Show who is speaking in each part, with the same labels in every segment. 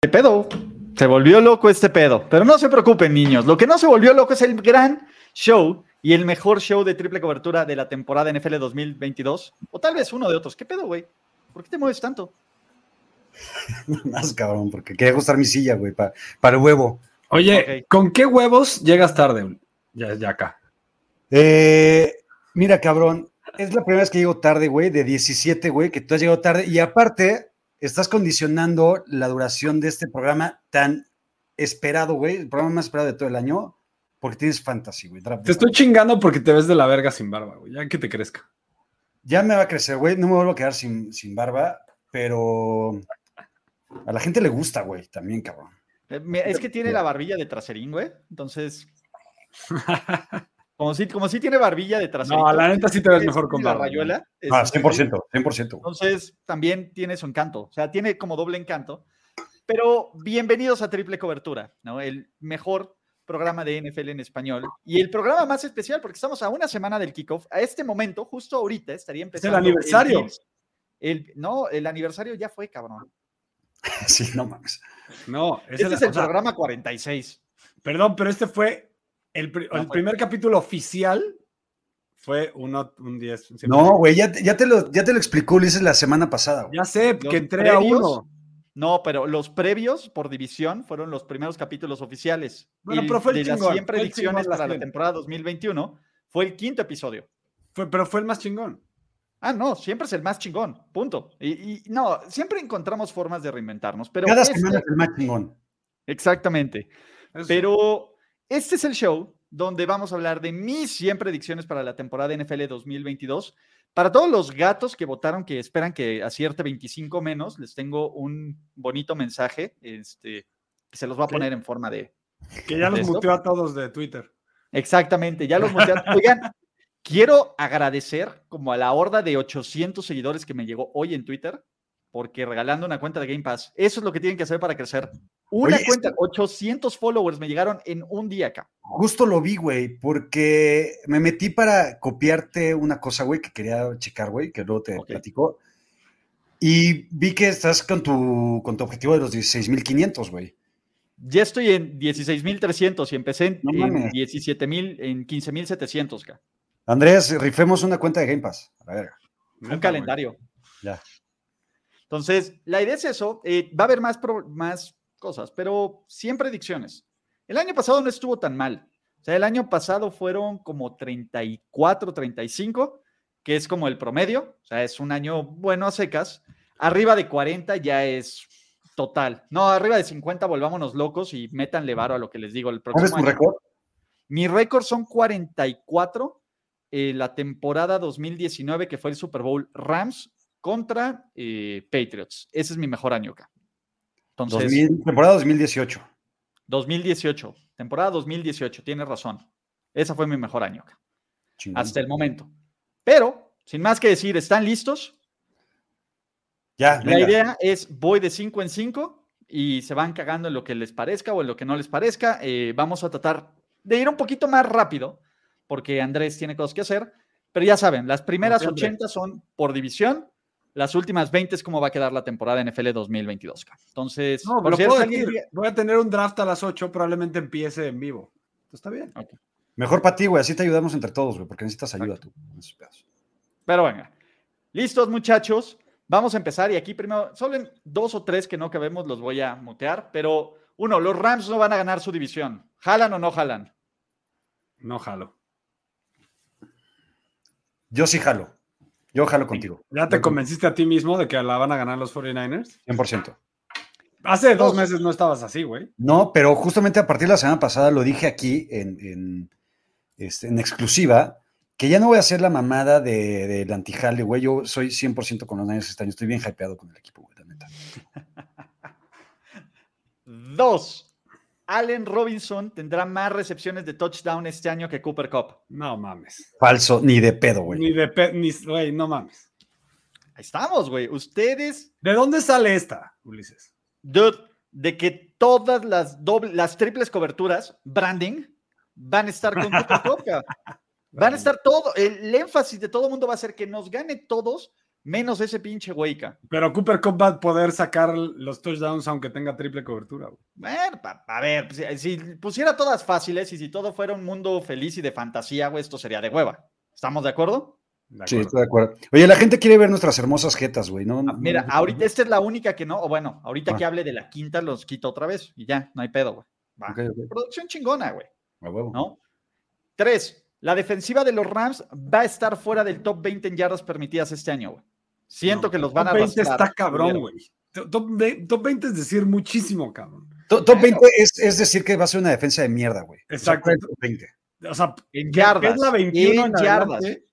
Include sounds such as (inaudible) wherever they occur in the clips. Speaker 1: ¿Qué pedo? Se volvió loco este pedo. Pero no se preocupen, niños. Lo que no se volvió loco es el gran show y el mejor show de triple cobertura de la temporada NFL 2022. O tal vez uno de otros. ¿Qué pedo, güey? ¿Por qué te mueves tanto?
Speaker 2: (laughs) Más cabrón, porque quería ajustar mi silla, güey, pa- para el huevo.
Speaker 3: Oye,
Speaker 1: Ok.
Speaker 3: ¿con qué huevos llegas tarde? Ya, ya acá.
Speaker 2: Eh, mira, cabrón, es la primera vez que llego tarde, güey, de 17, güey, que tú has llegado tarde. Y aparte, estás condicionando la duración de este programa tan esperado, güey, el programa más esperado de todo el año, porque tienes fantasy, güey. draft.
Speaker 3: Te estoy chingando porque te ves de la verga sin barba, güey. Ya que te crezca.
Speaker 2: Ya me va a crecer, güey, no me vuelvo a quedar sin, sin barba, pero a la gente le gusta, güey, también, cabrón.
Speaker 1: Eh, mira, Es que tiene la barbilla de traserín, güey. Entonces.
Speaker 3: (laughs)
Speaker 1: Como si, como si tiene barbilla de traserín.
Speaker 3: No, la neta sí te ves mejor con
Speaker 1: la
Speaker 3: barba. güey.
Speaker 1: rayuela.
Speaker 2: Ah,
Speaker 1: este,
Speaker 2: 100%, 100%. güey. (laughs)
Speaker 1: Entonces, también tiene su encanto, o sea, tiene como doble encanto. Pero bienvenidos a Triple Cobertura, ¿no? El mejor programa de NFL en español y el programa más especial porque estamos a una semana del kickoff. A este momento, justo ahorita, estaría empezando.
Speaker 3: aniversario.
Speaker 1: Bills- el- no, el aniversario ya fue, cabrón.
Speaker 2: Sí, no mames.
Speaker 3: No, ese
Speaker 1: Este es el programa 46.
Speaker 3: Perdón, pero este fue el, pri-
Speaker 1: No,
Speaker 3: el
Speaker 1: fue-
Speaker 3: primer capítulo oficial. Fue uno, un 10. un 100.
Speaker 2: No, güey, ya, te- ya, te lo, ya te lo explicó Ulises la semana pasada, güey.
Speaker 3: Ya sé,
Speaker 1: Los
Speaker 3: que entré a
Speaker 1: previos,
Speaker 3: uno.
Speaker 1: No, pero los previos por división fueron los primeros capítulos oficiales.
Speaker 3: Bueno,
Speaker 1: Y
Speaker 3: pero fue el
Speaker 1: de las
Speaker 3: chingón,
Speaker 1: 100
Speaker 3: fue el chingón
Speaker 1: predicciones
Speaker 3: las
Speaker 1: para la
Speaker 3: 100.
Speaker 1: temporada 2021 fue el quinto episodio.
Speaker 3: Fue- pero fue el más chingón.
Speaker 1: Ah, no, siempre es el más chingón, punto. Y, y no, siempre encontramos formas de reinventarnos, pero...
Speaker 2: Cada
Speaker 1: este-
Speaker 2: semana es el más chingón.
Speaker 1: Exactamente.
Speaker 3: Eso sí.
Speaker 1: Pero este es el show donde vamos a hablar de mis 100 predicciones para la temporada NFL 2022. Para todos los gatos que votaron que esperan que acierte 25 menos, les tengo un bonito mensaje, este, que se los va a
Speaker 3: Ok.
Speaker 1: poner en forma de...
Speaker 3: que ya los
Speaker 1: ¿Listo?
Speaker 3: muteó a todos de Twitter.
Speaker 1: Exactamente, ya
Speaker 2: (laughs)
Speaker 1: los mutearon. Oigan, quiero agradecer como a la horda de 800 seguidores que me llegó hoy en Twitter, porque regalando una cuenta de Game Pass, eso es lo que tienen que hacer para crecer. Una
Speaker 2: Oye,
Speaker 1: cuenta, 800 followers me llegaron en un día acá.
Speaker 2: Justo lo vi, güey, porque me metí para copiarte una cosa, güey, que quería checar, güey, que luego te
Speaker 1: Ok.
Speaker 2: platico. Y vi que estás con tu, con tu objetivo de los 16.500, güey.
Speaker 1: Ya estoy en 16,300 y empecé en,
Speaker 2: No
Speaker 1: en
Speaker 2: mames.
Speaker 1: 17,000, en 15,700. acá.
Speaker 2: Andrés, rifemos una cuenta de Game Pass. A ver,
Speaker 1: Un calendario.
Speaker 2: Ya.
Speaker 1: Entonces, la idea es eso. eh, va a haber más, pro- más cosas, pero 100 predicciones. El año pasado no estuvo tan mal. O sea, el año pasado fueron como 34, 35, que es como el promedio. O sea, es un año bueno a secas. Arriba de 40 ya es total. No, arriba de 50 volvámonos locos y métanle varo a lo que les digo el
Speaker 2: ¿cuál es
Speaker 1: próximo
Speaker 2: tu
Speaker 1: año.
Speaker 2: récord?
Speaker 1: Mi récord son 44 eh, la temporada 2019 que fue el Super Bowl Rams contra eh, Patriots. Ese es mi mejor año acá. Entonces,
Speaker 2: 2000 temporada 2018.
Speaker 1: 2018, temporada 2018, tienes razón. Esa fue mi mejor año acá,
Speaker 2: Chingón.
Speaker 1: hasta el momento. Pero, sin más que decir, ¿están listos?
Speaker 2: Ya,
Speaker 1: La
Speaker 2: venga.
Speaker 1: idea es voy de 5 en 5 y se van cagando en lo que les parezca o en lo que no les parezca. Eh, vamos a tratar de ir un poquito más rápido porque Andrés tiene cosas que hacer. Pero ya saben, las primeras
Speaker 3: siempre.
Speaker 1: 80 son por división, las últimas 20 es cómo va a quedar la temporada NFL 2022. ca. Entonces,
Speaker 3: No,
Speaker 1: por
Speaker 3: pero
Speaker 1: si
Speaker 3: puedo
Speaker 1: alguien
Speaker 3: decir,
Speaker 1: llega-
Speaker 3: voy a tener un draft a las 8, probablemente empiece en vivo. Entonces, Está bien.
Speaker 2: Mejor para ti, güey, así te ayudamos entre todos, güey, porque necesitas ayuda tú. en esos pedazos.
Speaker 1: pero venga, listos muchachos, vamos a empezar y aquí primero, solo en dos o tres que no cabemos los voy a mutear, pero uno, los Rams no van a ganar su división, jalan o no jalan.
Speaker 3: No jalo.
Speaker 2: Yo sí jalo. Yo jalo contigo.
Speaker 3: ¿Ya te convenciste a ti mismo de que la van a ganar los 49ers?
Speaker 2: 100%.
Speaker 3: Hace dos
Speaker 1: Dos.
Speaker 3: meses no estabas así, güey.
Speaker 2: No, pero justamente a partir de la semana pasada lo dije aquí en, en, este, en exclusiva, que ya no voy a hacer la mamada de- del antijale, güey. Yo soy 100% con los Niners este año. Estoy bien hypeado con el equipo, güey, la neta.
Speaker 1: Dos, Allen Robinson tendrá más recepciones de touchdown este año que Cooper Cup.
Speaker 3: No mames.
Speaker 2: Falso, ni de pedo, güey.
Speaker 3: Ni de pe- ni, güey, no mames.
Speaker 1: Ahí estamos, güey. Ustedes,
Speaker 3: ¿De dónde sale esta, Ulises?
Speaker 1: dude, de que todas las, doble- las triples coberturas, branding, van a estar con Cooper Cup. cabrón. Van a estar todo. El, el énfasis de todo el mundo va a ser que nos gane todos, menos ese pinche hueca.
Speaker 3: Pero Cooper Cup va a poder sacar los touchdowns aunque tenga triple cobertura. güey.
Speaker 1: Bueno, pa- a ver, si, si pusiera todas fáciles y si todo fuera un mundo feliz y de fantasía, güey, esto sería de hueva. ¿Estamos de acuerdo?
Speaker 3: De
Speaker 2: Sí,
Speaker 3: acuerdo.
Speaker 2: estoy de acuerdo. Oye, la gente quiere ver nuestras hermosas jetas, güey, ¿no?
Speaker 1: Ah, Mira,
Speaker 2: No-
Speaker 1: ahorita esta es la única que no, o bueno, ahorita que
Speaker 2: Ah.
Speaker 1: hable de la quinta los quito otra vez y ya, no hay pedo, güey. Va.
Speaker 2: Ok, ok.
Speaker 1: Producción chingona, güey,
Speaker 2: A huevo.
Speaker 1: ¿no? Tres, la defensiva de los Rams va a estar fuera del top 20 en yardas permitidas este año, güey. Siento
Speaker 3: No,
Speaker 1: que los van a
Speaker 3: Top 20
Speaker 1: arrastrar,
Speaker 3: está cabrón,
Speaker 1: culero.
Speaker 3: güey. Top, top ve- top 20 es decir muchísimo, cabrón.
Speaker 2: To- Top 20 es, es decir que va a ser una defensa de mierda, güey. O sea,
Speaker 3: Exacto.
Speaker 2: fuera del top 20.
Speaker 3: O sea,
Speaker 1: En
Speaker 3: que- que
Speaker 1: yardas.
Speaker 3: es la
Speaker 1: en
Speaker 3: 21 en
Speaker 1: yardas.
Speaker 3: adelante.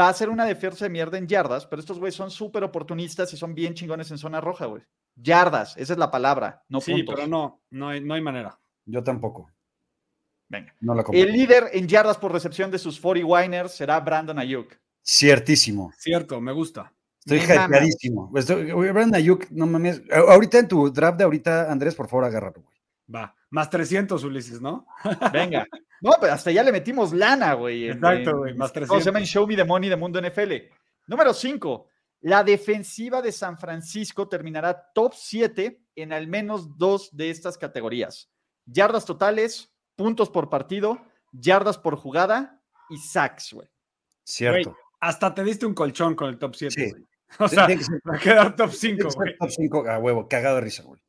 Speaker 1: Va a ser una defensa de mierda en yardas, pero estos güeyes son súper oportunistas y son bien chingones en zona roja, güey. Yardas, esa es la palabra, no
Speaker 3: sí,
Speaker 1: puntos.
Speaker 3: pero no, no hay, no hay manera.
Speaker 2: Yo tampoco.
Speaker 1: Venga.
Speaker 2: No la compro.
Speaker 1: El líder en yardas por recepción de sus 49ers será Brandon Ayuk.
Speaker 2: Ciertísimo.
Speaker 3: Cierto, me gusta.
Speaker 2: Estoy
Speaker 1: Me
Speaker 2: hypeadísimo. Estoy- güey, Brandon Ayuk, no mames. A- Ahorita en tu draft de ahorita, Andrés, por favor, agárralo, güey.
Speaker 3: Va. Más 300, Ulises, ¿no?
Speaker 1: Venga. (laughs) No, pero hasta ya le metimos lana, güey. en-
Speaker 3: Exacto,
Speaker 1: en-
Speaker 3: güey, más
Speaker 1: ¿Cómo se llama en
Speaker 3: 300.
Speaker 1: Show Me the Money de Mundo NFL? Número 5. La defensiva de San Francisco terminará top 7 en al menos dos de estas categorías. Yardas totales, puntos por partido, yardas por jugada y sacks, güey.
Speaker 2: Cierto.
Speaker 3: Hasta te diste un colchón con el top 7.
Speaker 2: Sí.
Speaker 3: (laughs) O sea,
Speaker 2: Tiene que ser-
Speaker 3: va a quedar top 5,
Speaker 2: tiene que ser
Speaker 3: güey.
Speaker 2: top 5 a huevo, cagado de risa, güey.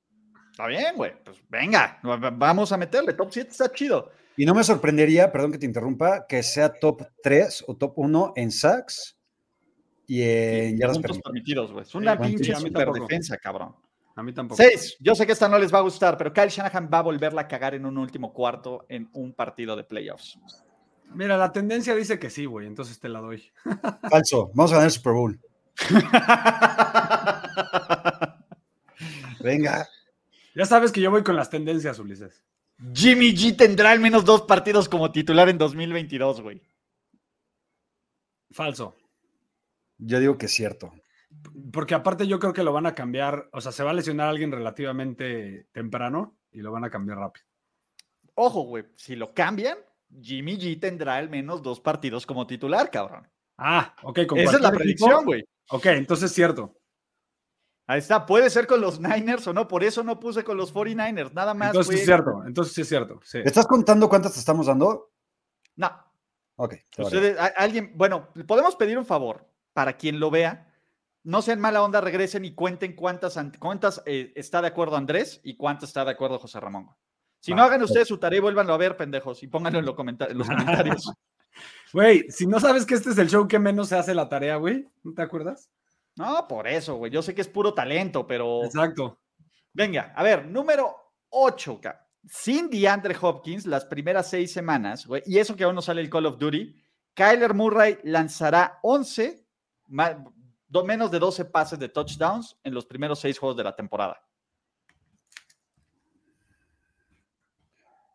Speaker 1: Está bien, güey. Pues venga, va- va- vamos a meterle. Top 7 está chido.
Speaker 2: Y no me sorprendería, perdón que te interrumpa, que sea top 3 o top 1 en sacks y en Eh, yardas
Speaker 1: puntos
Speaker 2: permitidas.
Speaker 1: permitidos, güey. Es
Speaker 3: Sí,
Speaker 1: una
Speaker 2: bueno, sí,
Speaker 1: pinche
Speaker 3: a mí
Speaker 1: super
Speaker 3: tampoco.
Speaker 1: defensa, cabrón.
Speaker 3: A mí tampoco.
Speaker 1: Seis. Yo sé que esta no les va a gustar, pero Kyle Shanahan va a volverla a cagar en un último cuarto en un partido de playoffs.
Speaker 3: Mira, la tendencia dice que sí, güey, entonces te la doy.
Speaker 2: Falso. Vamos a ganar el Super Bowl.
Speaker 3: (laughs)
Speaker 2: Venga.
Speaker 3: Ya sabes que yo voy con las tendencias, Ulises.
Speaker 1: Jimmy G tendrá al menos dos partidos como titular en 2022, güey.
Speaker 3: Falso.
Speaker 2: Yo digo que es cierto.
Speaker 3: Porque aparte yo creo que lo van a cambiar, o sea, se va a lesionar a alguien relativamente temprano y lo van a cambiar rápido.
Speaker 1: Ojo, güey, si lo cambian, Jimmy G tendrá al menos dos partidos como titular, cabrón.
Speaker 3: Ah, ok, con
Speaker 1: Esa es la
Speaker 3: cualquier
Speaker 1: predicción,
Speaker 3: equipo.
Speaker 1: güey.
Speaker 3: Ok, entonces es cierto.
Speaker 1: Ahí está, puede ser con los Niners o no, por eso no puse con los 49ers, nada más.
Speaker 3: Entonces
Speaker 1: güey.
Speaker 3: es cierto, entonces sí es cierto. sí.
Speaker 2: ¿Estás contando cuántas te estamos dando?
Speaker 1: No,
Speaker 2: Ok. te vale.
Speaker 1: Ustedes, a- alguien, bueno, podemos pedir un favor para quien lo vea. No sean mala onda, regresen y cuenten cuántas, an- cuántas eh, está de acuerdo Andrés y cuántas está de acuerdo José Ramón. Si no,
Speaker 3: Va,
Speaker 1: hagan ustedes su tarea y vuélvanlo a ver, pendejos, y pónganlo en, lo comenta- en los comentarios.
Speaker 3: Güey, si no sabes que este es el show que menos se hace la tarea, güey, ¿no te acuerdas?
Speaker 1: No, por eso, güey. Yo sé que es puro talento, pero.
Speaker 3: Exacto.
Speaker 1: Venga, a ver, número 8, sin DeAndre Hopkins las primeras seis semanas, güey, y eso que aún no sale el Call of Duty, Kyler Murray lanzará 11, ma- do- menos de 12 pases de touchdowns en los primeros seis juegos de la temporada.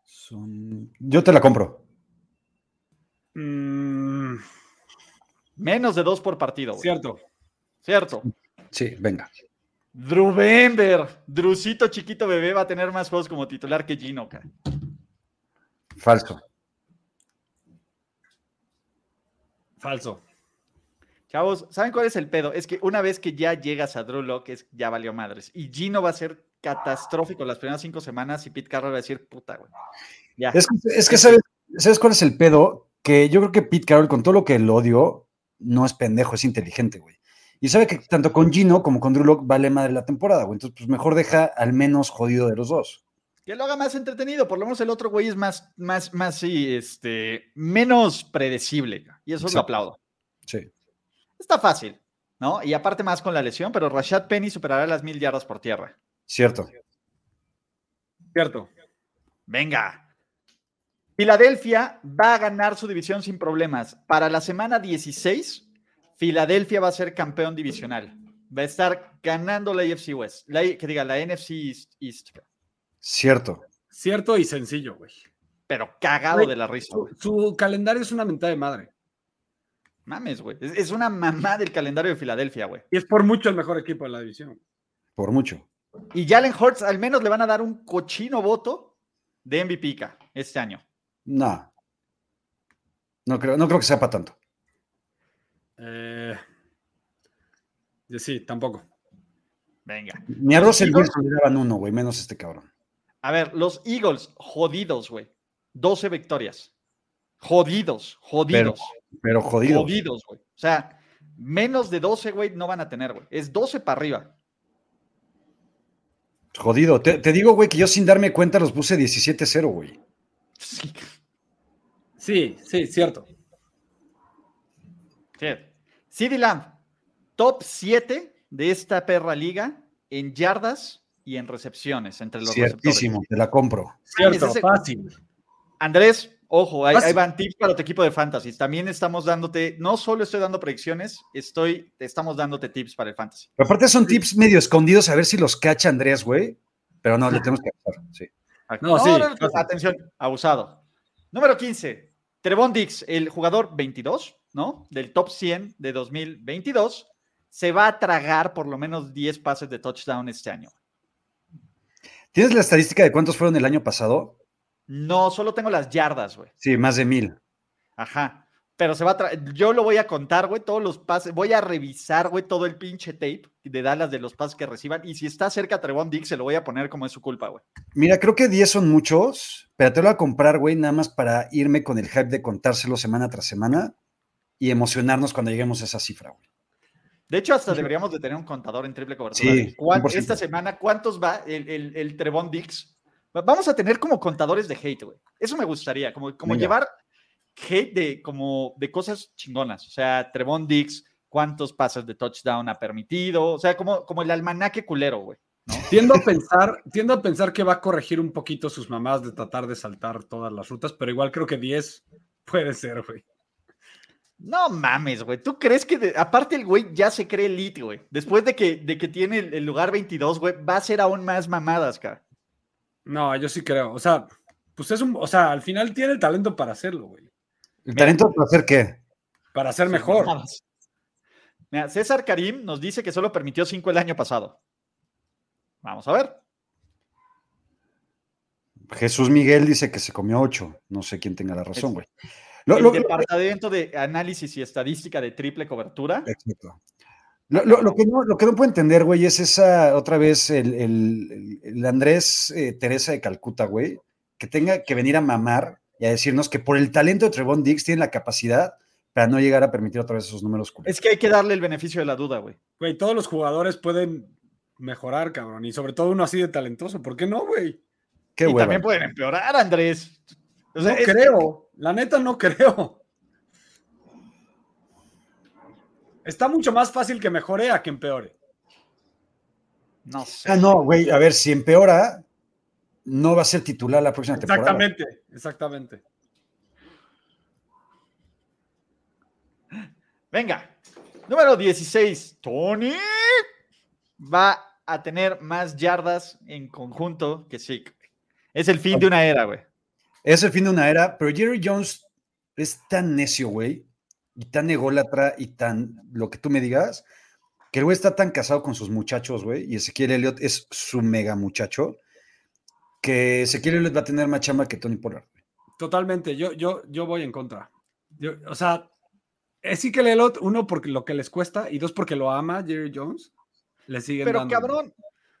Speaker 2: Son- Yo te la compro.
Speaker 3: Mm,
Speaker 1: Menos de dos por partido, güey.
Speaker 3: cierto.
Speaker 1: Cierto.
Speaker 2: Sí, venga.
Speaker 1: Drew Bember, Drucito chiquito bebé va a tener más juegos como titular que Gino, cara.
Speaker 2: Falso.
Speaker 3: Falso.
Speaker 1: Chavos, ¿saben cuál es el pedo? Es que una vez que ya llegas a Drew Lock, es ya valió madres. Y Gino va a ser catastrófico las primeras cinco semanas y Pete Carroll va a decir, puta, güey. Ya.
Speaker 2: Es que, es que ¿sabes, ¿sabes cuál es el pedo? Que yo creo que Pete Carroll, con todo lo que el odio, no es pendejo, es inteligente, güey. Y sabe que tanto con Gino como con Drew Lock vale madre la temporada, güey. Entonces, pues mejor deja al menos jodido de los dos.
Speaker 1: Que lo haga más entretenido. Por lo menos el otro güey es más, más, más, sí, este, menos predecible. Y eso lo
Speaker 2: Exacto.
Speaker 1: aplaudo.
Speaker 2: Sí.
Speaker 1: Está fácil, ¿no? Y aparte más con la lesión, pero Rashad Penny superará las mil yardas por tierra.
Speaker 2: Cierto.
Speaker 3: Cierto.
Speaker 1: Venga. Filadelfia va a ganar su división sin problemas. Para la semana 16, Filadelfia va a ser campeón divisional. Va a estar ganando la AFC West. La, que diga, la NFC East. East.
Speaker 2: Cierto.
Speaker 3: Cierto y sencillo, güey.
Speaker 1: Pero cagado
Speaker 3: Güey,
Speaker 1: de la risa,
Speaker 3: Su,
Speaker 1: güey.
Speaker 3: su calendario es una mentada de madre.
Speaker 1: Mames, güey. Es, es una mamá del calendario de Filadelfia, güey.
Speaker 3: Y es por mucho el mejor equipo de la división.
Speaker 2: Por mucho.
Speaker 1: Y Jalen Hurts al menos le van a dar un cochino voto de MVP ca, este año.
Speaker 2: No. No creo, no creo que sea para tanto.
Speaker 3: Eh, y sí, tampoco.
Speaker 1: Venga.
Speaker 2: Ni a Russell Wilson le daban uno, güey, menos este cabrón.
Speaker 1: A ver, los Eagles, jodidos, güey. 12 victorias. Jodidos, jodidos.
Speaker 2: Pero jodido.
Speaker 1: jodidos, güey. O sea, menos de 12, güey, no van a tener, güey. Es 12 para arriba.
Speaker 2: Jodido. Te, te digo, güey, que yo sin darme cuenta los puse 17-0, güey.
Speaker 1: Sí.
Speaker 3: Sí, sí, cierto.
Speaker 1: CD Lamb, top 7 de esta perra liga en yardas y en recepciones entre los
Speaker 2: Ciertísimo, te la compro.
Speaker 3: Cierto,
Speaker 1: es ese-
Speaker 3: fácil.
Speaker 1: receptores. Andrés, ojo, ahí,
Speaker 3: Vas-
Speaker 1: ahí van tips para tu equipo de fantasy. También estamos dándote, no solo estoy dando predicciones, estoy, estamos dándote tips para el fantasy.
Speaker 2: Pero aparte son tips medio escondidos, a ver si los cacha Andrés, güey. Pero no, le tenemos que avisar, sí.
Speaker 3: No, sí, fácil.
Speaker 1: atención, abusado. Número 15, Trevon Dix, el jugador 22, ¿no? Del top 100 de 2022, se va a tragar por lo menos 10 pases de touchdown este año.
Speaker 2: ¿Tienes la estadística de cuántos fueron el año pasado?
Speaker 1: No, solo tengo las yardas, güey.
Speaker 2: Sí, más de mil.
Speaker 1: Ajá. Pero se va a tra- yo lo voy a contar, güey, todos los pases, voy a revisar, güey, todo el pinche tape de Dallas de los pases que reciban y si está cerca Trevon Dix se lo voy a poner como es su culpa, güey.
Speaker 2: Mira, creo que 10 son muchos, pero te lo voy a comprar, güey, nada más para irme con el hype de contárselo semana tras semana y emocionarnos cuando lleguemos a esa cifra, güey.
Speaker 1: De hecho, hasta deberíamos de tener un contador en triple cobertura.
Speaker 2: Sí,
Speaker 1: de cuán-
Speaker 2: 100%.
Speaker 1: esta semana, ¿cuántos va el, el, el Trevon Dix? Va- Vamos a tener como contadores de hate, güey. Eso me gustaría, como, como
Speaker 2: Venga.
Speaker 1: llevar hate de, como de cosas chingonas. O sea, Trevon Dix, cuántos pases de touchdown ha permitido. O sea, como, como el almanaque culero, güey.
Speaker 3: Tiendo a pensar, tiendo a pensar que va a corregir un poquito sus mamás de tratar de saltar todas las rutas, pero igual creo que 10 puede ser, güey.
Speaker 1: No mames, güey. ¿Tú crees que de- aparte el güey ya se cree elite, güey? Después de que, de que tiene el, el lugar 22, güey, va a ser aún más mamadas, cara.
Speaker 3: No, yo sí creo. O sea, pues es un, o sea, al final tiene el talento para hacerlo, güey.
Speaker 2: ¿El talento para hacer qué?
Speaker 3: Para ser mejor.
Speaker 1: Mamadas. Mira, César Karim nos dice que solo permitió 5 el año pasado. Vamos a ver.
Speaker 2: Jesús Miguel dice que se comió 8. No sé quién tenga la razón, güey. Lo-
Speaker 1: el
Speaker 2: lo- lo-
Speaker 1: departamento de análisis y estadística de triple cobertura.
Speaker 2: Exacto. Lo, lo- lo que no, lo que no puedo entender, güey, es esa, otra vez, el, el- el- el Andrés eh, Teresa de Calcuta, güey, que tenga que venir a mamar y a decirnos que por el talento de Trevon Dix tiene la capacidad para no llegar a permitir otra vez esos números culeros.
Speaker 1: Es que hay que darle el beneficio de la duda, güey.
Speaker 3: Güey, todos los jugadores pueden mejorar, cabrón. Y sobre todo uno así de talentoso. ¿Por qué no, güey?
Speaker 2: Qué
Speaker 1: y
Speaker 2: hueva.
Speaker 1: también pueden empeorar, Andrés. O sea,
Speaker 3: no
Speaker 1: es-
Speaker 3: creo. La neta, no creo. Está mucho más fácil que mejore a que empeore.
Speaker 1: no sé.
Speaker 2: Ah, no, güey, a ver, si empeora, no va a ser titular la próxima temporada.
Speaker 3: Exactamente, exactamente.
Speaker 1: Venga. Número 16. Tony va a tener más yardas en conjunto que Zeke. Es el fin de una era, güey.
Speaker 2: Es el fin de una era, pero Jerry Jones es tan necio, güey, y tan ególatra y tan lo que tú me digas, que el güey está tan casado con sus muchachos, güey, y Ezequiel Elliott es su mega muchacho, que Ezequiel Elliott va a tener más chamba que Tony Pollard. güey.
Speaker 3: Totalmente, yo, yo, yo voy en contra. Yo, o sea, es sí que Lelot, uno, porque lo que les cuesta, y dos, porque lo ama Jerry Jones, le siguen
Speaker 1: Pero
Speaker 3: dando.
Speaker 1: cabrón,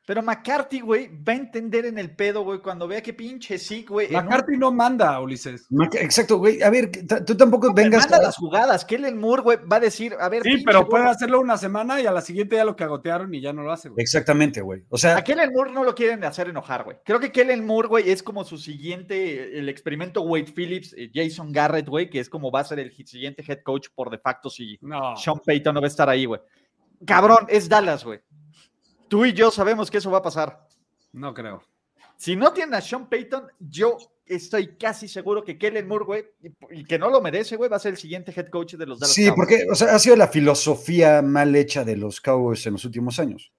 Speaker 1: pero McCarthy, güey, va a entender en el pedo, güey, cuando vea que pinche sí, güey. en un-
Speaker 3: McCarthy no manda, Ulises.
Speaker 2: Ma- Exacto, güey. A ver, que ta- tú tampoco
Speaker 1: te
Speaker 2: vengas.
Speaker 1: manda
Speaker 2: a-
Speaker 1: las jugadas. Kellen Moore, güey, va a decir, a ver,
Speaker 3: Sí,
Speaker 1: pinche
Speaker 3: pero
Speaker 1: güey,
Speaker 3: puede hacerlo una semana y a la siguiente ya lo cagotearon y ya no lo hace,
Speaker 2: Eh,
Speaker 3: güey.
Speaker 2: Exactamente, güey. O sea,
Speaker 1: A Kellen Moore no lo quieren hacer enojar, güey. Creo que Kellen Moore, güey, es como su siguiente, eh, el experimento Wade Phillips, eh, Jason Garrett, güey, que es como va a ser el hi- siguiente head coach por de facto si
Speaker 3: No.
Speaker 1: Sean Payton no va a estar ahí, güey. Cabrón, es Dallas, güey. Tú y yo sabemos que eso va a pasar.
Speaker 3: No creo.
Speaker 1: Si no tienen a Sean Payton, yo estoy casi seguro que Kellen Moore, güey, y, y que no lo merece, güey, va a ser el siguiente head coach de los Dallas
Speaker 2: sí,
Speaker 1: Cowboys.
Speaker 2: porque o sea, ha sido la filosofía mal hecha de los Cowboys en los últimos años.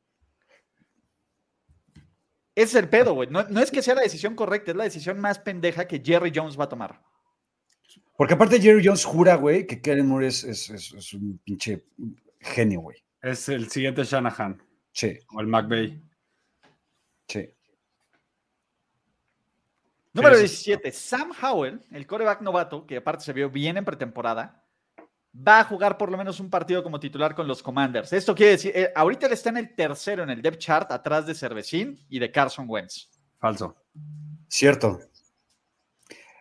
Speaker 1: Ese es el pedo, güey. No, no es que sea la decisión correcta, es la decisión más pendeja que Jerry Jones va a tomar.
Speaker 2: Porque aparte Jerry Jones jura, güey, que Kellen Moore es, es- es- es un pinche genio, güey.
Speaker 3: Es el siguiente Shanahan
Speaker 2: Sí,
Speaker 3: o el McVay.
Speaker 2: sí.
Speaker 1: Número
Speaker 3: Sí, sí.
Speaker 1: 17, Sam Howell, el coreback novato, que aparte se vio bien en pretemporada, va a jugar por lo menos un partido como titular con los Commanders. Esto quiere decir, eh, ahorita él está en el tercero en el depth chart, atrás de Cervecín y de Carson Wentz.
Speaker 3: Falso.
Speaker 2: Cierto.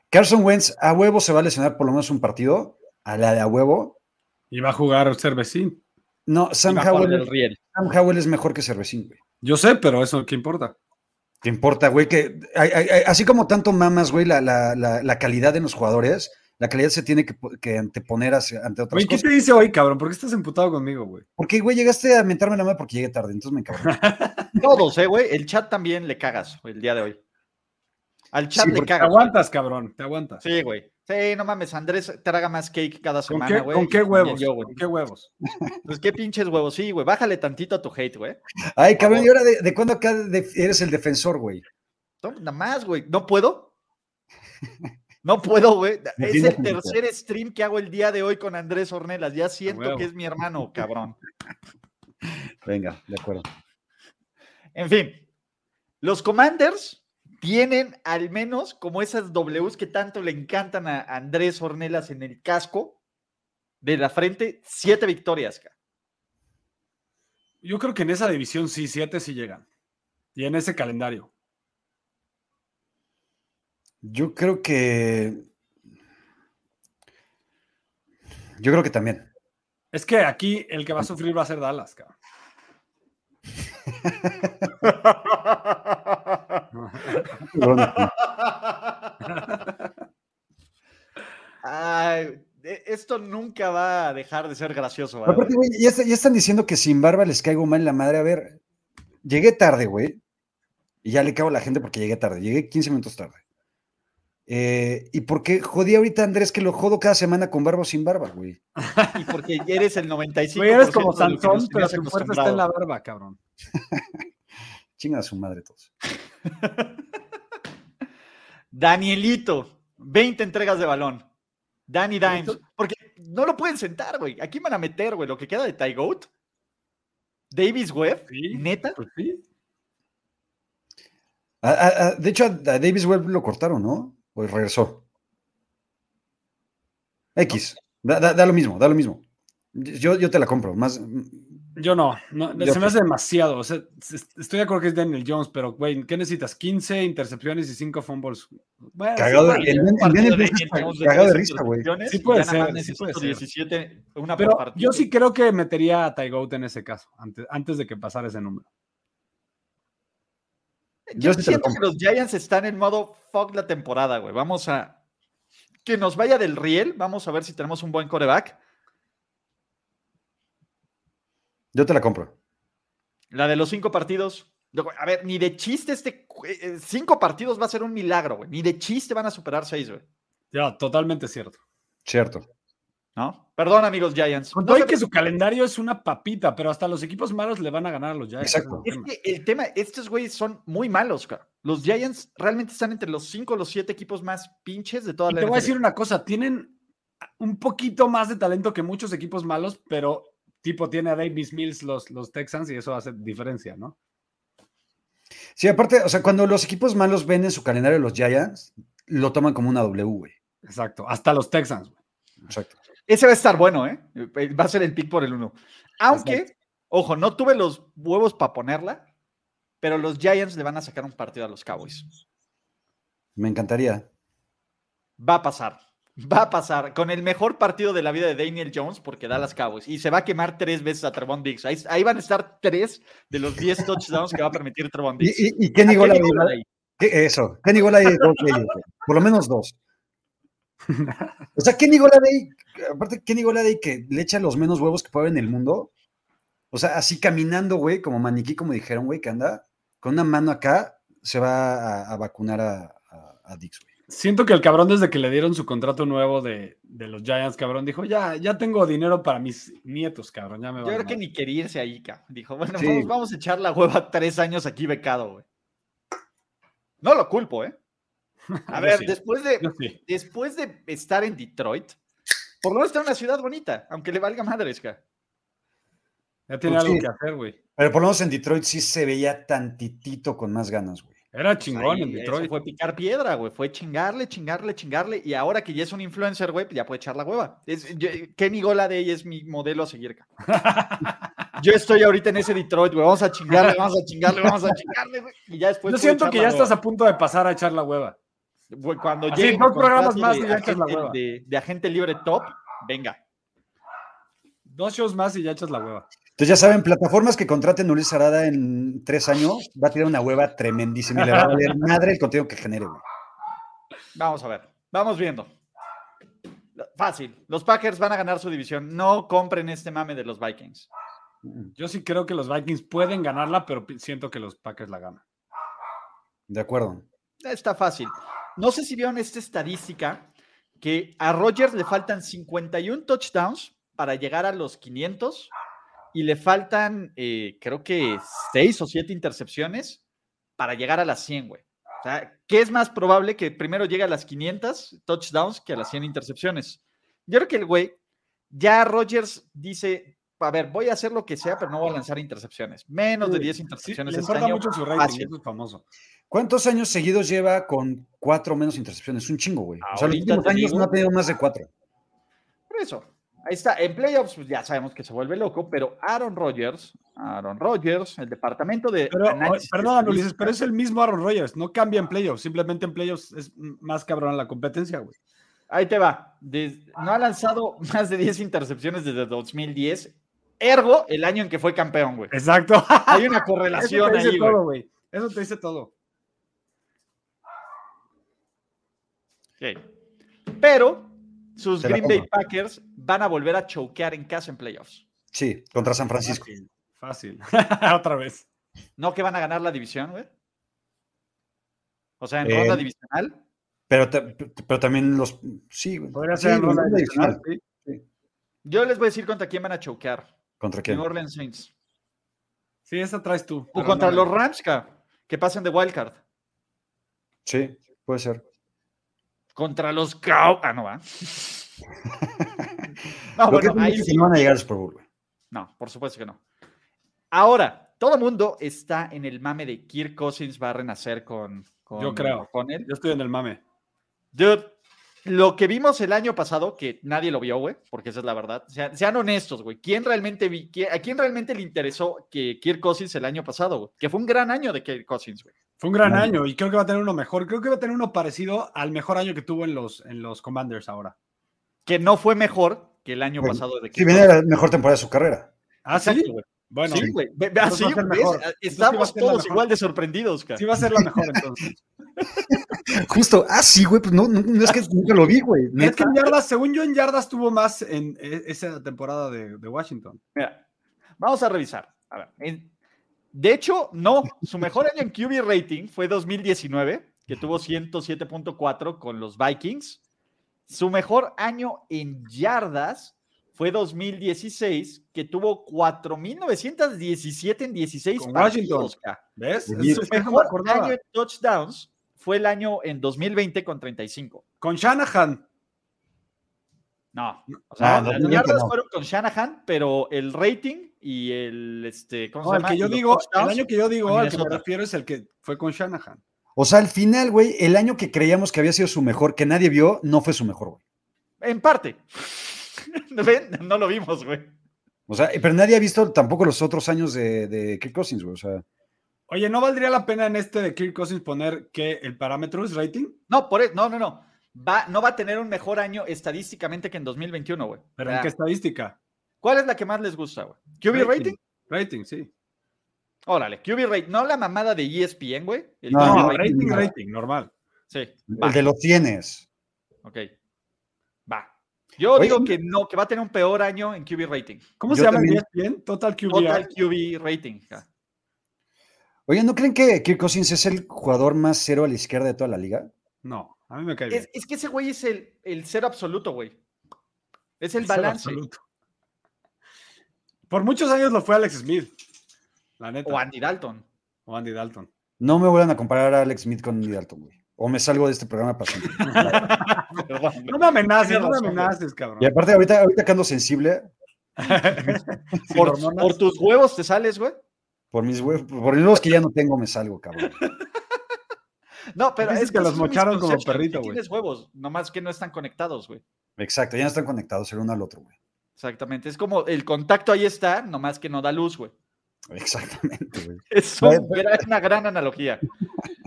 Speaker 2: Carson Wentz a huevo se va a lesionar por lo menos un partido. A la de a huevo.
Speaker 3: Y va a jugar Cervecín.
Speaker 2: No, Sam
Speaker 1: Va a jugar del
Speaker 2: Howell,
Speaker 1: riel.
Speaker 2: Sam Howell es mejor que Cervecín, güey.
Speaker 3: Yo sé, pero eso qué importa.
Speaker 2: ¿Te importa, güey? Que ay, ay, ay, así como tanto mamas, güey, la, la- la- la calidad de los jugadores, la calidad se tiene que, po- que anteponer hacia- ante otras
Speaker 3: Güey, ¿qué
Speaker 2: cosas.
Speaker 3: te dice hoy, cabrón? ¿Por qué estás emputado conmigo, güey?
Speaker 2: Porque, güey, llegaste a mentarme la madre porque llegué tarde, entonces me encabroné.
Speaker 1: Todos, eh, güey. El chat también le cagas güey, el día de hoy. Al chat
Speaker 2: Sí,
Speaker 1: le
Speaker 2: porque
Speaker 3: Te
Speaker 1: cagas.
Speaker 3: aguantas, cabrón. Te aguantas.
Speaker 1: güey. Sí, güey. Sí, no mames, Andrés traga más cake cada
Speaker 3: ¿Con,
Speaker 1: semana,
Speaker 3: qué,
Speaker 1: güey.
Speaker 3: con qué
Speaker 1: y también
Speaker 3: huevos?
Speaker 1: yo, güey.
Speaker 3: ¿Con qué huevos?
Speaker 1: Pues qué pinches huevos, sí, güey. Bájale tantito a tu hate, güey.
Speaker 2: Ay, cabrón, ¿y ahora de, de cuándo acá de- eres el defensor, güey?
Speaker 1: No, nada más, güey. No puedo. No puedo, güey.
Speaker 2: Me
Speaker 1: Es
Speaker 2: tiene
Speaker 1: el
Speaker 2: convencido.
Speaker 1: tercer stream que hago el día de hoy con Andrés Ornelas. Ya siento
Speaker 3: huevo.
Speaker 1: que es mi hermano, cabrón.
Speaker 2: Venga, de acuerdo.
Speaker 1: En fin, los Commanders tienen al menos como esas Ws que tanto le encantan a Andrés Ornelas en el casco de la frente, siete victorias. ca.
Speaker 3: Yo creo que en esa división sí, siete sí llegan. Y en ese calendario.
Speaker 2: Yo creo que. Yo creo que también.
Speaker 3: Es que aquí el que va a sufrir va a ser Dallas, cabrón.
Speaker 1: (laughs) Ay, e- esto nunca va a dejar de ser gracioso. ¿verdad?
Speaker 2: Aparte, güey, ya, está- ya están diciendo que sin barba les caigo mal en la madre. A ver, llegué tarde, güey. Y ya le cago a la gente porque llegué tarde. Llegué 15 minutos tarde. Eh, ¿Y por qué jodí ahorita a Andrés que lo jodo cada semana con barba o sin barba, güey?
Speaker 1: Y porque ya eres
Speaker 3: (laughs)
Speaker 1: el 95%.
Speaker 3: Güey, eres como
Speaker 1: de lo que
Speaker 3: Sansón,
Speaker 1: nos
Speaker 3: pero
Speaker 1: tenías
Speaker 3: tu fuerza está
Speaker 1: acostumbrado.
Speaker 3: en la barba, cabrón.
Speaker 2: Chingan a su madre todos.
Speaker 1: Danielito, 20 entregas de balón. Danny Dimes. Porque no lo pueden sentar, güey. Aquí van a meter, güey, lo que queda de Ty Goat. Davis Webb.
Speaker 3: Sí.
Speaker 1: Neta.
Speaker 3: Pues sí.
Speaker 2: A- a- a- de hecho, a, a Davis Webb lo cortaron, ¿no? O regresó. X. Da, da- da lo mismo, da lo mismo. Yo, yo te la compro. Más,
Speaker 3: Yo no, no,
Speaker 2: Yo
Speaker 3: se
Speaker 2: sí.
Speaker 3: me hace demasiado. O sea, es- estoy de acuerdo que es Daniel Jones, pero, güey, ¿qué necesitas? 15 intercepciones y 5 fumbles. Bueno,
Speaker 2: Cagado,
Speaker 3: sí,
Speaker 2: el- el-
Speaker 3: vale.
Speaker 2: el-
Speaker 1: Partido
Speaker 2: el-
Speaker 1: de
Speaker 2: el-
Speaker 1: Daniel Jones de
Speaker 2: cagado de
Speaker 1: tres
Speaker 2: risa, güey.
Speaker 1: intercepciones
Speaker 3: Sí
Speaker 1: y
Speaker 3: puede
Speaker 1: ya nada
Speaker 3: ser,
Speaker 1: más
Speaker 3: sí puede
Speaker 1: necesito
Speaker 3: ser.
Speaker 1: 17, una por
Speaker 3: Pero
Speaker 1: partido.
Speaker 3: yo sí creo que metería a Ty Goat en ese caso, antes, antes de que pasara ese número.
Speaker 1: Yo
Speaker 2: Yo sí te lo
Speaker 1: siento que
Speaker 2: compro.
Speaker 1: los Giants están en modo fuck la temporada, güey. Vamos a. Que nos vaya del riel. Vamos a ver si tenemos un buen coreback.
Speaker 2: Yo te la compro.
Speaker 1: La de los cinco partidos. Yo, güey, A ver, ni de chiste este. cu- eh, eh, Cinco partidos va a ser un milagro, güey. Ni de chiste van a superar seis, güey.
Speaker 3: Ya, totalmente cierto.
Speaker 2: Cierto.
Speaker 1: ¿No? Perdón, amigos Giants.
Speaker 3: Con
Speaker 1: No
Speaker 3: todo y
Speaker 1: sé-
Speaker 3: que su calendario es una papita, pero hasta los equipos malos le van a ganar a los Giants.
Speaker 2: Exacto.
Speaker 1: Es
Speaker 3: ese es el tema.
Speaker 1: que el tema, estos güeyes son muy malos, cara. Los Giants realmente están entre los cinco o los siete equipos más pinches de toda
Speaker 3: Y
Speaker 1: la
Speaker 3: te voy a
Speaker 1: NFL.
Speaker 3: decir una cosa, tienen un poquito más de talento que muchos equipos malos, pero tipo tiene a Davis Mills los, los Texans y eso hace diferencia, ¿no?
Speaker 2: Sí, aparte, o sea, cuando los equipos malos ven en su calendario los Giants, lo toman como una W, güey.
Speaker 3: Exacto, hasta los Texans. güey.
Speaker 2: Exacto.
Speaker 1: Ese va a estar bueno, ¿eh? Va a ser el pick por el 1. Aunque, ojo, no tuve los huevos para ponerla, pero los Giants le van a sacar un partido a los Cowboys.
Speaker 2: Me encantaría.
Speaker 1: Va a pasar. Va a pasar con el mejor partido de la vida de Daniel Jones porque da las Cowboys y se va a quemar tres veces a Trevon Diggs. Ahí, ahí van a estar tres de los 10 touchdowns que va a permitir Trevon
Speaker 2: ¿Y,
Speaker 1: Diggs.
Speaker 2: y, y Kenny
Speaker 1: ¿A
Speaker 2: Golladay?
Speaker 1: Kenny Golladay?
Speaker 2: ¿Qué- Eso. Kenny Golladay de dos de ellos, güey. Por lo menos dos. O sea, Kenny Golladay, aparte Kenny Golladay que le echa los menos huevos que puede haber en el mundo. O sea, así caminando, güey, como maniquí, como dijeron, güey, que anda con una mano acá, se va a, a vacunar a, a, a Dix, güey.
Speaker 3: Siento que el cabrón desde que le dieron su contrato nuevo de, de los Giants, cabrón, dijo, ya, ya tengo dinero para mis nietos, cabrón, ya me
Speaker 1: Yo
Speaker 3: vale
Speaker 1: creo que
Speaker 3: madre".
Speaker 1: ni quería irse ahí, cabrón. Dijo, bueno,
Speaker 2: Sí.
Speaker 1: vamos, vamos a echar la hueva tres años aquí becado, güey. No lo culpo, ¿eh? A
Speaker 3: Yo
Speaker 1: ver,
Speaker 3: sí.
Speaker 1: después, de,
Speaker 3: Yo sí.
Speaker 1: después de estar en Detroit, por lo menos está en una ciudad bonita, aunque le valga madres, ca.
Speaker 3: Ya tiene
Speaker 2: Pues
Speaker 3: algo
Speaker 2: sí.
Speaker 3: que hacer, güey.
Speaker 2: Pero por lo menos en Detroit sí se veía tantitito con más ganas, güey.
Speaker 3: Era chingón
Speaker 1: Pues Ahí,
Speaker 3: en
Speaker 1: eso
Speaker 3: Detroit.
Speaker 1: Fue picar piedra, güey. Fue chingarle, chingarle, chingarle. Y ahora que ya es un influencer, güey, pues ya puede echar la hueva. Es, yo- Kenny Goladay es mi modelo a seguir. ca.
Speaker 3: (laughs)
Speaker 1: Yo estoy ahorita en ese Detroit, güey. Vamos a chingarle, vamos a chingarle, vamos a chingarle, güey. Y ya después.
Speaker 3: Yo
Speaker 1: puedo
Speaker 3: siento
Speaker 1: echar
Speaker 3: que
Speaker 1: la
Speaker 3: ya
Speaker 1: hueva.
Speaker 3: estás a punto de pasar a echar la hueva.
Speaker 1: Güey, cuando
Speaker 3: Así,
Speaker 1: lleguen
Speaker 3: dos programas más
Speaker 1: de,
Speaker 3: y ya echas la
Speaker 1: agente-
Speaker 3: hueva.
Speaker 1: de- de agente libre top, venga.
Speaker 3: Dos shows más y ya echas la hueva.
Speaker 2: Entonces ya saben, plataformas que contraten a Ulises Arada en tres años va a tirar una hueva tremendísima y le va a valer madre el contenido que genere, güey.
Speaker 1: Vamos a ver, vamos viendo. Lo- Fácil, los Packers van a ganar su división. No compren este mame de los Vikings.
Speaker 2: Mm,
Speaker 3: Yo sí creo que los Vikings pueden ganarla, pero pi- siento que los Packers la ganan.
Speaker 2: De acuerdo.
Speaker 1: Está fácil. No sé si vieron esta estadística que a Rodgers le faltan 51 touchdowns para llegar a los 500 y le faltan, eh, creo que 6 o 7 intercepciones para llegar a las 100, güey. O sea, ¿qué es más probable que primero llegue a las 500 touchdowns que a las 100 intercepciones? Yo creo que el güey, ya Rodgers dice, a ver, voy a hacer lo que sea, pero no voy a lanzar intercepciones. Menos de
Speaker 3: Sí,
Speaker 1: 10
Speaker 3: Sí,
Speaker 1: intercepciones
Speaker 3: le
Speaker 1: este
Speaker 3: importa
Speaker 1: año.
Speaker 3: mucho su rating,
Speaker 1: fácil.
Speaker 3: eso es famoso.
Speaker 2: ¿Cuántos años seguidos lleva con cuatro menos intercepciones? Un chingo, güey. O sea, los
Speaker 1: Ahorita
Speaker 2: últimos
Speaker 1: te
Speaker 2: años
Speaker 1: digo.
Speaker 2: no ha tenido más de cuatro.
Speaker 1: Por eso, ahí está. En playoffs pues, ya sabemos que se vuelve loco, pero Aaron Rodgers, Aaron Rodgers, el departamento de.
Speaker 3: Pero, o-
Speaker 1: análisis
Speaker 3: perdón,
Speaker 1: de
Speaker 3: Ulises, pero es el mismo Aaron Rodgers. No cambia en playoffs. Simplemente en playoffs es m- más cabrón la competencia, güey.
Speaker 1: Ahí te va. Des- no ha lanzado (laughs) más de 10 intercepciones desde 2010. Ergo, el año en que fue campeón,
Speaker 3: (laughs)
Speaker 1: güey.
Speaker 3: Exacto.
Speaker 1: Hay una
Speaker 3: Eso
Speaker 1: correlación
Speaker 3: te
Speaker 1: ahí,
Speaker 3: dice
Speaker 1: güey.
Speaker 3: todo, güey. Eso te dice todo.
Speaker 1: Ok. Pero sus
Speaker 2: Te la
Speaker 1: Green Bay
Speaker 2: compro.
Speaker 1: Packers van a volver a choquear en casa en playoffs.
Speaker 2: Ah, Sí, contra San Francisco.
Speaker 3: Fácil. (laughs) Otra vez.
Speaker 1: No que van a ganar la división, güey. O sea, en
Speaker 2: Eh,
Speaker 1: ronda divisional.
Speaker 2: Pero, ta- pero también los. Sí, güey.
Speaker 3: Podría
Speaker 2: Sí,
Speaker 3: ser en
Speaker 2: los
Speaker 3: ronda
Speaker 2: de
Speaker 3: divisional,
Speaker 2: divisional.
Speaker 3: sí.
Speaker 1: Yo les voy a decir contra quién van a choquear.
Speaker 2: ¿Contra quién?
Speaker 1: New Orleans Saints.
Speaker 3: Sí, esa traes tú.
Speaker 1: O
Speaker 3: pero
Speaker 1: contra
Speaker 3: no,
Speaker 1: los
Speaker 3: güey.
Speaker 1: Rams, ca, que pasen de wildcard.
Speaker 2: Sí, puede ser.
Speaker 1: Contra los Cow. Ah, no
Speaker 2: (laughs)
Speaker 1: va. no,
Speaker 2: Lo que
Speaker 1: bueno,
Speaker 2: es un
Speaker 1: ahí
Speaker 2: hecho que
Speaker 1: sí.
Speaker 2: no van a llegar al Super Bowl, güey.
Speaker 1: No, por supuesto que no. Ahora, todo mundo está en el mame de Kirk Cousins va a renacer con, con
Speaker 3: Yo creo.
Speaker 1: con él.
Speaker 3: Yo estoy en el mame.
Speaker 1: Dude, lo que vimos el año pasado, que nadie lo vio, güey, porque esa es la verdad. Sean, sean honestos, güey. ¿Quién realmente vi, quién- ¿A quién realmente le interesó que Kirk Cousins el año pasado, güey? Que fue un gran año de Kirk Cousins, güey.
Speaker 3: Fue un gran
Speaker 2: Nadie.
Speaker 3: año y creo que va a tener uno mejor. Creo que va a tener uno parecido al mejor año que tuvo en los, en los Commanders ahora.
Speaker 1: Que no fue mejor que el año
Speaker 2: Bueno,
Speaker 1: pasado de
Speaker 2: Sí,
Speaker 1: Kirk
Speaker 2: Pues, viene la mejor temporada de su carrera.
Speaker 3: Ah, sí.
Speaker 1: Exacto, güey.
Speaker 3: Bueno,
Speaker 1: sí,
Speaker 3: sí.
Speaker 1: güey. Ve- ve
Speaker 3: Entonces
Speaker 1: Así,
Speaker 3: va a ser
Speaker 1: ¿ves?
Speaker 3: mejor.
Speaker 1: A-
Speaker 3: Entonces sí va a
Speaker 1: Estamos
Speaker 3: ser la
Speaker 1: todos
Speaker 3: mejor.
Speaker 1: igual de sorprendidos, cara.
Speaker 3: va a ser la mejor entonces.
Speaker 1: (laughs)
Speaker 2: Justo, ah, sí, güey, pues no, no, no es que nunca lo vi, güey.
Speaker 3: Es
Speaker 2: neta.
Speaker 3: que en yardas, según yo, en yardas tuvo más en e- esa temporada de, de Washington.
Speaker 1: Mira, vamos a revisar. A ver, en- de hecho, no. Su mejor año en QB rating fue 2019, que tuvo 107.4 con los Vikings. Su mejor año en yardas fue 2016, que tuvo 4.917 en 16
Speaker 3: Con
Speaker 1: partidos,
Speaker 3: Washington.
Speaker 1: ca.
Speaker 3: ¿Ves?
Speaker 2: Oye,
Speaker 3: Es-
Speaker 1: Su
Speaker 3: es que no me
Speaker 1: Pues mejor
Speaker 3: acordaba.
Speaker 1: año en touchdowns fue el año en 2020 con 35.
Speaker 3: Con Shanahan.
Speaker 1: No. O sea,
Speaker 2: no,
Speaker 1: las
Speaker 2: no, no,
Speaker 1: yardas
Speaker 2: no.
Speaker 1: fueron con Shanahan, pero el rating y el este, ¿cómo
Speaker 3: No,
Speaker 1: se
Speaker 3: el
Speaker 1: llama?
Speaker 3: que
Speaker 1: Y
Speaker 3: yo
Speaker 1: los
Speaker 3: digo, el
Speaker 1: touchdowns.
Speaker 3: año que yo digo,
Speaker 1: con
Speaker 3: al que me
Speaker 1: Minnesota.
Speaker 3: refiero es el que fue con Shanahan.
Speaker 2: O sea, al final, güey, el año que creíamos que había sido su mejor, que nadie vio, no fue su mejor, güey.
Speaker 1: En parte. (laughs) ¿No ¿Ven? No lo vimos, güey.
Speaker 2: O sea, pero nadie ha visto tampoco los otros años de, de Kirk Cousins, güey. O sea,
Speaker 3: Oye, ¿no valdría la pena en este de Kirk Cousins poner que el parámetro es rating?
Speaker 1: No, por eso, no, no, no. Va, no va a tener un mejor año estadísticamente que en 2021, güey.
Speaker 3: Pero
Speaker 1: O sea,
Speaker 3: ¿en qué estadística?
Speaker 1: ¿Cuál es la que más les gusta, güey? ¿QB rating?
Speaker 3: Rating, sí.
Speaker 1: Órale, QB rating. No la mamada de E ESPN, güey. El
Speaker 2: No,
Speaker 1: QB
Speaker 3: No,
Speaker 2: rating,
Speaker 3: rating,
Speaker 2: no.
Speaker 3: rating, normal.
Speaker 1: Sí, va.
Speaker 2: el de los tienes.
Speaker 1: Ok. Va. Yo
Speaker 2: Oye,
Speaker 1: digo
Speaker 2: y-
Speaker 1: que no, que va a tener un peor año en QB rating.
Speaker 3: ¿Cómo
Speaker 2: Yo
Speaker 3: se llama
Speaker 2: también-
Speaker 3: el ESPN? Total QBR.
Speaker 1: Total QB rating. ja.
Speaker 2: Oye, ¿no creen que Kirk Cousins es el jugador más cero a la izquierda de toda la liga?
Speaker 3: No, a mí me cae bien.
Speaker 1: Es, es que ese güey es el, el cero absoluto, güey. Es el
Speaker 3: Es el
Speaker 1: balance.
Speaker 3: absoluto. Por muchos años lo fue Alex Smith. La neta.
Speaker 1: O Andy Dalton.
Speaker 3: O Andy Dalton.
Speaker 2: No me vuelvan a comparar a Alex Smith con Andy Dalton, güey. O me salgo de este programa para siempre.
Speaker 1: Perdón,
Speaker 3: No me amenaces,
Speaker 1: Tienes
Speaker 3: no me
Speaker 1: razón,
Speaker 3: amenaces,
Speaker 2: y
Speaker 3: (laughs) cabrón.
Speaker 2: aparte, ahorita, ahorita que ando sensible
Speaker 1: (laughs)
Speaker 3: Sin
Speaker 1: por,
Speaker 3: hormonas.
Speaker 1: por tus huevos te sales, güey.
Speaker 2: por mis hue- por los que ya no tengo, me salgo, cabrón.
Speaker 1: No, pero
Speaker 3: Dices que
Speaker 1: ese
Speaker 3: los
Speaker 1: es un
Speaker 3: mocharon como
Speaker 1: misconception,
Speaker 3: perrito,
Speaker 1: sí
Speaker 3: güey.
Speaker 1: Tienes huevos, nomás que no están conectados, güey.
Speaker 2: Exacto, ya no están conectados el uno al otro, güey.
Speaker 1: Exactamente. Es como el contacto ahí está, nomás que no da luz, güey.
Speaker 2: Exactamente, güey.
Speaker 1: Es
Speaker 2: Bueno.
Speaker 1: un (laughs) gran- una gran analogía.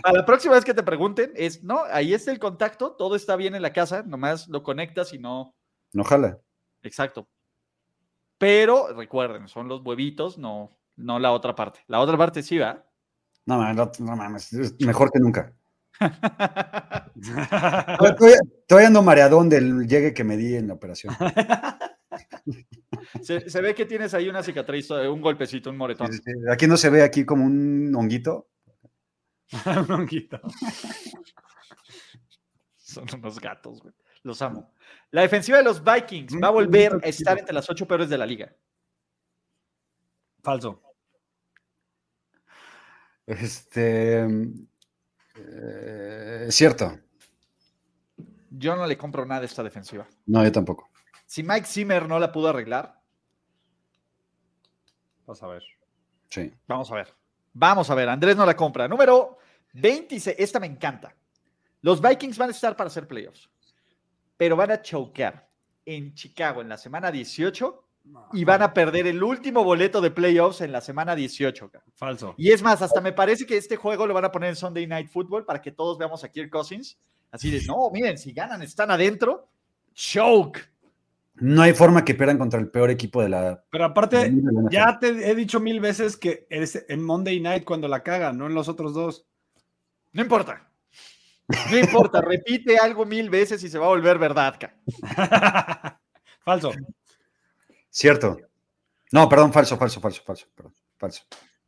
Speaker 1: A la próxima vez que te pregunten, es no, ahí está el contacto, todo está bien en la casa, nomás lo conectas y no.
Speaker 2: No jala.
Speaker 1: Exacto. Pero recuerden, son los huevitos, no, no la otra parte. La otra parte sí va.
Speaker 2: No, mames, no, no mames, es mejor que nunca. Todavía, todavía ando mareadón del llegue que me di en la operación.
Speaker 1: se, se ve que tienes ahí una cicatriz, eh, un golpecito, un moretón.
Speaker 2: Sí, sí, sí. Aquí no se ve aquí como un honguito.
Speaker 3: Un honguito.
Speaker 1: Son unos gatos, güey. Los amo. La defensiva de los Vikings va a volver a estar entre las ocho peores de la liga.
Speaker 3: Falso.
Speaker 2: Este. eh, es cierto.
Speaker 1: Yo no le compro nada a esta defensiva.
Speaker 2: No, yo tampoco.
Speaker 1: Si Mike Zimmer no la pudo arreglar,
Speaker 3: Vas a ver.
Speaker 2: Sí.
Speaker 1: vamos a ver. Vamos a ver, Andrés no la compra. Número 26, esta me encanta. Los Vikings van a estar para hacer playoffs, pero van a chocar en Chicago en la semana 18 y van a perder el último boleto de playoffs en la semana 18. cabrón.
Speaker 3: Falso.
Speaker 1: Y es más, hasta me parece que este juego lo van a poner en Sunday Night Football para que todos veamos a Kirk Cousins. Así de, no, miren, si ganan, están adentro. Choke.
Speaker 2: No hay forma que pierdan contra el peor equipo de la.
Speaker 3: Pero aparte,
Speaker 2: de la NFL.
Speaker 3: ya te he dicho mil veces que es en Monday Night cuando la cagan, no en los otros dos. (laughs)
Speaker 1: No importa. No importa, repite algo mil veces y se va a volver verdad. ca.
Speaker 3: Falso.
Speaker 2: Cierto. No, perdón, falso, falso, falso, falso. Perdón, falso.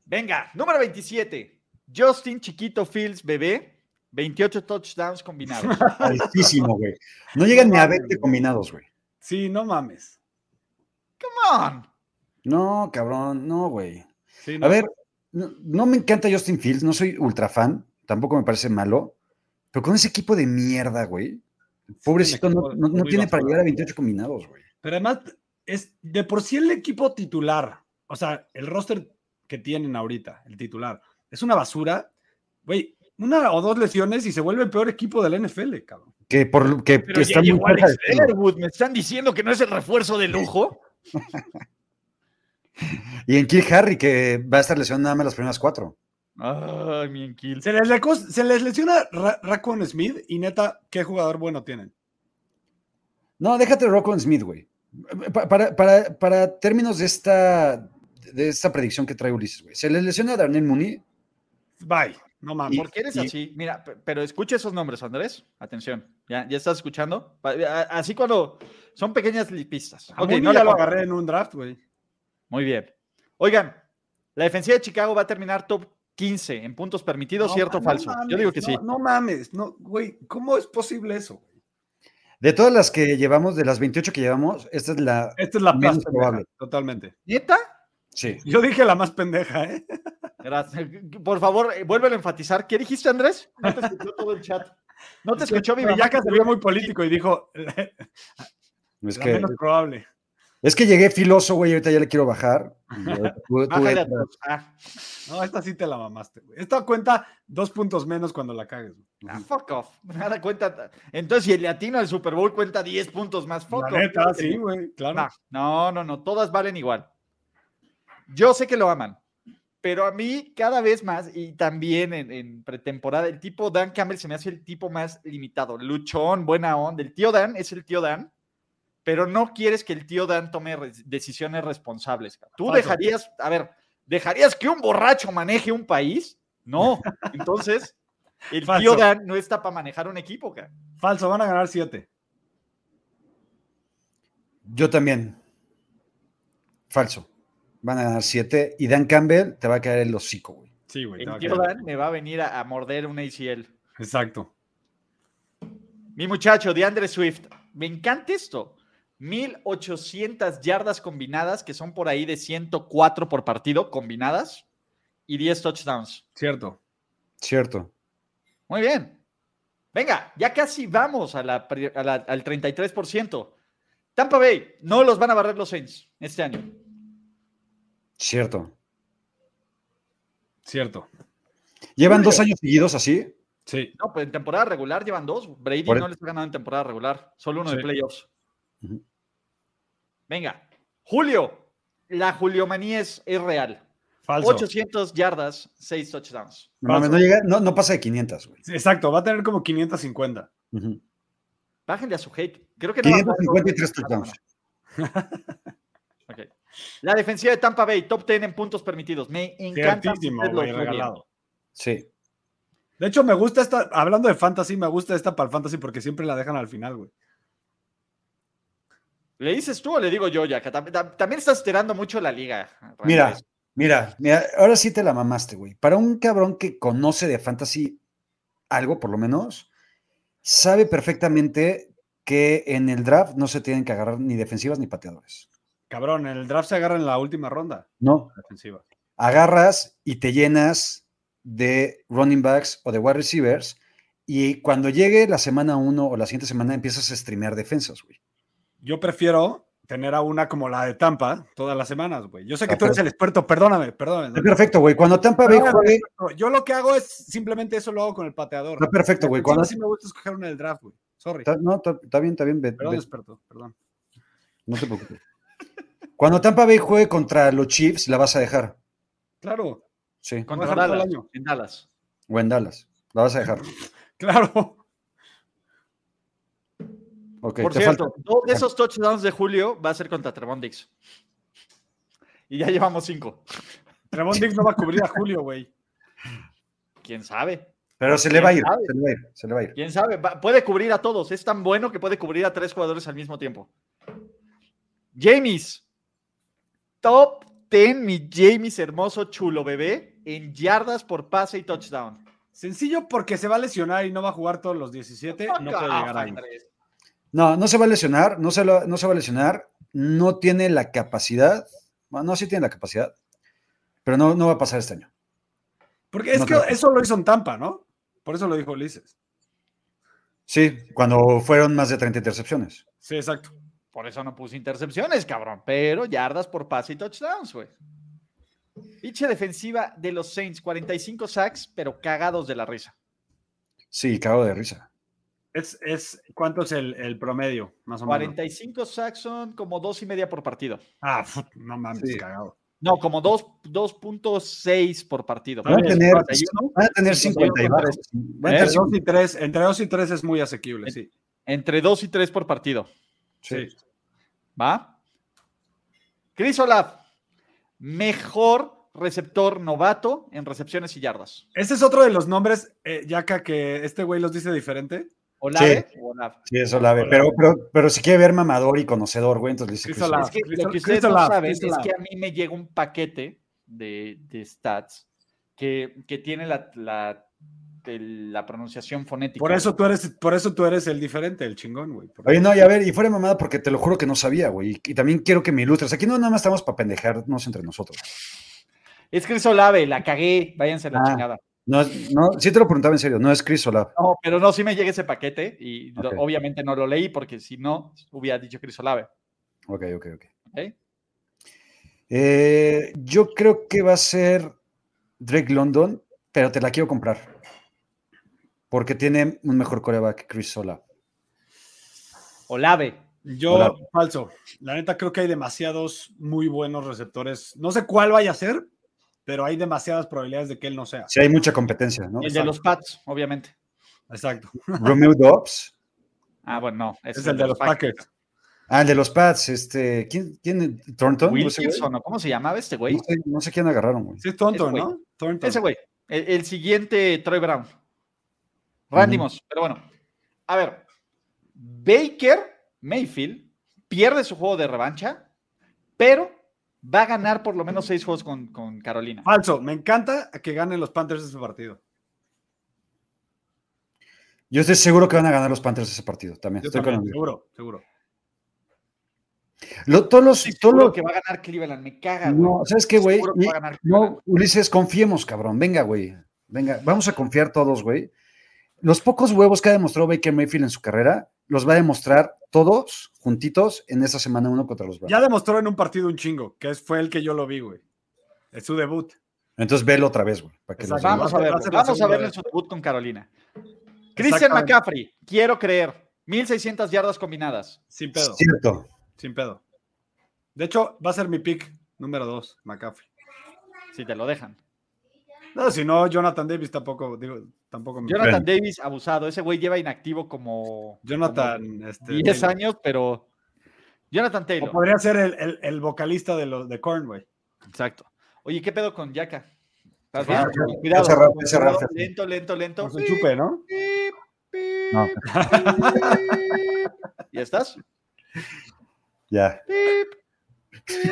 Speaker 1: Venga, número 27. Justin Chiquito Fields, bebé. 28 touchdowns (laughs) combinados.
Speaker 2: Altísimo, güey. No llegan ni a 20 combinados, güey.
Speaker 3: Sí, no mames.
Speaker 1: Come on.
Speaker 2: No, cabrón, no, güey.
Speaker 3: Sí,
Speaker 2: A
Speaker 3: no.
Speaker 2: ver, no, no me encanta Justin Fields, no soy ultra fan, tampoco me parece malo, pero con ese equipo de mierda, güey, el pobrecito
Speaker 3: un
Speaker 2: no,
Speaker 3: equipo
Speaker 2: no- no
Speaker 3: muy
Speaker 2: tiene para
Speaker 3: basura.
Speaker 2: llegar a 28 combinados, güey.
Speaker 3: Pero además, es de por sí el equipo titular, o sea, el roster que tienen ahorita, el titular, es una basura. Güey, una o dos lesiones y se vuelve el peor equipo de la NFL, cabrón.
Speaker 2: Que, por, lo- que, que está muy cerca de serlo.
Speaker 1: Leatherwood, ¿me están diciendo que no es el refuerzo de lujo?
Speaker 2: Y en Kill Harry, que va a estar lesionado nada más las primeras cuatro.
Speaker 1: Ay, mi enquil.
Speaker 3: Se les, leco- se les lesiona Ra- Raquan Smith y neta, qué jugador bueno tienen.
Speaker 2: No, déjate Rocco Smith, güey. Pa- Para, para- para términos de esta, de esta predicción que trae Ulises, güey. Se le lesiona a Darnell Mooney.
Speaker 3: Bye. No mames.
Speaker 1: ¿Por qué eres así? Mira, pe- pero escucha esos nombres, Andrés. Atención. ¿Ya, ya estás escuchando? Pa- a- Así cuando son pequeñas li- pistas.
Speaker 3: A
Speaker 1: Ok,
Speaker 3: Mooney
Speaker 1: no
Speaker 3: ya
Speaker 1: la
Speaker 3: lo
Speaker 1: compro.
Speaker 3: agarré en un draft, güey.
Speaker 1: Muy bien. Oigan, la defensiva de Chicago va a terminar top 15 en puntos permitidos,
Speaker 3: No
Speaker 1: cierto o
Speaker 3: ma- no
Speaker 1: falso. Yo digo
Speaker 3: mames,
Speaker 1: que
Speaker 3: no-
Speaker 1: sí.
Speaker 3: No mames, no, güey, ¿cómo es posible eso?
Speaker 2: De todas las que llevamos, de las 28 que llevamos, esta es la...
Speaker 3: Esta es la
Speaker 2: Menos
Speaker 3: más pendeja,
Speaker 2: probable.
Speaker 3: totalmente.
Speaker 1: ¿Neta?
Speaker 2: Sí.
Speaker 3: Yo dije la más pendeja, ¿eh?
Speaker 1: Gracias. Por favor, eh, vuélvelo a enfatizar. ¿Qué dijiste, Andrés? No te escuchó todo el chat. No te escuchó mi
Speaker 3: Pero
Speaker 1: mamá.
Speaker 3: Yaka se vio muy político y dijo,
Speaker 2: Es
Speaker 3: la
Speaker 2: que,
Speaker 3: menos probable.
Speaker 2: Es que llegué filoso, güey, ahorita ya le quiero bajar.
Speaker 1: (laughs)
Speaker 2: Y ahorita tuve- tuve-
Speaker 1: Bájale a tus- ah,
Speaker 3: No, esta sí te la mamaste, güey. Esta cuenta dos puntos menos cuando la cagues. güey.
Speaker 1: ah, fuck off. Nada cuenta. Entonces, si el latino al Super Bowl cuenta 10 puntos más, fuck off.
Speaker 3: La neta,
Speaker 1: Claro que
Speaker 3: sí,
Speaker 1: no.
Speaker 3: güey, claro.
Speaker 1: No, no, no, no, todas valen igual. Yo sé que lo aman, pero a mí cada vez más, y también en, en pretemporada, el tipo Dan Campbell se me hace el tipo más limitado. Luchón, buena onda. El tío Dan es el tío Dan, pero no quieres que el tío Dan tome res- decisiones responsables. cabrón. Tú
Speaker 3: Falso.
Speaker 1: dejarías, a ver, ¿dejarías que un borracho maneje un país? No. Entonces, el tío
Speaker 3: Falso.
Speaker 1: Dan no está para manejar un equipo, cara.
Speaker 3: Falso, van a ganar siete.
Speaker 2: Yo también. Falso. Van a ganar 7 y Dan Campbell te va a caer el hocico, güey.
Speaker 3: Sí, güey. te va
Speaker 1: El
Speaker 3: a
Speaker 1: tío
Speaker 3: cagar.
Speaker 1: Dan me va a venir a, a morder un ACL.
Speaker 3: Exacto.
Speaker 1: Mi muchacho, DeAndre Swift. Me encanta esto. 1800 yardas combinadas, que son por ahí de 104 por partido combinadas, y 10 touchdowns.
Speaker 3: Cierto.
Speaker 2: Cierto.
Speaker 1: Muy bien. Venga, ya casi vamos a la pri- a la- al 33%. Tampa Bay, no los van a barrer los Saints este año.
Speaker 2: Cierto.
Speaker 3: Cierto.
Speaker 2: ¿Llevan dos años seguidos así?
Speaker 3: Sí.
Speaker 1: No, pues en temporada regular llevan dos. Brady
Speaker 2: Por
Speaker 1: no
Speaker 2: eso.
Speaker 1: les ha ganado en temporada regular, solo uno de
Speaker 3: Sí.
Speaker 1: playoffs.
Speaker 2: Ujú.
Speaker 1: Venga, Julio. La Juliomanía es, es real.
Speaker 3: Falso.
Speaker 1: 800 yardas, 6 touchdowns.
Speaker 2: No, mames, no, llega, no, no pasa de 500, güey.
Speaker 3: Exacto, va a tener como 550.
Speaker 2: Ujú.
Speaker 1: Bájenle a su hate. Creo que no va a jugar todo el
Speaker 2: 553
Speaker 1: fin de semana.
Speaker 2: touchdowns.
Speaker 1: Ok. La defensiva de Tampa Bay, top 10 en puntos permitidos. Me encanta.
Speaker 3: Ciertísimo,
Speaker 1: hacerlo,
Speaker 3: güey,
Speaker 1: Julio.
Speaker 3: regalado.
Speaker 2: Sí.
Speaker 3: De hecho, me gusta esta, hablando de fantasy, me gusta esta para el fantasy porque siempre la dejan al final, güey.
Speaker 1: ¿Le dices tú o le digo yo, ya? También estás tirando mucho la liga. Ramírez.
Speaker 2: Mira, mira, mira, ahora sí te la mamaste, güey. Para un cabrón que conoce de fantasy algo, por lo menos, sabe perfectamente que en el draft no se tienen que agarrar ni defensivas ni pateadores.
Speaker 3: Cabrón, en el draft se agarra en la última ronda,
Speaker 2: No,
Speaker 3: la defensiva.
Speaker 2: agarras y te llenas de running backs o de wide receivers. Y cuando llegue la semana 1 o la siguiente semana empiezas a streamear defensas, güey.
Speaker 3: Yo prefiero tener a una como la de Tampa todas las semanas, güey. Yo sé que
Speaker 2: Ajá.
Speaker 3: tú eres el experto, perdóname, perdóname.
Speaker 2: Está perfecto, güey. Cuando Tampa Bay
Speaker 3: Ahora,
Speaker 2: juegue,
Speaker 3: No, Yo lo que hago es simplemente eso lo hago con el pateador.
Speaker 2: está perfecto, güey.
Speaker 3: Encima
Speaker 2: Cuando-
Speaker 3: sí me gusta escoger una del draft, güey. Sorry.
Speaker 2: está- no, está, está bien, está bien. ve-
Speaker 3: Perdón,
Speaker 2: ve-
Speaker 3: experto, perdón.
Speaker 2: no te preocupes. Cuando Tampa Bay juegue contra los Chiefs, la vas a dejar.
Speaker 3: Claro,
Speaker 2: Sí.
Speaker 3: Voy a
Speaker 1: Contra
Speaker 3: dejar todo el
Speaker 1: Dallas,
Speaker 3: año.
Speaker 1: en Dallas.
Speaker 2: O en Dallas. La vas a dejar.
Speaker 3: claro. (laughs)
Speaker 2: Ok,
Speaker 1: Por
Speaker 2: te
Speaker 1: cierto,
Speaker 2: falta-
Speaker 1: dos de esos touchdowns de julio va a ser contra Trevon Dix. Y ya llevamos cinco.
Speaker 3: Trevon Diggs no va a cubrir a Julio, güey.
Speaker 1: ¿Quién sabe?
Speaker 2: Pero se le va a ir,
Speaker 1: ¿Quién sabe?
Speaker 2: se le va a ir, se le va a ir.
Speaker 1: ¿Quién sabe? Va- puede cubrir a todos. Es tan bueno que puede cubrir a tres jugadores al mismo tiempo. James. Top 10, mi James hermoso chulo bebé, en yardas por pase y touchdown.
Speaker 3: Sencillo porque se va a lesionar y no va a jugar todos los 17. No
Speaker 1: Ah,
Speaker 3: puede llegar ahí.
Speaker 2: No, no se va a lesionar, no se, lo- no se va a lesionar, no tiene la capacidad, bueno, no, sí tiene la capacidad, pero no, no va a pasar este año.
Speaker 3: Porque es
Speaker 2: No
Speaker 3: que
Speaker 2: creo.
Speaker 3: eso lo hizo en Tampa, ¿no? Por eso lo dijo Ulises.
Speaker 2: Sí, cuando fueron más de 30 intercepciones.
Speaker 3: Sí, exacto.
Speaker 1: Por eso no puse intercepciones, cabrón. Pero yardas por pase y touchdowns, güey. Pinche defensiva de los Saints, 45 sacks, pero cagados de la risa.
Speaker 2: Sí, cago de risa.
Speaker 3: Es, es ¿Cuánto es el, el promedio, más o
Speaker 1: 45 sacks son como dos y media por partido.
Speaker 3: menos? Ah, fu- no mames,
Speaker 2: Sí.
Speaker 3: cagado.
Speaker 1: No, como dos- 2.6 por partido.
Speaker 2: Van a
Speaker 3: Oye,
Speaker 2: tener,
Speaker 1: 41,
Speaker 2: van a tener
Speaker 1: 52
Speaker 2: 50 y varios. Van a
Speaker 3: Entre
Speaker 2: tener
Speaker 3: 2 y 3, entre dos y tres es muy asequible, sí.
Speaker 1: Entre 2 y 3 por partido.
Speaker 2: sí.
Speaker 3: sí.
Speaker 1: ¿Va? Chris Olaf, mejor receptor novato en recepciones y yardas.
Speaker 3: Ese Este es otro de los nombres, eh, Yaka, que este güey los dice diferente.
Speaker 1: Olave o Olaf.
Speaker 2: Sí, eso la ve. Pero, pero, pero si quiere ver mamador y conocedor, güey, entonces le dice
Speaker 3: Chris
Speaker 2: Chris
Speaker 3: Olave.
Speaker 1: Es que
Speaker 3: Cristo-
Speaker 1: lo que ustedes
Speaker 3: Cristo
Speaker 1: no
Speaker 3: Lab,
Speaker 1: saben
Speaker 3: Cristo
Speaker 1: es
Speaker 3: Lab.
Speaker 1: que a mí me llega un paquete de, de stats que, que tiene la, la, el- la pronunciación fonética.
Speaker 3: Por eso tú eres, por eso tú eres el diferente, el chingón, güey. Por-
Speaker 2: Oye, no, y a ver, y fuera de mamada porque te lo juro que no sabía, güey. Y, y también quiero que me ilustres. Aquí no nada más estamos para pendejarnos entre nosotros.
Speaker 1: Es Chris Olave, la cagué, váyanse a la
Speaker 2: Ah.
Speaker 1: chingada.
Speaker 2: No, es- no, sí te lo preguntaba en serio, no es Chris Olave.
Speaker 1: No, pero no, sí me llega ese paquete y lo-
Speaker 2: Ok.
Speaker 1: obviamente no lo leí porque si no, hubiera dicho Chris Olave.
Speaker 2: Ok, ok, ok.
Speaker 1: ¿ok?
Speaker 2: Eh, yo creo que va a ser Drake London, pero te la quiero comprar. Porque tiene un mejor coreback que Chris Sola.
Speaker 1: Olave.
Speaker 3: Yo,
Speaker 2: Hola.
Speaker 3: falso. La neta, creo que hay demasiados muy buenos receptores. No sé cuál vaya a ser, pero hay demasiadas probabilidades de que él no sea.
Speaker 2: Si hay mucha competencia, ¿no?
Speaker 1: Y el de los Pats, obviamente.
Speaker 3: Exacto.
Speaker 2: Romeo Dobbs.
Speaker 1: Ah, bueno, no.
Speaker 3: Es el de los Packers.
Speaker 2: Ah, el de los Pats. Este, ¿Quién? quién ¿Thornton? No sé, güey.
Speaker 1: Wilkinson, ¿o ¿cómo se llamaba este güey?
Speaker 2: No sé, no sé quién agarraron, güey.
Speaker 3: Sí, es tonto,
Speaker 1: Ese güey.
Speaker 3: ¿no? Thornton.
Speaker 1: Ese güey. El, el siguiente, Troy Brown. Randy
Speaker 2: Ujú.
Speaker 1: Moss. Pero bueno. A ver. Baker Mayfield pierde su juego de revancha, pero va a ganar por lo menos seis juegos con, con Carolina.
Speaker 2: Ah,
Speaker 3: Falso. Me encanta que ganen los Panthers ese partido.
Speaker 2: Yo estoy seguro que van a ganar los Panthers ese partido también.
Speaker 3: Yo
Speaker 2: Estoy
Speaker 3: también,
Speaker 2: con Andrés.
Speaker 3: seguro, seguro.
Speaker 2: Lo- todos los- todos
Speaker 1: Seguro
Speaker 2: los-
Speaker 1: que va a ganar Cleveland. Me caga, güey.
Speaker 2: no, ¿Sabes qué, güey?
Speaker 1: Seguro que va a ganar
Speaker 2: No,
Speaker 1: Cleveland.
Speaker 2: Ulises, confiemos, cabrón. Venga, güey. Venga, vamos a confiar todos, güey. Los pocos huevos que ha demostrado Baker Mayfield en su carrera, los va a demostrar todos juntitos en esta semana uno contra los Browns.
Speaker 3: Ya demostró en un partido un chingo, que es- fue el que yo lo vi, güey. Es su debut.
Speaker 2: Entonces velo otra vez, güey. para que lo
Speaker 3: Exacto.
Speaker 2: veas.
Speaker 1: Vamos a verlo.
Speaker 3: Va a ser la
Speaker 1: Vamos a
Speaker 3: segunda
Speaker 1: verlo en
Speaker 3: vez.
Speaker 1: su debut con Carolina. (laughs) Christian
Speaker 3: Exactamente.
Speaker 1: McCaffrey, quiero creer. 1600 yardas combinadas.
Speaker 3: Sin pedo,
Speaker 2: Cierto.
Speaker 3: sin pedo. De hecho, va a ser mi pick número dos, McCaffrey.
Speaker 1: Si te lo dejan.
Speaker 3: No, si no, Jonathan Davis tampoco, digo, tampoco me-
Speaker 1: Jonathan Davis, abusado. Ese güey lleva inactivo como. como
Speaker 3: Jonathan, este,
Speaker 1: 10
Speaker 3: Taylor.
Speaker 1: años, pero. Jonathan
Speaker 3: O
Speaker 1: Taylor.
Speaker 3: podría ser el, el- el vocalista de los de Korn, güey.
Speaker 1: Exacto. Oye, ¿qué pedo con Yaka? ¿Estás
Speaker 3: Ah,
Speaker 1: bien?
Speaker 2: ya.
Speaker 1: Cuidado.
Speaker 2: Ya cerró, ya cerró.
Speaker 1: Lento, lento, lento.
Speaker 3: Por su chupe, ¿no?
Speaker 1: Pip, pip,
Speaker 2: No.
Speaker 1: (laughs) pip. ¿Ya estás?
Speaker 2: Ya.
Speaker 1: Pip.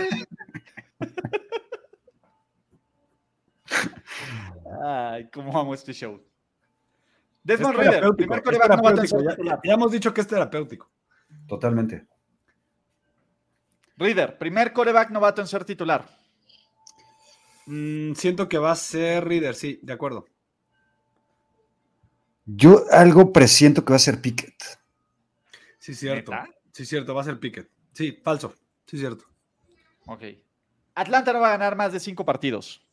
Speaker 1: Ay, cómo amo este show. Desmond
Speaker 3: Es
Speaker 1: Reader,
Speaker 3: terapéutico,
Speaker 1: primer
Speaker 3: es
Speaker 1: coreback no va a
Speaker 3: terapéutico,
Speaker 1: alcanzar
Speaker 3: ya-
Speaker 1: titular.
Speaker 3: ya hemos dicho que es terapéutico.
Speaker 2: Totalmente.
Speaker 1: Reader, primer coreback novato en ser titular.
Speaker 3: Mm, siento que va a ser Reader, sí, de acuerdo.
Speaker 2: Yo algo presiento que va a ser Pickett.
Speaker 3: Sí, cierto.
Speaker 1: ¿Neta?
Speaker 3: Sí, cierto, va a ser Pickett. Sí, falso. Sí, cierto.
Speaker 1: Ok. Atlanta no va a ganar más de cinco partidos.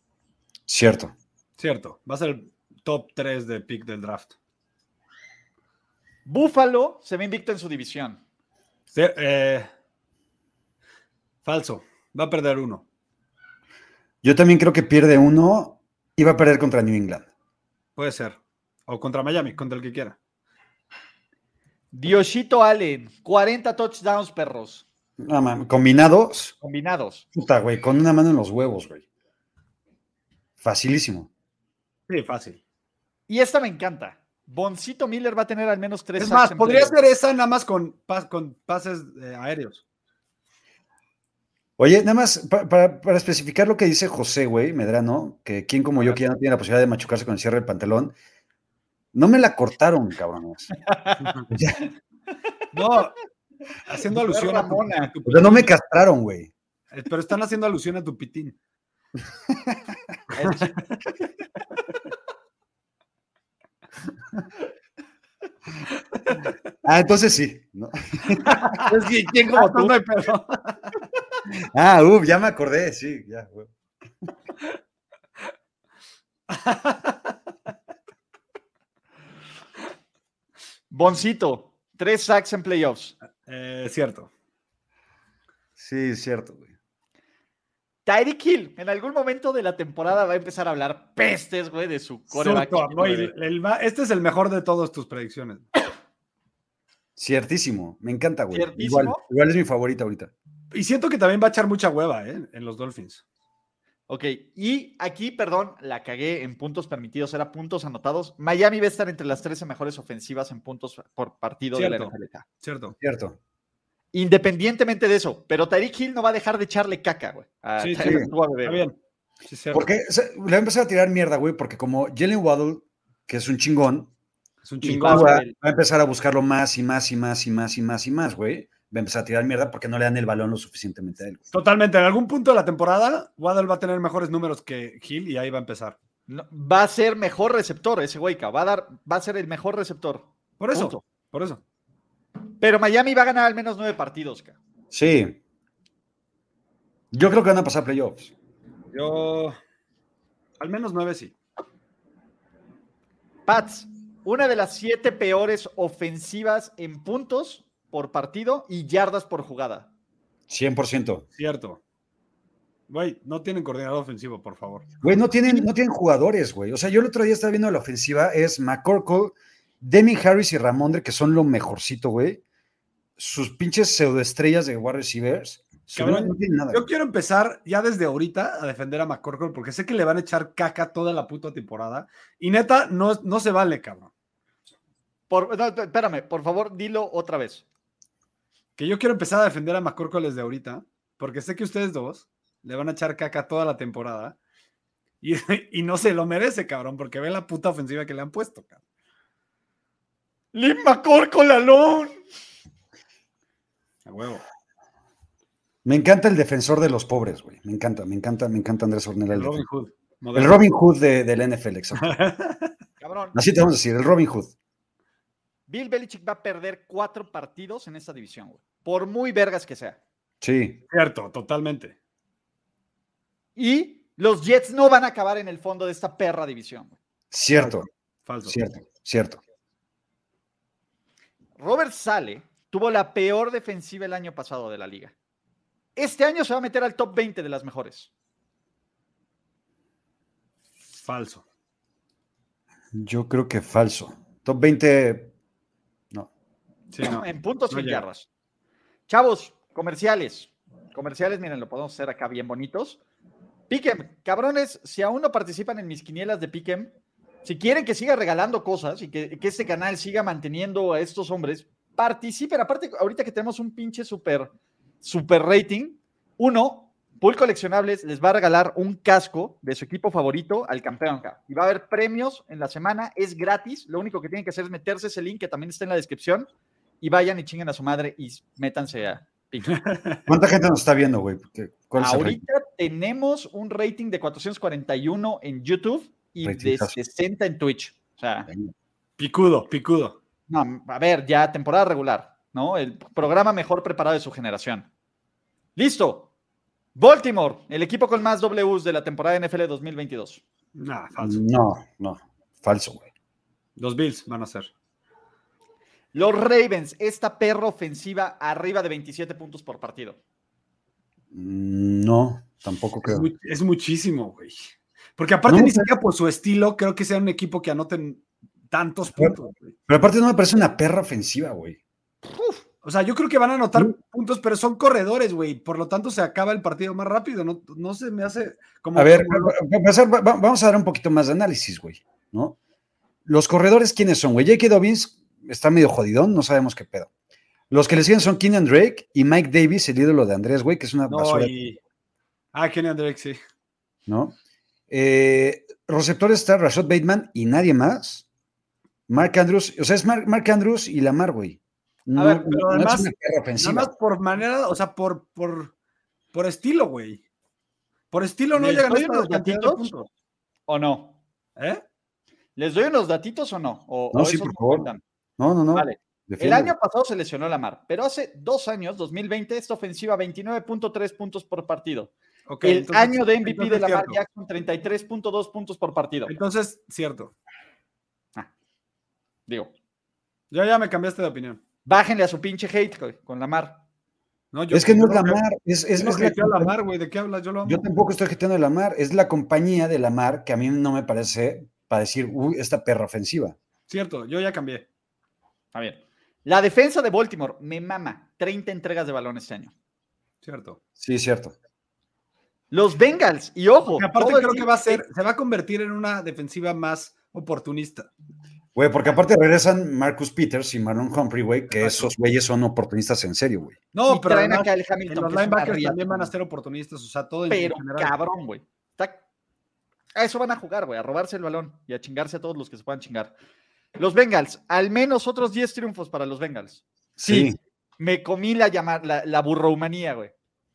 Speaker 2: Cierto.
Speaker 3: Cierto. Va a ser el top 3 de pick del draft.
Speaker 1: Buffalo se ve invicto en su división.
Speaker 3: Sí, eh, falso. Va a perder uno.
Speaker 2: Yo también creo que pierde uno y va a perder contra New England.
Speaker 3: Puede ser. O contra Miami, contra el que quiera.
Speaker 1: Dioshito Allen, 40 touchdowns, perros.
Speaker 2: No, mames, combinados,
Speaker 1: Combinados.
Speaker 2: puta, güey, con una mano en los huevos, güey. Facilísimo.
Speaker 3: Sí, fácil.
Speaker 1: Y esta me encanta. Boncito Miller va a tener al menos tres.
Speaker 3: es
Speaker 1: sacks
Speaker 3: más,
Speaker 1: en
Speaker 3: podría
Speaker 1: playoff.
Speaker 3: ser esa nada más con, pas- con pases eh, aéreos.
Speaker 2: Oye, nada más pa- para, para especificar lo que dice José, güey, Medrano, que quien como yo que ya no tiene la posibilidad de machucarse con el cierre del pantalón, no me la cortaron, cabrones.
Speaker 3: No, haciendo alusión a tu-
Speaker 1: Ramona.
Speaker 3: a tu
Speaker 2: O sea, no me castraron, güey.
Speaker 3: Eh, Pero están haciendo alusión a tu pitín.
Speaker 2: Ah, entonces sí. ¿no?
Speaker 3: Es que, ¿quién como tú? No hay pedo.
Speaker 2: Ah, uh, ya me acordé, sí, ya, güey.
Speaker 1: Boncito, tres sacks en playoffs.
Speaker 3: Eh, cierto.
Speaker 2: Sí, cierto, güey.
Speaker 1: Tyreek Hill, en algún momento de la temporada va a empezar a hablar pestes, güey, de su coreback.
Speaker 3: Soto, no, y el va- este es el mejor de todas tus predicciones.
Speaker 2: Ciertísimo, me encanta, güey.
Speaker 1: Ciertísimo.
Speaker 2: Igual, igual es mi favorita ahorita.
Speaker 3: Y siento que también va a echar mucha hueva ¿eh? en los Dolphins.
Speaker 1: Ok, y aquí, perdón, la cagué en puntos permitidos, era puntos anotados. Miami va a estar entre las 13 mejores ofensivas en puntos por partido de la
Speaker 3: Cierto.
Speaker 1: NFL.
Speaker 3: Cierto.
Speaker 2: Cierto.
Speaker 1: Independientemente de eso, pero Tyreek Hill no va a dejar de echarle caca, güey. a
Speaker 3: Sí, sí.
Speaker 1: Tyler Hill, a beber.
Speaker 3: Está bien. Sí, cierto.
Speaker 2: Porque o sea, le va a empezar a tirar mierda, güey, porque como Jalen Waddle, que es un chingón,
Speaker 3: Es un
Speaker 1: Y
Speaker 3: chingón.
Speaker 1: Pablo-
Speaker 2: Tua va
Speaker 1: él.
Speaker 2: a empezar a buscarlo más y más y más y más y más y más, güey. Va a empezar a tirar mierda porque no le dan el balón lo suficientemente a él. güey.
Speaker 3: Totalmente. En algún punto de la temporada, Waddle va a tener mejores números que Hill y ahí va a empezar.
Speaker 1: No, va a ser mejor receptor ese güey, ca, va a dar, va a ser el mejor receptor.
Speaker 3: Por eso.
Speaker 1: Punto.
Speaker 3: Por eso.
Speaker 1: Pero Miami va a ganar al menos nueve partidos, ca.
Speaker 2: Sí. Yo creo que van a pasar playoffs.
Speaker 3: Yo. Al menos nueve sí.
Speaker 1: Pats, una de las siete peores ofensivas en puntos por partido y yardas por jugada.
Speaker 2: 100%.
Speaker 3: Cierto. Güey, no tienen coordinador ofensivo, por favor.
Speaker 2: Güey, no tienen, no tienen jugadores, güey. O sea, yo el otro día estaba viendo la ofensiva, es McCorkle, Demi Harris y Ramondre, que son lo mejorcito, güey. Sus pinches pseudoestrellas de wide receivers.
Speaker 3: Cabrón,
Speaker 2: no tienen nada.
Speaker 3: Yo
Speaker 2: güey.
Speaker 3: quiero empezar ya desde ahorita a defender a McCorkle porque sé que le van a echar caca toda la puta temporada. Y neta, no, no se vale, cabrón.
Speaker 1: Por, no, espérame, por favor, dilo otra vez.
Speaker 3: Que yo quiero empezar a defender a McCorkle desde ahorita porque sé que ustedes dos le van a echar caca toda la temporada. Y, (laughs) y no se lo merece, cabrón, porque ve la puta ofensiva que le han puesto, cabrón.
Speaker 1: Lima Corcolalón.
Speaker 3: A huevo.
Speaker 2: Me encanta el defensor de los pobres, güey. Me encanta, me encanta, me encanta Andrés Ornella.
Speaker 3: El
Speaker 2: el
Speaker 3: Robin
Speaker 2: defen-
Speaker 3: Hood.
Speaker 2: El Robin Hood de, del NFL, exacto.
Speaker 1: Cabrón.
Speaker 2: Así te vamos a decir, el Robin Hood.
Speaker 1: Bill Belichick va a perder cuatro partidos en esta división, güey. Por muy vergas que sea.
Speaker 2: Sí.
Speaker 3: Cierto, totalmente.
Speaker 1: Y los Jets no van a acabar en el fondo de esta perra división. güey.
Speaker 2: Cierto,
Speaker 3: Falso.
Speaker 2: cierto, cierto.
Speaker 1: Robert Sale tuvo la peor defensiva el año pasado de la liga. Este año se va a meter al top 20 de las mejores.
Speaker 3: Falso.
Speaker 2: Yo creo que falso. Top 20.
Speaker 3: Sí, no.
Speaker 1: En puntos
Speaker 3: No
Speaker 1: y en
Speaker 3: llega.
Speaker 1: yardas. Chavos, comerciales. Comerciales, miren, lo podemos hacer acá bien bonitos. Piquem, cabrones, si aún no participan en mis quinielas de Piquem, si quieren que siga regalando cosas y que, que este canal siga manteniendo a estos hombres, participen. Aparte, ahorita que tenemos un pinche super, super rating, uno, Pool Coleccionables les va a regalar un casco de su equipo favorito al campeón. cabrón. Y va a haber premios en la semana, es gratis. Lo único que tienen que hacer es meterse ese link que también está en la descripción y vayan y chinguen a su madre y métanse a Piquem.
Speaker 2: ¿Cuánta gente nos está viendo, güey? ¿Qué- ¿Cuál es el rating?
Speaker 1: Ahorita tenemos un rating de 441 en YouTube y de
Speaker 2: Ratingazo.
Speaker 1: 60 en Twitch. O sea,
Speaker 3: Picudo, picudo.
Speaker 1: no, a ver, ya temporada regular, ¿no? El programa mejor preparado de su generación. Listo. Baltimore, el equipo con más Ws de la temporada NFL 2022.
Speaker 3: Nah, falso.
Speaker 2: No, no. Falso, güey.
Speaker 3: Los Bills van a ser.
Speaker 1: Los Ravens, esta perra ofensiva arriba de 27 puntos por partido.
Speaker 2: No, tampoco
Speaker 3: Es,
Speaker 2: creo.
Speaker 3: mu- es muchísimo, güey. Porque aparte
Speaker 2: No,
Speaker 3: ni
Speaker 2: pero-
Speaker 3: siquiera por su estilo creo que sea un equipo que anoten tantos
Speaker 2: Pero-
Speaker 3: puntos. güey.
Speaker 2: Pero aparte no me parece una perra ofensiva, güey.
Speaker 3: O sea, yo creo que van a anotar
Speaker 2: Mm.
Speaker 3: puntos, pero son corredores, güey. Por lo tanto, se acaba el partido más rápido. No, no se me hace como...
Speaker 2: A ver,
Speaker 3: como-
Speaker 2: va- va- va- va- vamos a dar un poquito más de análisis, güey, ¿no? Los corredores, ¿quiénes son, güey? J.K. Dobbins está medio jodidón, no sabemos qué pedo. Los que le siguen son Keenan Drake y Mike Davis, el ídolo de Andrés, güey, que es una
Speaker 3: no,
Speaker 2: basura,
Speaker 3: y... Ah, Kenny Drake, sí.
Speaker 2: ¿no? Eh, receptores está Rashad Bateman y nadie más. Mark Andrews, o sea, es Mark, Mark Andrews y Lamar, güey. No,
Speaker 1: ver,
Speaker 3: pero
Speaker 2: no es
Speaker 3: además-
Speaker 2: una perra
Speaker 3: Nada
Speaker 2: ofensiva.
Speaker 3: más por manera, o sea, por, por, por estilo, güey. Por estilo no
Speaker 1: ¿Les
Speaker 3: llegan a
Speaker 1: doy
Speaker 3: esta
Speaker 1: unos
Speaker 3: cantidad de
Speaker 1: datitos?
Speaker 3: puntos.
Speaker 1: ¿O no?
Speaker 3: ¿Eh?
Speaker 1: ¿Les doy unos datitos o no? O-
Speaker 2: No,
Speaker 1: o
Speaker 2: sí,
Speaker 1: esos
Speaker 2: por
Speaker 1: no
Speaker 2: favor.
Speaker 1: cuentan?
Speaker 2: No, no, no.
Speaker 1: Vale. El
Speaker 2: defiéndelo.
Speaker 1: año pasado se lesionó la mar, pero hace dos años, 2020, esta ofensiva 29.3 puntos por partido.
Speaker 3: Ok,
Speaker 1: el
Speaker 3: entonces-
Speaker 1: año de MVP de
Speaker 3: entonces
Speaker 1: la mar
Speaker 3: cierto.
Speaker 1: Jackson, 33.2 puntos por partido.
Speaker 3: Entonces, cierto.
Speaker 1: Digo,
Speaker 3: Yo ya me cambiaste de opinión.
Speaker 1: bájenle a su pinche hate co- con la mar.
Speaker 3: No, yo-
Speaker 2: Es que no es
Speaker 3: yo creo-
Speaker 2: Lamar, es, es,
Speaker 3: yo
Speaker 2: es
Speaker 3: no
Speaker 2: la
Speaker 3: hateé a Lamar, güey. ¿De qué hablas? Yo lo amo.
Speaker 2: Yo tampoco estoy gestando la mar, es la compañía de la mar que a mí no me parece para decir, uy, esta perra ofensiva.
Speaker 3: Cierto, yo ya cambié.
Speaker 1: Está bien. La defensa de Baltimore me mama. 30 entregas de balón este año.
Speaker 3: Cierto.
Speaker 2: Sí, es cierto.
Speaker 1: Los Bengals, y ojo.
Speaker 3: Y aparte
Speaker 1: todo el
Speaker 3: creo que
Speaker 1: team-
Speaker 3: va a ser, se va a convertir en una defensiva más oportunista.
Speaker 2: Güey, porque aparte regresan Marcus Peters y Marlon Humphrey, güey, que esos güeyes son oportunistas en serio, güey.
Speaker 3: No,
Speaker 1: y
Speaker 3: pero
Speaker 1: traen
Speaker 3: además,
Speaker 1: acá el
Speaker 3: en
Speaker 1: Hamilton.
Speaker 3: los
Speaker 1: que es una
Speaker 3: linebackers
Speaker 1: riata,
Speaker 3: también van a
Speaker 1: mamá.
Speaker 3: ser oportunistas. O sea, todo en-
Speaker 1: Pero
Speaker 3: en general.
Speaker 1: cabrón, güey. Está- A eso van a jugar, güey, a robarse el balón y a chingarse a todos los que se puedan chingar. Los Bengals, al menos otros 10 triunfos para los Bengals. Sí. Me comí la llamar la, la burromanía, güey.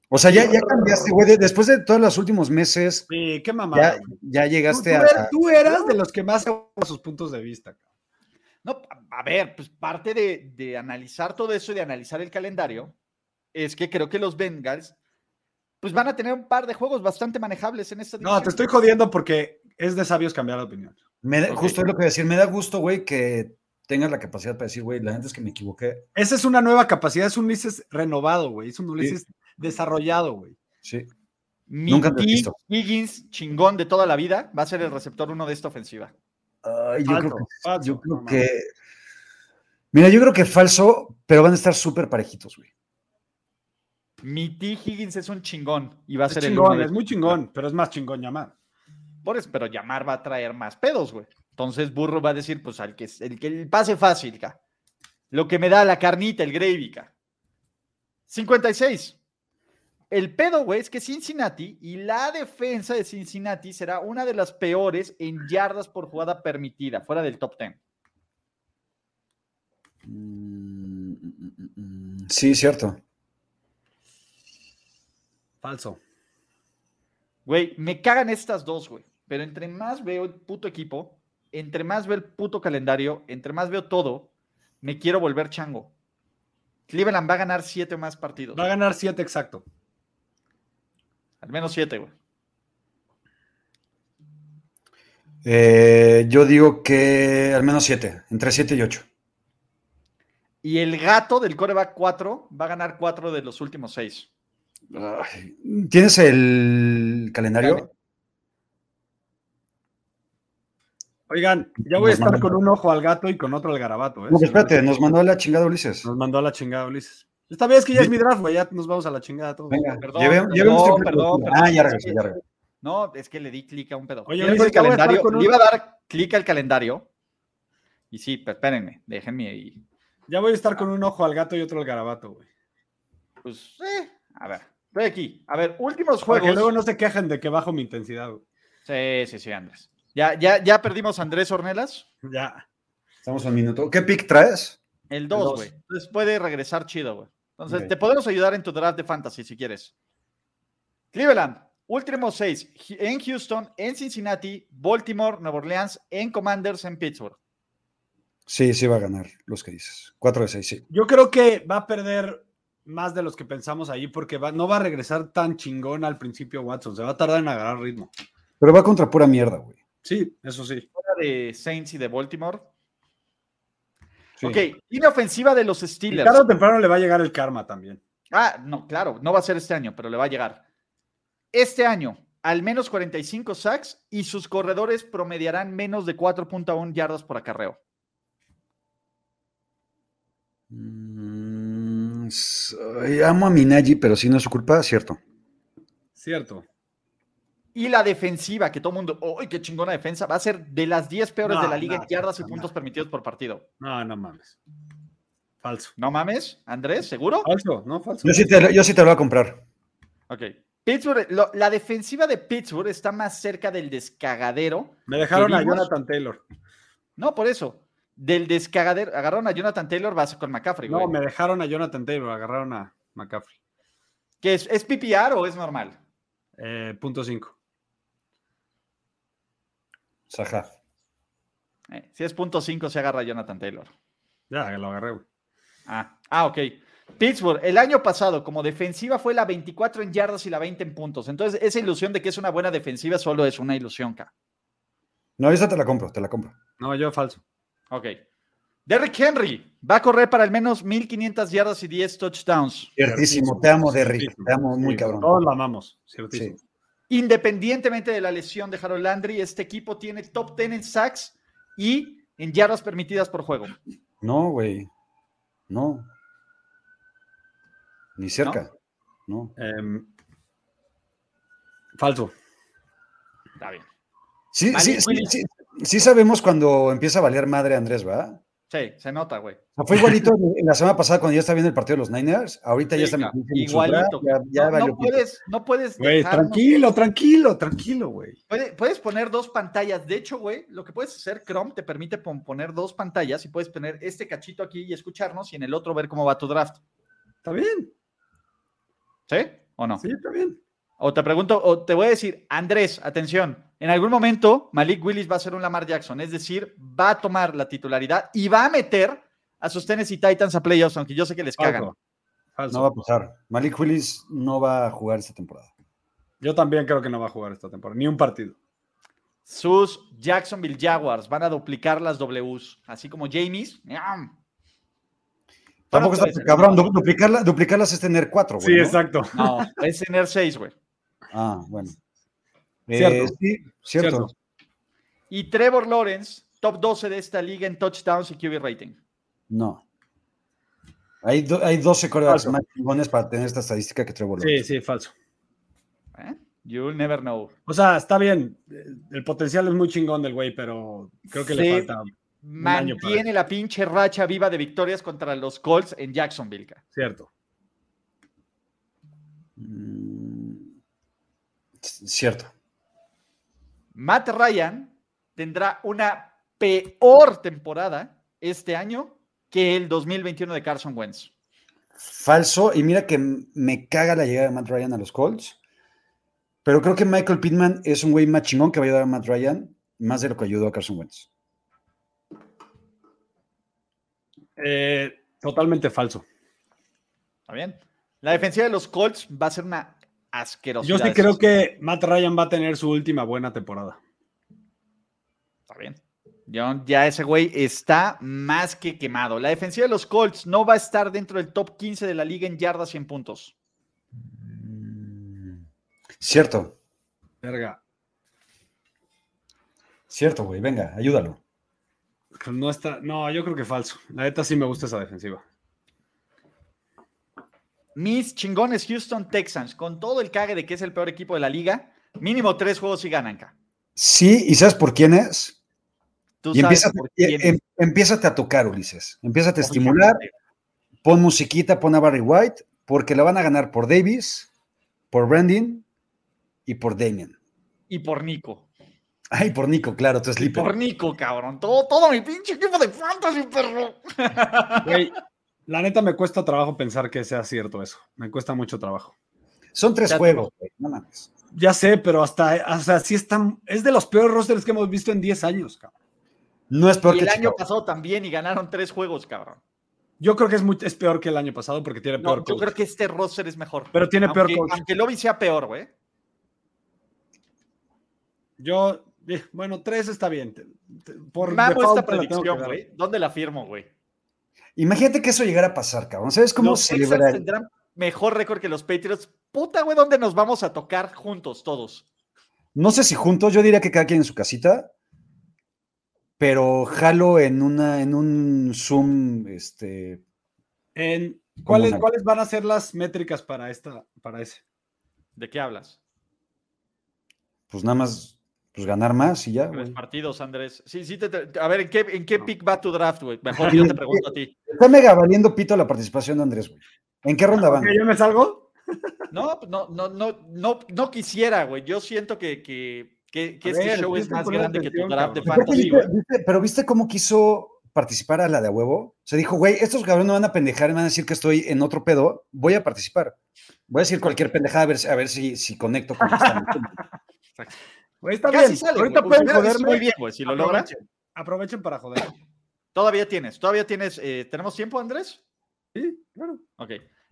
Speaker 2: O sea, ya, ya cambiaste, güey, de- después de todos los últimos meses,
Speaker 3: Sí, qué mamada.
Speaker 2: ya,
Speaker 3: güey.
Speaker 2: ya
Speaker 3: Tú,
Speaker 2: llegaste
Speaker 3: tú
Speaker 2: a...
Speaker 3: eras, tú eras de los que más aguantaban sus puntos de vista. cabrón.
Speaker 1: No, a a ver, pues parte de, de analizar todo eso y de analizar el calendario es que creo que los Bengals pues van a tener un par de juegos bastante manejables en esta
Speaker 3: No,
Speaker 1: división.
Speaker 3: te estoy jodiendo porque es de sabios cambiar de opinión.
Speaker 2: me da-
Speaker 1: Ok.
Speaker 2: Justo es lo que iba a decir, me da gusto, güey, que tengas la capacidad para decir, güey, la neta es que me equivoqué.
Speaker 3: Esa es una nueva capacidad, es un Ulises renovado, güey. Es un Ulises desarrollado, güey.
Speaker 2: Sí.
Speaker 1: Mi
Speaker 2: nunca antes
Speaker 1: T.
Speaker 2: visto.
Speaker 1: Higgins, chingón de toda la vida, va a ser el receptor uno de esta ofensiva.
Speaker 2: Ay, yo
Speaker 3: Falso,
Speaker 2: creo que...
Speaker 3: falso,
Speaker 2: Yo creo
Speaker 3: no mames.
Speaker 2: que... Mira, yo creo que falso, pero van a estar súper parejitos, güey.
Speaker 1: Mi T. Higgins es un chingón y va a
Speaker 3: Es
Speaker 1: ser el
Speaker 3: chingón,
Speaker 1: uno de-
Speaker 3: es muy chingón, pero es más chingón llamar.
Speaker 1: Por eso, pero llamar va a traer más pedos, güey. Entonces Burro va a decir, pues al que el que el pase fácil, ca. Lo que me da la carnita, el gravy, ca. 56. El pedo, güey, es que Cincinnati y la defensa de Cincinnati será una de las peores en yardas por jugada permitida, fuera del top 10.
Speaker 2: Mm, mm, mm, mm. Sí, cierto.
Speaker 3: Falso.
Speaker 1: Güey, me cagan estas dos, güey. pero entre más veo el puto equipo, entre más veo el puto calendario, entre más veo todo, me quiero volver chango. Cleveland va a ganar siete más partidos.
Speaker 3: Va a ganar siete exacto.
Speaker 1: Al menos siete, güey.
Speaker 2: Eh, yo digo que al menos siete, entre siete y ocho.
Speaker 1: Y el gato del coreback 4 va a ganar cuatro de los últimos seis.
Speaker 2: Ay, ¿Tienes el calendario?
Speaker 3: Oigan, ya
Speaker 2: Nos
Speaker 3: voy a estar
Speaker 2: mandó.
Speaker 3: con un ojo al gato y con otro al garabato. ¿eh?
Speaker 2: No, espérate, nos mandó a la chingada Ulises.
Speaker 3: Nos mandó a la chingada, Ulises. Esta vez que ya es mi draft, güey, ya nos vamos a la chingada todos.
Speaker 2: Venga,
Speaker 1: Perdón,
Speaker 2: lleve-
Speaker 1: perdón,
Speaker 2: lleve nuestro-
Speaker 1: perdón, perdón.
Speaker 2: Ah, ya regresó, ya regresó.
Speaker 1: No, es que le di clic a un pedo.
Speaker 3: Oye,
Speaker 1: Fíjense
Speaker 3: Ulises,
Speaker 1: el
Speaker 3: ya voy a estar
Speaker 1: calendario.
Speaker 3: con un-
Speaker 1: Le iba a dar clic al calendario. Y sí, pero espérenme, déjenme ahí.
Speaker 3: Ya voy a estar con un ojo al gato y otro al garabato, güey.
Speaker 1: Pues, eh, a ver, estoy aquí. A ver, últimos
Speaker 3: Porque
Speaker 1: juegos.
Speaker 3: luego no se quejan de que bajo mi intensidad, güey.
Speaker 1: Sí, sí, sí, Andrés. Ya, ya, ya perdimos a Andrés Ornelas.
Speaker 3: Ya.
Speaker 2: Estamos a un minuto. ¿Qué pick traes?
Speaker 1: El
Speaker 3: El
Speaker 1: 2,
Speaker 3: dos.
Speaker 1: güey. Entonces puede regresar chido, güey. Entonces,
Speaker 2: Ok.
Speaker 1: te podemos ayudar en tu draft de fantasy si quieres. Cleveland, último 6, en Houston, en Cincinnati, Baltimore, Nueva Orleans, en Commanders, en Pittsburgh.
Speaker 2: Sí, sí va a ganar los que dices. Cuatro de seis, sí.
Speaker 3: Yo creo que va a perder más de los que pensamos ahí porque va- no va a regresar tan chingón al principio Watson. Se va a tardar en agarrar ritmo.
Speaker 2: Pero va contra pura mierda, güey.
Speaker 3: Sí, eso sí.
Speaker 1: Fuera de Saints y de Baltimore.
Speaker 2: Sí.
Speaker 1: Ok, línea ofensiva de los
Speaker 3: Y
Speaker 1: Steelers.
Speaker 3: tarde o temprano le va a llegar el karma también.
Speaker 1: Ah, no, claro, no va a ser este año, pero le va a llegar. Este año, al menos 45 sacks y sus corredores promediarán menos de 4.1 yardas por acarreo.
Speaker 2: Mm, s- ay, amo a Minaji, pero si no es su culpa, cierto.
Speaker 3: Cierto.
Speaker 1: Y la defensiva, que todo el mundo, ¡ay, qué chingona defensa! Va a ser de las 10 peores
Speaker 3: No,
Speaker 1: de la liga
Speaker 3: no,
Speaker 1: en yardas y
Speaker 3: no,
Speaker 1: puntos permitidos por partido.
Speaker 3: No, no mames. Falso.
Speaker 1: No mames, Andrés, ¿seguro?
Speaker 3: Falso, no falso.
Speaker 2: Yo sí te, lo- yo sí te lo voy a comprar.
Speaker 1: Ok. Pittsburgh, lo- la defensiva de Pittsburgh está más cerca del descagadero.
Speaker 3: Me dejaron a
Speaker 1: Querimos-
Speaker 3: Jonathan Taylor.
Speaker 1: No, por eso. Del descagadero. Agarraron a Jonathan Taylor vas con McCaffrey, güey.
Speaker 3: No, me dejaron a Jonathan Taylor, agarraron a McCaffrey.
Speaker 1: ¿Que es, ¿Es PPR o es normal?
Speaker 3: Eh, punto 5.
Speaker 2: Sajá.
Speaker 1: Eh, si es punto .5 se agarra a Jonathan Taylor.
Speaker 3: Ya, lo agarré, güey.
Speaker 1: Ah, ah, ok. Pittsburgh, el año pasado, como defensiva, fue la 24 en yardas y la 20 en puntos. Entonces, esa ilusión de que es una buena defensiva solo es una ilusión, ca.
Speaker 2: No, esa te la compro, te la compro.
Speaker 3: No, yo falso.
Speaker 1: Ok. Derrick Henry va a correr para al menos 1500 yardas y 10 touchdowns.
Speaker 2: Ciertísimo, te amo, Derrick.
Speaker 3: Ciertísimo.
Speaker 2: Te amo muy
Speaker 3: Sí,
Speaker 2: cabrón.
Speaker 3: Todos la amamos,
Speaker 2: Sí.
Speaker 3: ciertísimo.
Speaker 1: Independientemente de la lesión de Harold Landry, este equipo tiene top 10 en sacks y en yardas permitidas por juego.
Speaker 2: No, güey. No. Ni cerca. No.
Speaker 3: Em, falso.
Speaker 1: Está bien.
Speaker 2: Sí,
Speaker 1: Malik
Speaker 2: sí, sí,
Speaker 1: Willis.
Speaker 2: sí, sí sabemos cuando empieza a valer madre Andrés, ¿va?
Speaker 1: Sí, se nota, güey.
Speaker 2: O sea, fue igualito en la semana pasada cuando ya está viendo el partido de los Niners. Ahorita ya
Speaker 1: Sí,
Speaker 2: está
Speaker 1: ca,
Speaker 2: metido en su
Speaker 1: Igualito.
Speaker 2: draft, Ya, ya
Speaker 1: no, no
Speaker 2: valió pito.
Speaker 1: puedes, no puedes.
Speaker 3: Güey,
Speaker 1: dejarnos-
Speaker 3: tranquilo, tranquilo, tranquilo, güey.
Speaker 1: Puede- puedes poner dos pantallas. De hecho, güey, lo que puedes hacer, Chrome te permite pon- poner dos pantallas y puedes poner este cachito aquí y escucharnos y en el otro ver cómo va tu draft.
Speaker 3: Está bien,
Speaker 1: ¿Sí? ¿O no?
Speaker 3: sí, está bien.
Speaker 1: O te pregunto, o te voy a decir, Andrés, atención, en algún momento Malik Willis va a ser un Lamar Jackson, es decir, va a tomar la titularidad y va a meter a sus Tennessee Titans a playoffs, aunque yo sé que les cagan.
Speaker 3: Falso. Falso.
Speaker 2: No va a pasar. Malik Willis no va a jugar esta temporada.
Speaker 3: Yo también creo que no va a jugar esta temporada, ni un partido.
Speaker 1: Sus Jacksonville Jaguars van a duplicar las Ws, así como Jamies. ¡miam! pues,
Speaker 2: Tampoco está
Speaker 1: puede ser.
Speaker 2: cabrón. du- Duplicarla, duplicarlas es tener cuatro, güey.
Speaker 3: sí,
Speaker 2: ¿no?
Speaker 3: exacto.
Speaker 1: No, es tener seis, güey.
Speaker 2: Ah, bueno.
Speaker 3: Cierto.
Speaker 2: Eh, sí, cierto.
Speaker 3: Cierto.
Speaker 1: Y Trevor Lawrence, top 12 de esta liga en touchdowns y QB rating.
Speaker 2: No. Hay, do- hay 12 corebacks
Speaker 3: Falso.
Speaker 2: más chingones para tener esta estadística que Trevor
Speaker 3: Sí,
Speaker 2: Lawrence.
Speaker 3: sí, falso.
Speaker 1: ¿eh? You'll never know.
Speaker 3: O sea, está bien. El potencial es muy chingón del güey, pero creo que
Speaker 1: Sí.
Speaker 3: le falta. año para
Speaker 1: Mantiene la pinche racha viva de victorias contra los Colts en Jacksonville. ca.
Speaker 3: Cierto.
Speaker 2: Mm, c- Cierto.
Speaker 1: Matt Ryan tendrá una peor temporada este año que el 2021 de Carson Wentz.
Speaker 2: Falso. Y mira que m- me caga la llegada de Matt Ryan a los Colts. Pero creo que Michael Pittman es un güey más chingón que va a ayudar a Matt Ryan, más de lo que ayudó a Carson Wentz.
Speaker 3: Eh, totalmente falso.
Speaker 1: Está bien. La defensiva de los Colts va a ser una asquerosidad.
Speaker 3: Yo sí creo que Matt Ryan va a tener su última buena temporada.
Speaker 1: Está bien. Yo- ya ese güey está más que quemado. La defensiva de los Colts no va a estar dentro del top 15 de la liga en yardas y en puntos.
Speaker 2: Cierto,
Speaker 3: Verga.
Speaker 2: cierto, güey. Venga, ayúdalo.
Speaker 3: Pues No está. No, yo creo que falso. La neta sí me gusta esa defensiva.
Speaker 1: Mis chingones Houston Texans, con todo el cague de que es el peor equipo de la liga, mínimo tres juegos y ganan acá.
Speaker 2: Sí, ¿y sabes por quién es?
Speaker 1: Tú
Speaker 2: Y
Speaker 1: sabes
Speaker 2: empieza,
Speaker 1: por
Speaker 2: y-
Speaker 1: quién.
Speaker 2: em- empiézate a tocar, Ulises. Empieza a estimular, pon musiquita, pon a Barry White, porque la van a ganar por Davis, por Brandon y por Damien. (laughs)
Speaker 1: Y por Nico.
Speaker 2: Ay, por Nico, claro, tu
Speaker 1: Y
Speaker 2: sleeper.
Speaker 1: por Nico, cabrón. Todo, todo mi pinche equipo de fantasy, perro.
Speaker 3: Güey, la neta me cuesta trabajo pensar que sea cierto eso. Me cuesta mucho trabajo.
Speaker 2: Son tres
Speaker 1: Ya
Speaker 2: juegos, güey, no mames.
Speaker 3: Ya sé, pero hasta, hasta sí están. Es de los peores rosters que hemos visto en 10 años, cabrón.
Speaker 2: No es peor
Speaker 1: Y
Speaker 2: que
Speaker 1: el año
Speaker 2: Chicago.
Speaker 1: pasado también y ganaron tres juegos, cabrón.
Speaker 3: Yo creo que es, muy- es peor que el año pasado porque tiene
Speaker 1: No,
Speaker 3: peor
Speaker 1: yo
Speaker 3: coach.
Speaker 1: creo que este roster es mejor.
Speaker 3: Pero tiene
Speaker 1: aunque,
Speaker 3: peor coach.
Speaker 1: Aunque Lobby sea peor, güey.
Speaker 3: Yo, eh, bueno, tres está bien. Te- te- Por
Speaker 1: Me hago
Speaker 3: default
Speaker 1: esta
Speaker 3: te la tengo que
Speaker 1: predicción,
Speaker 3: dar.
Speaker 1: güey. ¿Dónde la firmo, güey?
Speaker 2: Imagínate que eso llegara a pasar, cabrón. ¿Sabes cómo
Speaker 1: Los Texans
Speaker 2: celebrar?
Speaker 1: tendrán mejor récord que los Patriots. Puta, güey, ¿dónde nos vamos a tocar juntos todos?
Speaker 2: No sé si juntos, yo diría que cada quien en su casita, pero jalo en una, en un Zoom, este,
Speaker 3: En- ¿cuáles,
Speaker 2: una-
Speaker 3: ¿Cuáles van a ser las métricas para esta, para ese?
Speaker 1: ¿De qué hablas?
Speaker 2: pues nada más, pues ganar más y ya.
Speaker 1: Tres
Speaker 2: güey.
Speaker 1: partidos, Andrés. Sí, sí, te- te- a ver, ¿en qué, en qué
Speaker 3: No.
Speaker 1: pick va tu draft, güey? Mejor yo te pregunto a
Speaker 3: (laughs)
Speaker 1: ti.
Speaker 2: Está mega valiendo pito la participación de Andrés, güey. ¿En qué ronda van?
Speaker 3: ¿Que yo me salgo?
Speaker 1: No, no, no, no, no, no quisiera, güey. Yo siento que, que, que, que
Speaker 3: A
Speaker 1: este
Speaker 3: ver,
Speaker 1: show es
Speaker 3: tienes que
Speaker 1: más
Speaker 3: poner
Speaker 1: grande que tu
Speaker 3: atención,
Speaker 1: draft de
Speaker 3: cabrón.
Speaker 2: Aparte,
Speaker 1: fantasy,
Speaker 2: ¿viste-
Speaker 1: güey.
Speaker 2: viste- pero viste cómo quiso participar a la de a huevo. Se dijo, güey, estos cabrones me van a pendejar, me van a decir que estoy en otro pedo, voy a participar. Voy a decir cualquier pendejada a ver, si- a ver si, si conecto con lo que están diciendo".
Speaker 3: Güey, está
Speaker 1: Casi
Speaker 3: bien.
Speaker 1: sale,
Speaker 3: Ahorita
Speaker 1: güey. Pues
Speaker 3: pueden
Speaker 1: Hubiera visto
Speaker 3: joderme.
Speaker 1: Muy bien, güey, si lo logras.
Speaker 3: aprovechen, aprovechen para joder.
Speaker 1: Todavía tienes, todavía tienes. eh, ¿Tenemos tiempo, Andrés?
Speaker 3: Sí, claro.
Speaker 1: Ok.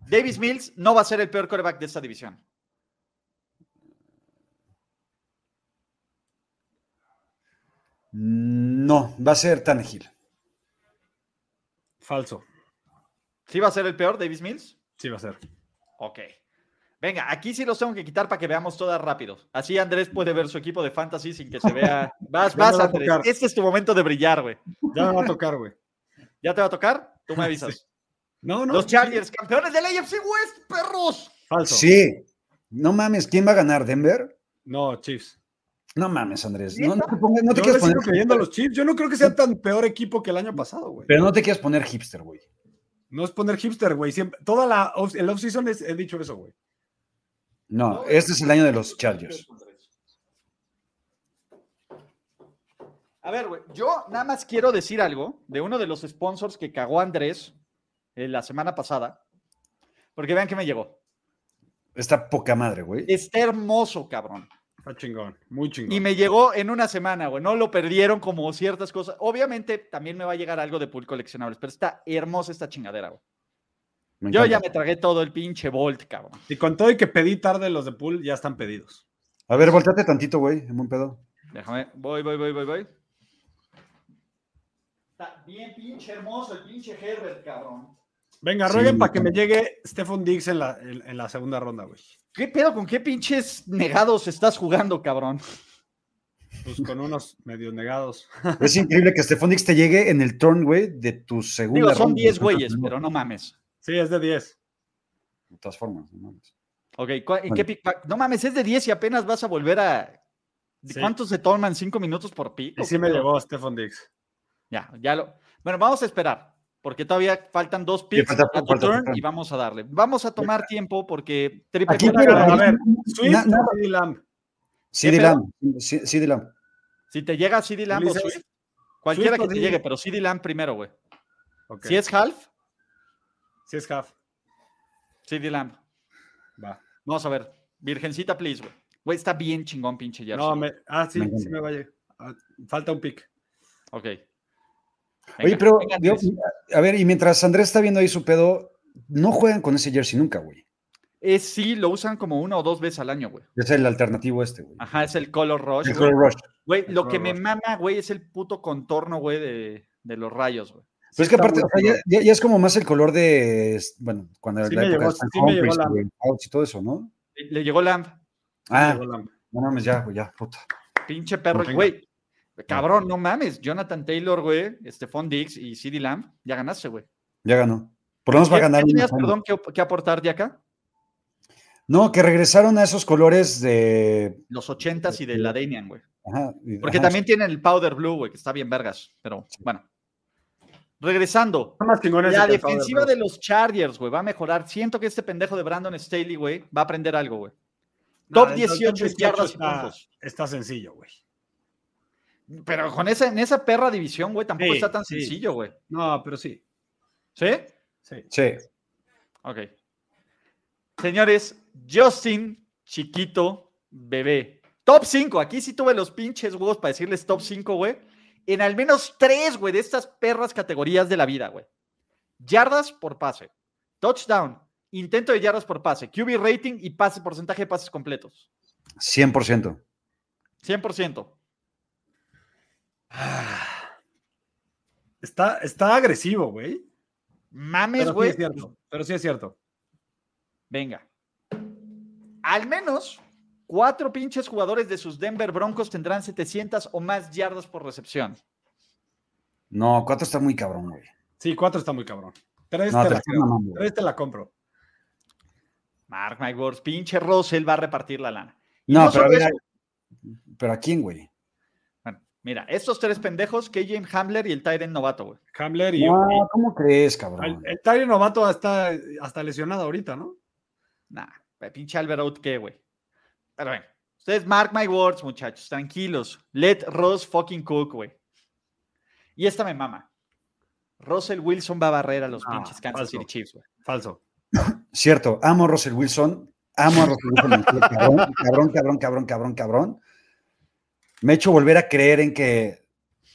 Speaker 1: Davis Mills no va a ser el peor quarterback de esta división.
Speaker 2: (laughs) No, va a ser Tanegil.
Speaker 3: Falso.
Speaker 1: ¿Sí va a ser el peor, Davis Mills?
Speaker 3: Sí va a ser.
Speaker 1: Ok. Venga, aquí sí los tengo que quitar para que veamos todas rápido. Así Andrés puede ver su equipo de fantasy sin que se
Speaker 3: (laughs)
Speaker 1: vea. Vas,
Speaker 3: Ya me
Speaker 1: vas,
Speaker 3: va a
Speaker 1: Andrés.
Speaker 3: tocar.
Speaker 1: Este es tu momento de brillar, güey.
Speaker 3: Ya me va a tocar, güey.
Speaker 1: ¿Ya te va a tocar? Tú
Speaker 3: (laughs)
Speaker 1: me avisas.
Speaker 3: No, no.
Speaker 1: Los Chargers, campeones del AFC West, perros.
Speaker 3: Falso.
Speaker 2: Sí. No mames, ¿quién va a ganar? ¿Denver?
Speaker 3: No, Chiefs.
Speaker 2: No mames, Andrés.
Speaker 1: ¿Neta?
Speaker 2: No, no te, pongas- no te
Speaker 3: Yo
Speaker 2: quieras
Speaker 3: le sigo
Speaker 2: poner.
Speaker 3: creyendo a
Speaker 2: hipster,
Speaker 3: los Chiefs. Yo no creo que sea tan peor equipo que el año pasado, güey.
Speaker 2: Pero no te quieras poner hipster, güey.
Speaker 3: No es poner hipster, güey. Siempre, toda la off- el off-season es- he dicho eso, güey.
Speaker 2: No, este es el año de los Chargers.
Speaker 1: A ver, güey, yo nada más quiero decir algo de uno de los sponsors que cagó Andrés eh, la semana pasada. Porque vean que me llegó.
Speaker 2: Está poca madre, güey.
Speaker 1: Está hermoso, cabrón.
Speaker 3: Está chingón. Muy chingón.
Speaker 1: Y me llegó en una semana, güey. No lo perdieron como ciertas cosas. Obviamente también me va a llegar algo de pool coleccionables, pero está hermosa esta chingadera, güey.
Speaker 2: Me
Speaker 1: Yo ya
Speaker 2: encanta.
Speaker 1: me tragué todo el pinche Volt, cabrón.
Speaker 3: Y con todo y que pedí tarde los de pool, ya están pedidos.
Speaker 2: A ver, volteate tantito, güey. En buen
Speaker 3: (laughs)
Speaker 2: pedo.
Speaker 1: Déjame, voy, voy, voy, voy, voy. Está bien pinche hermoso el pinche Herbert, cabrón.
Speaker 3: Venga,
Speaker 2: Sí,
Speaker 3: rueguen
Speaker 2: güey.
Speaker 3: para que me llegue Stephon Diggs en la, en, en la segunda ronda, güey.
Speaker 1: ¿Qué pedo? ¿Con qué pinches negados estás jugando, cabrón?
Speaker 3: Pues
Speaker 2: (laughs)
Speaker 3: con unos medio negados.
Speaker 2: Es increíble que Stefonix te llegue en el turn, güey, de tu segunda.
Speaker 1: Digo, son
Speaker 2: ronda.
Speaker 1: 10 güeyes, pero no mames.
Speaker 3: Sí, es de 10.
Speaker 2: De todas formas, no mames.
Speaker 1: Ok, ¿cuál- ¿en qué pick pack? No mames, es de 10 y apenas vas a volver a. ¿De
Speaker 3: Sí.
Speaker 1: ¿Cuántos se toman? ¿Cinco minutos por pick?
Speaker 3: Y sí me llegó Stephon Diggs.
Speaker 1: Ya, ya lo. Bueno, vamos a esperar, porque todavía faltan dos
Speaker 2: Sí,
Speaker 1: picks
Speaker 2: falta-
Speaker 1: a tu
Speaker 2: falta-
Speaker 1: turn
Speaker 2: falta.
Speaker 1: y vamos a darle. Vamos a tomar tiempo porque triple
Speaker 2: Aquí
Speaker 1: corte-
Speaker 2: quiero-
Speaker 3: pues, A ver, Swift
Speaker 2: Na- nada.
Speaker 3: o CD Lamb.
Speaker 2: Sí, Dylan. Sí, sí, Dylan.
Speaker 1: Si te llega CD Lamb o
Speaker 3: Ulises,
Speaker 1: Swift, cualquiera
Speaker 3: Swift o
Speaker 1: que te
Speaker 3: CD.
Speaker 1: llegue, pero CD Lamb primero, güey.
Speaker 3: Ok.
Speaker 1: Si es half,
Speaker 3: Sí es half.
Speaker 1: CD Lamb.
Speaker 3: Va.
Speaker 1: Vamos a ver. Virgencita, please, güey. Güey, está bien chingón, pinche Jarson.
Speaker 3: No, me, ah, sí,
Speaker 2: Me encanta.
Speaker 3: sí me vaya. Ah, Falta un pick.
Speaker 1: Ok.
Speaker 2: Oye,
Speaker 1: Venga,
Speaker 2: pero,
Speaker 1: venga,
Speaker 2: digo,
Speaker 1: Andrés.
Speaker 2: a ver, y mientras Andrés está viendo ahí su pedo, no juegan con ese jersey nunca, güey.
Speaker 1: Eh, sí, lo usan como una o dos veces al año, güey.
Speaker 2: Es el alternativo este,
Speaker 3: Ah,
Speaker 2: güey.
Speaker 1: Ajá, es el Color Rush.
Speaker 3: pues,
Speaker 2: El
Speaker 1: güey.
Speaker 2: Color Rush.
Speaker 1: Güey,
Speaker 3: El
Speaker 1: lo
Speaker 3: Color
Speaker 1: que me
Speaker 3: Rush.
Speaker 1: mama, güey, es el puto contorno, güey, de, de los rayos, güey.
Speaker 2: Pero es que
Speaker 3: está
Speaker 2: aparte,
Speaker 3: muy
Speaker 2: o sea, ya,
Speaker 3: chingón.
Speaker 2: ya- ya es como más el color de, es- bueno, cuando
Speaker 3: Sí
Speaker 2: la
Speaker 3: me
Speaker 2: época
Speaker 3: llegó,
Speaker 2: de Stan
Speaker 3: sí me llegó
Speaker 2: Humphries,
Speaker 3: la-
Speaker 2: güey, Fouts y todo eso, ¿no?
Speaker 1: Le, le llegó Lamb.
Speaker 2: Ah,
Speaker 3: Diego Lam.
Speaker 2: no mames, ya, güey, ya, puta.
Speaker 1: Pinche perro,
Speaker 3: Venga.
Speaker 1: güey. Cabrón, no mames. Jonathan Taylor, güey, Stephon Diggs y CeeDee Lamb, ya ganaste, güey.
Speaker 2: Ya ganó. Por lo menos va a
Speaker 1: ¿Qué-
Speaker 2: ganar.
Speaker 1: qué
Speaker 2: una
Speaker 1: tenías,
Speaker 2: fama.
Speaker 1: perdón, que, que aportar de acá?
Speaker 2: No, que regresaron a esos colores de.
Speaker 1: Los 80s y de la Danian, güey.
Speaker 2: Ajá, y-
Speaker 1: Porque
Speaker 2: ajá,
Speaker 1: también tienen el Powder Blue, güey, que está bien vergas. Pero bueno. Regresando.
Speaker 3: Está más chingón ese
Speaker 1: La
Speaker 3: que el Powder
Speaker 1: defensiva
Speaker 3: Blue.
Speaker 1: de los Chargers, güey, va a mejorar. Siento que este pendejo de Brandon Staley, güey, va a aprender algo, güey.
Speaker 3: Nah,
Speaker 1: top
Speaker 3: el
Speaker 1: 18 yardas y
Speaker 3: está,
Speaker 1: puntos.
Speaker 3: está sencillo, güey.
Speaker 1: Pero con esa, en esa perra división, güey, tampoco
Speaker 3: Sí,
Speaker 1: está tan
Speaker 3: sí.
Speaker 1: sencillo, güey.
Speaker 3: No, pero sí.
Speaker 1: ¿Sí?
Speaker 3: Sí.
Speaker 2: Sí.
Speaker 1: Ok. Señores, Justin, chiquito, bebé. Top 5. Aquí sí tuve los pinches huevos para decirles top 5, güey. En al menos tres, güey, de estas perras categorías de la vida, güey. Yardas por pase. Touchdown. Intento de yardas por pase. QB rating y pase, porcentaje de pases completos.
Speaker 2: 100%.
Speaker 1: 100%.
Speaker 3: Ah. Está, está agresivo, güey.
Speaker 1: Mames,
Speaker 3: Pero sí
Speaker 1: güey.
Speaker 3: es cierto. Pero sí es cierto.
Speaker 1: Venga. Al menos cuatro pinches jugadores de sus Denver Broncos tendrán 700 o más yardas por recepción.
Speaker 2: No, 4 está muy cabrón, güey.
Speaker 3: Sí, cuatro está muy cabrón. Tres
Speaker 2: No,
Speaker 3: te
Speaker 2: te
Speaker 3: la
Speaker 2: estás
Speaker 3: creo.
Speaker 2: mamando, güey.
Speaker 3: Tres te la compro.
Speaker 1: Mark my words, pinche Russell va a repartir la lana. Y
Speaker 2: No,
Speaker 1: no
Speaker 2: pero a
Speaker 1: solo
Speaker 2: ver,
Speaker 1: eso.
Speaker 2: a- ¿pero a quién, güey?
Speaker 1: Bueno, mira, estos tres pendejos, KJ Hamler y el Tyren novato, güey.
Speaker 3: Hamler y.
Speaker 2: No, ¿cómo crees,
Speaker 3: el
Speaker 2: cabrón?
Speaker 3: el Tyre Novato está hasta lesionado ahorita, ¿no?
Speaker 1: Nah, pinche Albert Out, ¿qué, güey? Pero bueno, ustedes mark my words, muchachos, tranquilos. Let Ross fucking cook, güey. Y esta me mama. Russell Wilson va a barrer a los
Speaker 3: Ah,
Speaker 1: pinches Kansas
Speaker 3: falso.
Speaker 1: City Chiefs, güey.
Speaker 3: Falso.
Speaker 2: Cierto, amo a Russell Wilson, amo a Russell Wilson, me quiero, cabrón, cabrón, cabrón, cabrón, cabrón, cabrón. Me he hecho volver a creer en que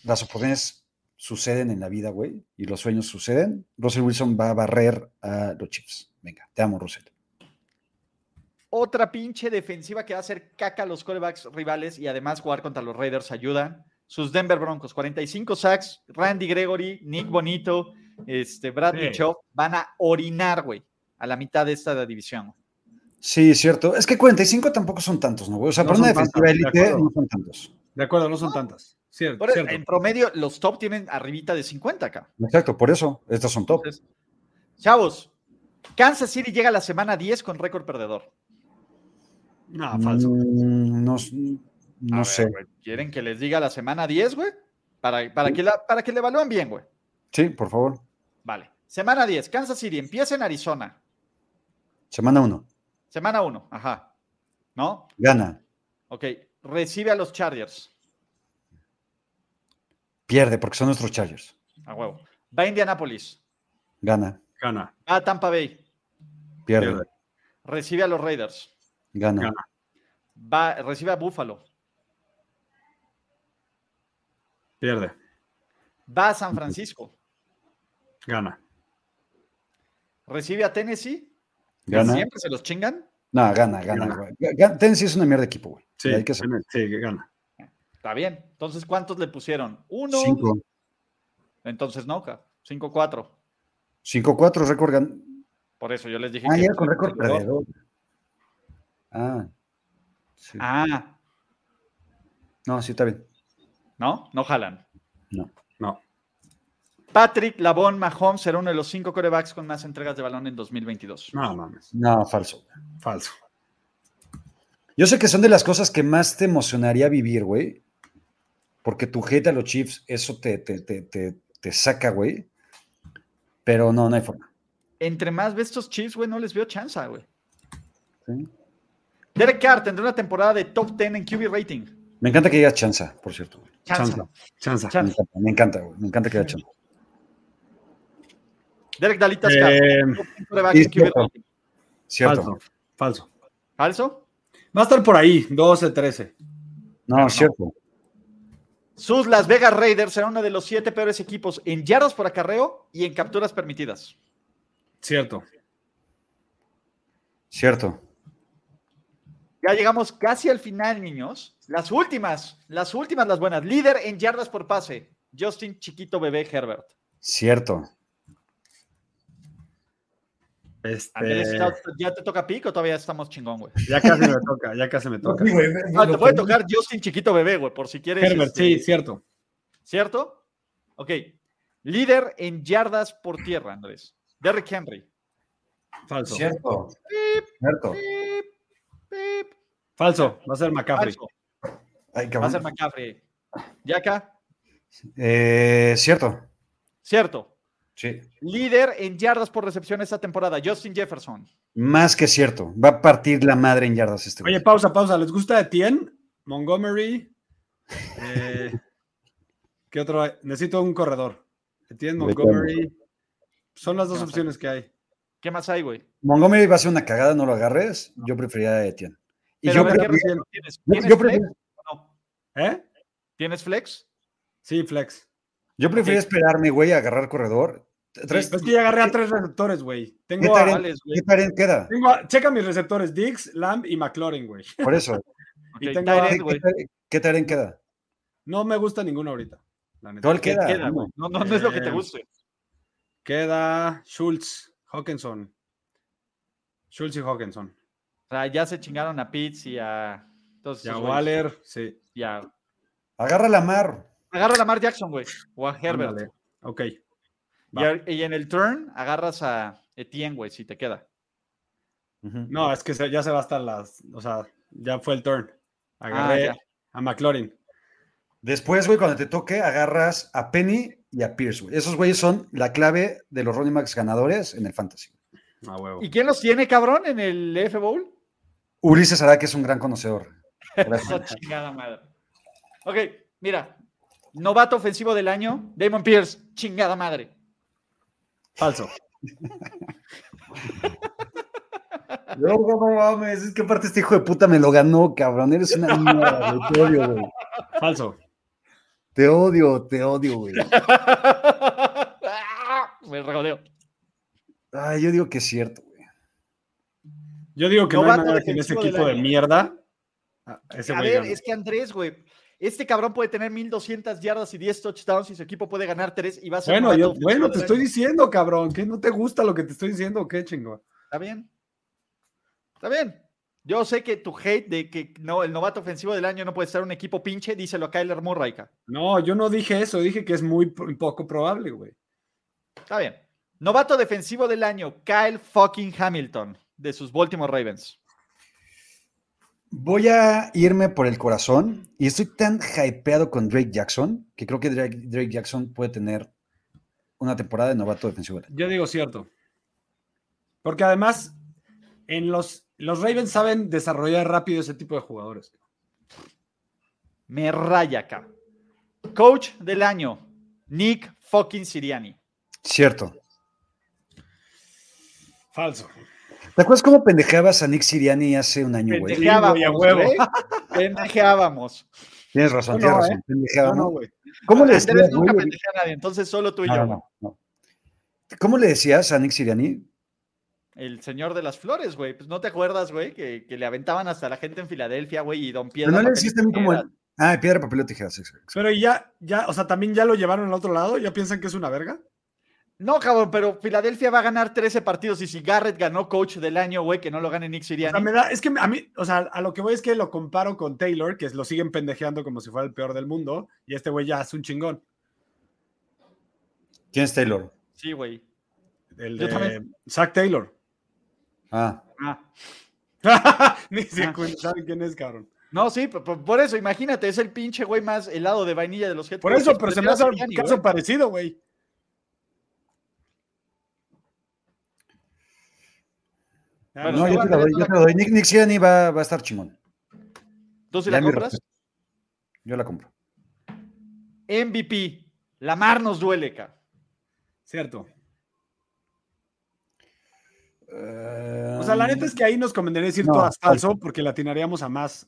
Speaker 2: las oportunidades suceden en la vida, güey, y los sueños suceden. Russell Wilson va a barrer a los Chiefs. Venga, te amo, Russell.
Speaker 1: Otra pinche defensiva que va a hacer caca a los corebacks rivales y además jugar contra los Raiders ayuda. Sus Denver Broncos, 45 sacks, Randy Gregory, Nick Bonito, este, Brad
Speaker 3: Sí.
Speaker 1: Mitchell, van a orinar, güey, a la mitad de esta división.
Speaker 2: Sí, cierto. Es que 45 tampoco son tantos, ¿no, güey? O sea,
Speaker 3: No
Speaker 2: para una
Speaker 3: son
Speaker 2: defensiva
Speaker 3: tantos, de
Speaker 2: élite
Speaker 3: acuerdo.
Speaker 2: no son tantos.
Speaker 3: De acuerdo, no son tantas. Cier-
Speaker 1: Ah. Por- eh.
Speaker 3: cierto.
Speaker 1: en promedio, los top tienen arribita de 50 acá.
Speaker 2: Exacto, por eso, estos son top.
Speaker 1: Entonces, chavos, Kansas City llega a la semana 10 con récord perdedor.
Speaker 3: No, Ah, falso.
Speaker 2: Mm, No, no
Speaker 1: A ver,
Speaker 2: sé.
Speaker 1: güey, ¿Quieren que les diga la semana 10, güey? Para, para, que la, para que le evalúen bien, güey.
Speaker 2: Sí, por favor.
Speaker 1: Vale. Semana 10, Kansas City empieza en Arizona.
Speaker 2: Semana 1,
Speaker 1: Semana 1, ajá. ¿No?
Speaker 2: gana,
Speaker 1: Ok. Recibe a los Chargers.
Speaker 2: pierde porque son nuestros Chargers.
Speaker 1: A huevo. Va a Indianapolis.
Speaker 2: Gana,
Speaker 3: Gana.
Speaker 1: Va a Tampa Bay.
Speaker 2: pierde,
Speaker 3: Pierde.
Speaker 1: Recibe a los Raiders.
Speaker 2: gana,
Speaker 3: Gana.
Speaker 1: Va, recibe a Buffalo.
Speaker 3: Pierde.
Speaker 1: Va a San Francisco.
Speaker 3: Gana.
Speaker 1: Recibe a Tennessee. que
Speaker 2: gana.
Speaker 1: Siempre se los chingan.
Speaker 2: No, gana, gana,
Speaker 3: Gana.
Speaker 2: güey. Ga- Tennessee es una mierda de equipo, güey.
Speaker 3: Sí,
Speaker 2: Hay que ser
Speaker 3: gana. sí, gana.
Speaker 1: Está bien. Entonces, ¿cuántos le pusieron? Uno.
Speaker 2: cinco,
Speaker 1: Entonces, no, 5-4.
Speaker 2: 5-4, récord gan-
Speaker 1: Por eso yo les dije
Speaker 2: Ah,
Speaker 1: que-
Speaker 2: ya con récord perdedor. Ah. sí.
Speaker 1: Ah,
Speaker 2: No, sí, está bien.
Speaker 1: ¿no? No jalan.
Speaker 3: No.
Speaker 1: Patrick Labón Mahomes será uno de los cinco corebacks con más entregas de balón en 2022.
Speaker 3: No mames.
Speaker 2: No, falso.
Speaker 3: Falso.
Speaker 2: Yo sé que son de las cosas que más te emocionaría vivir, güey. Porque tu hate a los Chiefs, eso te, te, te, te, te saca, güey. Pero no, no hay forma.
Speaker 1: Entre más ve estos Chiefs, güey, no les veo chance, güey.
Speaker 2: ¿sí?
Speaker 1: Derek Carr tendrá una temporada de top 10 en QB rating.
Speaker 2: Me encanta que digas chanza, por cierto. güey.
Speaker 1: Chance.
Speaker 3: Chanza.
Speaker 2: Me
Speaker 3: Chanza.
Speaker 1: Chance.
Speaker 2: encanta, me encanta, güey. Me encanta que digas chanza.
Speaker 1: Derek Dalitas Carr,
Speaker 3: Eh,
Speaker 1: top 10 coreback
Speaker 2: sí,
Speaker 1: en QB
Speaker 2: cierto.
Speaker 1: rating.
Speaker 2: Cierto.
Speaker 3: falso. Falso.
Speaker 1: ¿Falso?
Speaker 3: Va a estar por ahí, 12, 13.
Speaker 2: No, es cierto.
Speaker 1: Sus Las Vegas Raiders será uno de los siete peores equipos en yardas por acarreo y en capturas permitidas.
Speaker 3: Cierto.
Speaker 2: Cierto.
Speaker 1: Ya llegamos casi al final, niños. Las últimas, las últimas, las buenas. Líder en yardas por pase, Justin Chiquito Bebé Herbert.
Speaker 2: Cierto.
Speaker 3: Este,
Speaker 1: Andrés,
Speaker 3: Eh.
Speaker 1: ¿ya te toca pico o todavía estamos chingón, güey?
Speaker 3: ya casi me toca, ya casi me toca.
Speaker 1: Ah, te puede tocar Justin Chiquito Bebé, güey, por si quieres.
Speaker 3: Herbert,
Speaker 1: este,
Speaker 3: sí, cierto.
Speaker 1: ¿Cierto? Ok. Líder en yardas por tierra, Andrés. Derrick Henry.
Speaker 3: Falso.
Speaker 2: Cierto. Cierto.
Speaker 1: Pip, pip.
Speaker 3: Falso. Va a ser McCaffrey.
Speaker 1: Falso.
Speaker 2: Ay,
Speaker 1: Va a
Speaker 2: cabrón.
Speaker 1: ser McCaffrey. Ya acá.
Speaker 2: Eh, cierto.
Speaker 1: Cierto.
Speaker 2: Sí.
Speaker 1: Líder en yardas por recepción esta temporada, Justin Jefferson.
Speaker 2: Más que cierto. Va a partir la madre en yardas este güey.
Speaker 3: Oye, pausa, pausa. ¿Les gusta Etienne? Montgomery. Eh, (laughs) ¿Qué otro hay? Necesito un corredor. Etienne, Montgomery. Son las dos
Speaker 1: No sé.
Speaker 3: opciones que hay.
Speaker 1: ¿Qué más hay, güey?
Speaker 2: Montgomery va a ser una cagada, no lo agarres. Yo preferiría a Etienne. Y
Speaker 1: Pero
Speaker 2: yo
Speaker 1: a ver, ¿qué
Speaker 2: prefiero-
Speaker 1: recepción ¿Tienes,
Speaker 2: yo-
Speaker 1: ¿tienes
Speaker 2: yo
Speaker 1: flex?
Speaker 2: prefiero-
Speaker 1: o no?
Speaker 3: ¿Eh?
Speaker 1: ¿Tienes flex?
Speaker 3: Sí, flex.
Speaker 2: yo prefería esperarme, güey, a agarrar corredor. Tres,
Speaker 3: Es que ya agarré a tres receptores, güey. Tengo
Speaker 2: ¿Qué
Speaker 3: a,
Speaker 2: tal,
Speaker 1: Vales, pues, güey.
Speaker 2: ¿Qué paren queda?
Speaker 3: tengo a- Checa mis receptores: Dix, Lamb y McLaurin, güey.
Speaker 2: Por eso.
Speaker 1: Ok,
Speaker 3: Y tengo
Speaker 1: tight
Speaker 3: a-
Speaker 2: ¿Qué,
Speaker 1: end, güey.
Speaker 2: qué- qué taren queda?
Speaker 3: No me gusta ninguno ahorita. la neta.
Speaker 2: ¿Cuál
Speaker 1: ¿Qué
Speaker 2: queda?
Speaker 1: queda, güey? No, no, no es lo que te
Speaker 3: Eh,
Speaker 1: guste.
Speaker 3: Queda Schultz, Hawkinson. Schultz y Hawkinson.
Speaker 1: O sea, ya se chingaron a Pitts y a. Entonces,
Speaker 3: Y a Waller, sí.
Speaker 1: Ya.
Speaker 2: Agarra la mar.
Speaker 1: Agarra a Lamar Jackson, güey. O a Herbert.
Speaker 3: Ándale. Ok.
Speaker 1: Y, a- y en el turn agarras a Etienne, güey, si te queda.
Speaker 2: Ujú.
Speaker 3: No, es que se- ya se va hasta las. O sea, ya fue el turn. Agarré
Speaker 1: Ah, ya.
Speaker 3: a McLaurin.
Speaker 2: Después, güey, cuando te toque, agarras a Penny y a Pierce, güey. Esos güeyes son la clave de los running backs ganadores en el fantasy.
Speaker 3: A huevo.
Speaker 1: ¿Y quién los tiene, cabrón, en el F Bowl?
Speaker 3: Ah.
Speaker 2: Ulises hará que es un gran conocedor. Gracias.
Speaker 1: Esa chingada madre. Ok, mira. Novato ofensivo del año, Damon Pierce, chingada madre. (laughs)
Speaker 3: Falso.
Speaker 2: No, no mames, es que aparte este hijo de puta me lo ganó, cabrón. Eres una mierda, güey. Te odio, güey.
Speaker 3: Falso.
Speaker 2: Te odio, te odio, güey.
Speaker 1: Me regodeo.
Speaker 2: Ay, yo digo que es cierto, güey.
Speaker 3: Yo digo que no, hay
Speaker 1: Novato
Speaker 3: manera que en ese
Speaker 1: defensivo del
Speaker 3: equipo de
Speaker 1: año.
Speaker 3: mierda. ah, Ese
Speaker 1: A
Speaker 3: güey
Speaker 1: ver,
Speaker 3: gane.
Speaker 1: es que Andrés, güey, este cabrón puede tener 1200 yardas y 10 touchdowns y su equipo puede ganar 3 y va a ser.
Speaker 3: Bueno,
Speaker 1: novato
Speaker 3: yo,
Speaker 1: ofensivo
Speaker 3: bueno,
Speaker 1: del
Speaker 3: te
Speaker 1: año.
Speaker 3: estoy diciendo, cabrón, que no te gusta lo que te estoy diciendo, o qué chingón.
Speaker 1: Está bien. Está bien. Yo sé que tu hate de que no, el novato ofensivo del año no puede ser un equipo pinche, díselo a Kyler Murray. ca.
Speaker 3: No, yo no dije eso, dije que es muy po- poco probable, güey.
Speaker 1: Está bien. Novato defensivo del año, Kyle fucking Hamilton, de sus Baltimore Ravens.
Speaker 2: Voy a irme por el corazón y estoy tan hypeado con Drake Jackson que creo que Drake, Drake Jackson puede tener una temporada de novato defensivo. del año.
Speaker 3: Yo digo cierto. Porque además, en los, los Ravens saben desarrollar rápido ese tipo de jugadores.
Speaker 1: Me raya acá. Coach del año, Nick fucking Siriani.
Speaker 2: Cierto.
Speaker 3: Falso.
Speaker 2: ¿Te acuerdas cómo pendejeabas a Nick Siriani hace un año, Pues güey?
Speaker 3: Pendeje- güey, a
Speaker 1: Pendejeábamos.
Speaker 3: huevo.
Speaker 1: güey.
Speaker 2: (laughs)
Speaker 1: Pendejeábamos.
Speaker 2: Tienes razón,
Speaker 3: No,
Speaker 2: tienes
Speaker 3: no,
Speaker 2: razón.
Speaker 3: No,
Speaker 2: pendejeábamos.
Speaker 3: no, güey.
Speaker 2: ¿Cómo le decías,
Speaker 1: Andrés nunca
Speaker 2: güey?
Speaker 1: pendejea a nadie, entonces solo tú y
Speaker 2: No,
Speaker 1: yo.
Speaker 2: Pues Ah, no, no, no. ¿Cómo le decías a Nick Siriani?
Speaker 1: El señor de las flores, güey. Pues no te acuerdas, güey, que, que le aventaban hasta la gente en Filadelfia, güey, y Don
Speaker 2: Pero
Speaker 1: Piedra.
Speaker 2: no le
Speaker 1: papel y
Speaker 2: decías también como...
Speaker 1: tijeras.
Speaker 2: el- Ah, piedra, papel o tijeras. exacto, exacto.
Speaker 3: Pero y ya, ya, o sea, también ya lo llevaron al otro lado, ya piensan que es una verga.
Speaker 1: No, cabrón, pero Filadelfia va a ganar 13 partidos y si Garrett ganó coach del año, güey, que no lo gane Nick
Speaker 3: O sea,
Speaker 1: Sirianni.
Speaker 3: me da, es que a mí, o sea, a lo que voy es que lo comparo con Taylor, que lo siguen pendejeando como si fuera el peor del mundo, y este güey ya es un chingón.
Speaker 2: ¿Quién es Taylor?
Speaker 1: Sí, güey.
Speaker 3: El
Speaker 1: Yo
Speaker 3: de
Speaker 1: también.
Speaker 3: Zach Taylor. (laughs)
Speaker 2: Ah,
Speaker 1: Ah.
Speaker 3: Ni
Speaker 1: Ah.
Speaker 3: se cu- saben quién es, cabrón.
Speaker 1: No, sí, p- p- por, eso, imagínate, es el pinche güey más helado de vainilla de los head
Speaker 3: Por
Speaker 1: coaches,
Speaker 3: eso, pero se me
Speaker 1: era
Speaker 3: hace un
Speaker 1: Sirianni,
Speaker 3: caso
Speaker 1: güey.
Speaker 3: parecido, güey.
Speaker 1: Bueno,
Speaker 2: no,
Speaker 1: sí,
Speaker 2: yo
Speaker 1: va,
Speaker 2: te la doy,
Speaker 1: yo
Speaker 2: yo
Speaker 1: la-
Speaker 2: te la doy. Nick, Nick Sirianni va, va a estar chingón.
Speaker 1: ¿Tú sí
Speaker 2: Ya
Speaker 1: la
Speaker 2: mi
Speaker 1: compras?
Speaker 2: respeto. Yo la compro.
Speaker 1: MVP. La mar nos duele, ca.
Speaker 3: Cierto. O sea, la
Speaker 2: Eh,
Speaker 3: neta es que ahí nos convendría decir
Speaker 2: No,
Speaker 3: todas falso porque la atinaríamos a más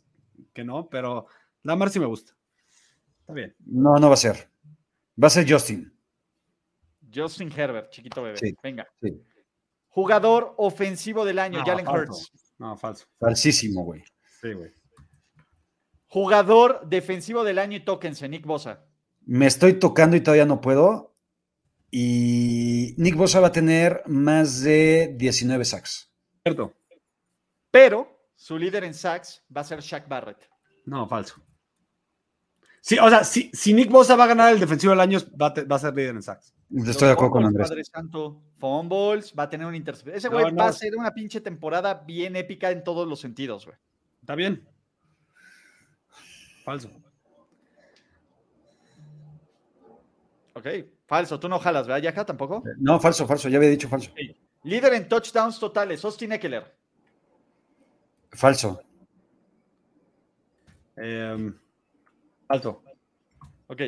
Speaker 3: que no, pero Lamar sí me gusta. Está bien.
Speaker 2: No, no va a ser. Va a ser Justin.
Speaker 1: Justin Herbert, chiquito bebé.
Speaker 2: Sí,
Speaker 1: Venga.
Speaker 2: sí.
Speaker 1: Jugador ofensivo del año,
Speaker 3: No,
Speaker 1: Jalen
Speaker 3: falso.
Speaker 1: Hurts.
Speaker 3: No, falso.
Speaker 2: Falsísimo, güey.
Speaker 3: Sí, güey.
Speaker 1: Jugador defensivo del año y tóquense, Nick Bosa.
Speaker 2: Me estoy tocando y todavía no puedo. Y Nick Bosa va a tener más de 19 sacks.
Speaker 3: Cierto.
Speaker 1: Pero su líder en sacks va a ser Shaq Barrett.
Speaker 3: No, falso. Sí, o sea, si, si Nick Bosa va a ganar el defensivo del año, va a, te- va a ser líder en sacks.
Speaker 2: Estoy de acuerdo con Andrés.
Speaker 1: Padre Santo, fumbles, va a tener un intercepción. Ese güey
Speaker 3: No, no.
Speaker 1: va a ser una pinche temporada bien épica en todos los sentidos, güey.
Speaker 3: Está bien. Falso.
Speaker 1: Ok, falso. Tú no jalas, ¿verdad, Yaja? ¿Tampoco?
Speaker 2: No, falso, falso. Ya había dicho falso.
Speaker 1: Líder en touchdowns totales, Austin Eckler.
Speaker 2: Falso.
Speaker 3: Eh, falso.
Speaker 1: Ok.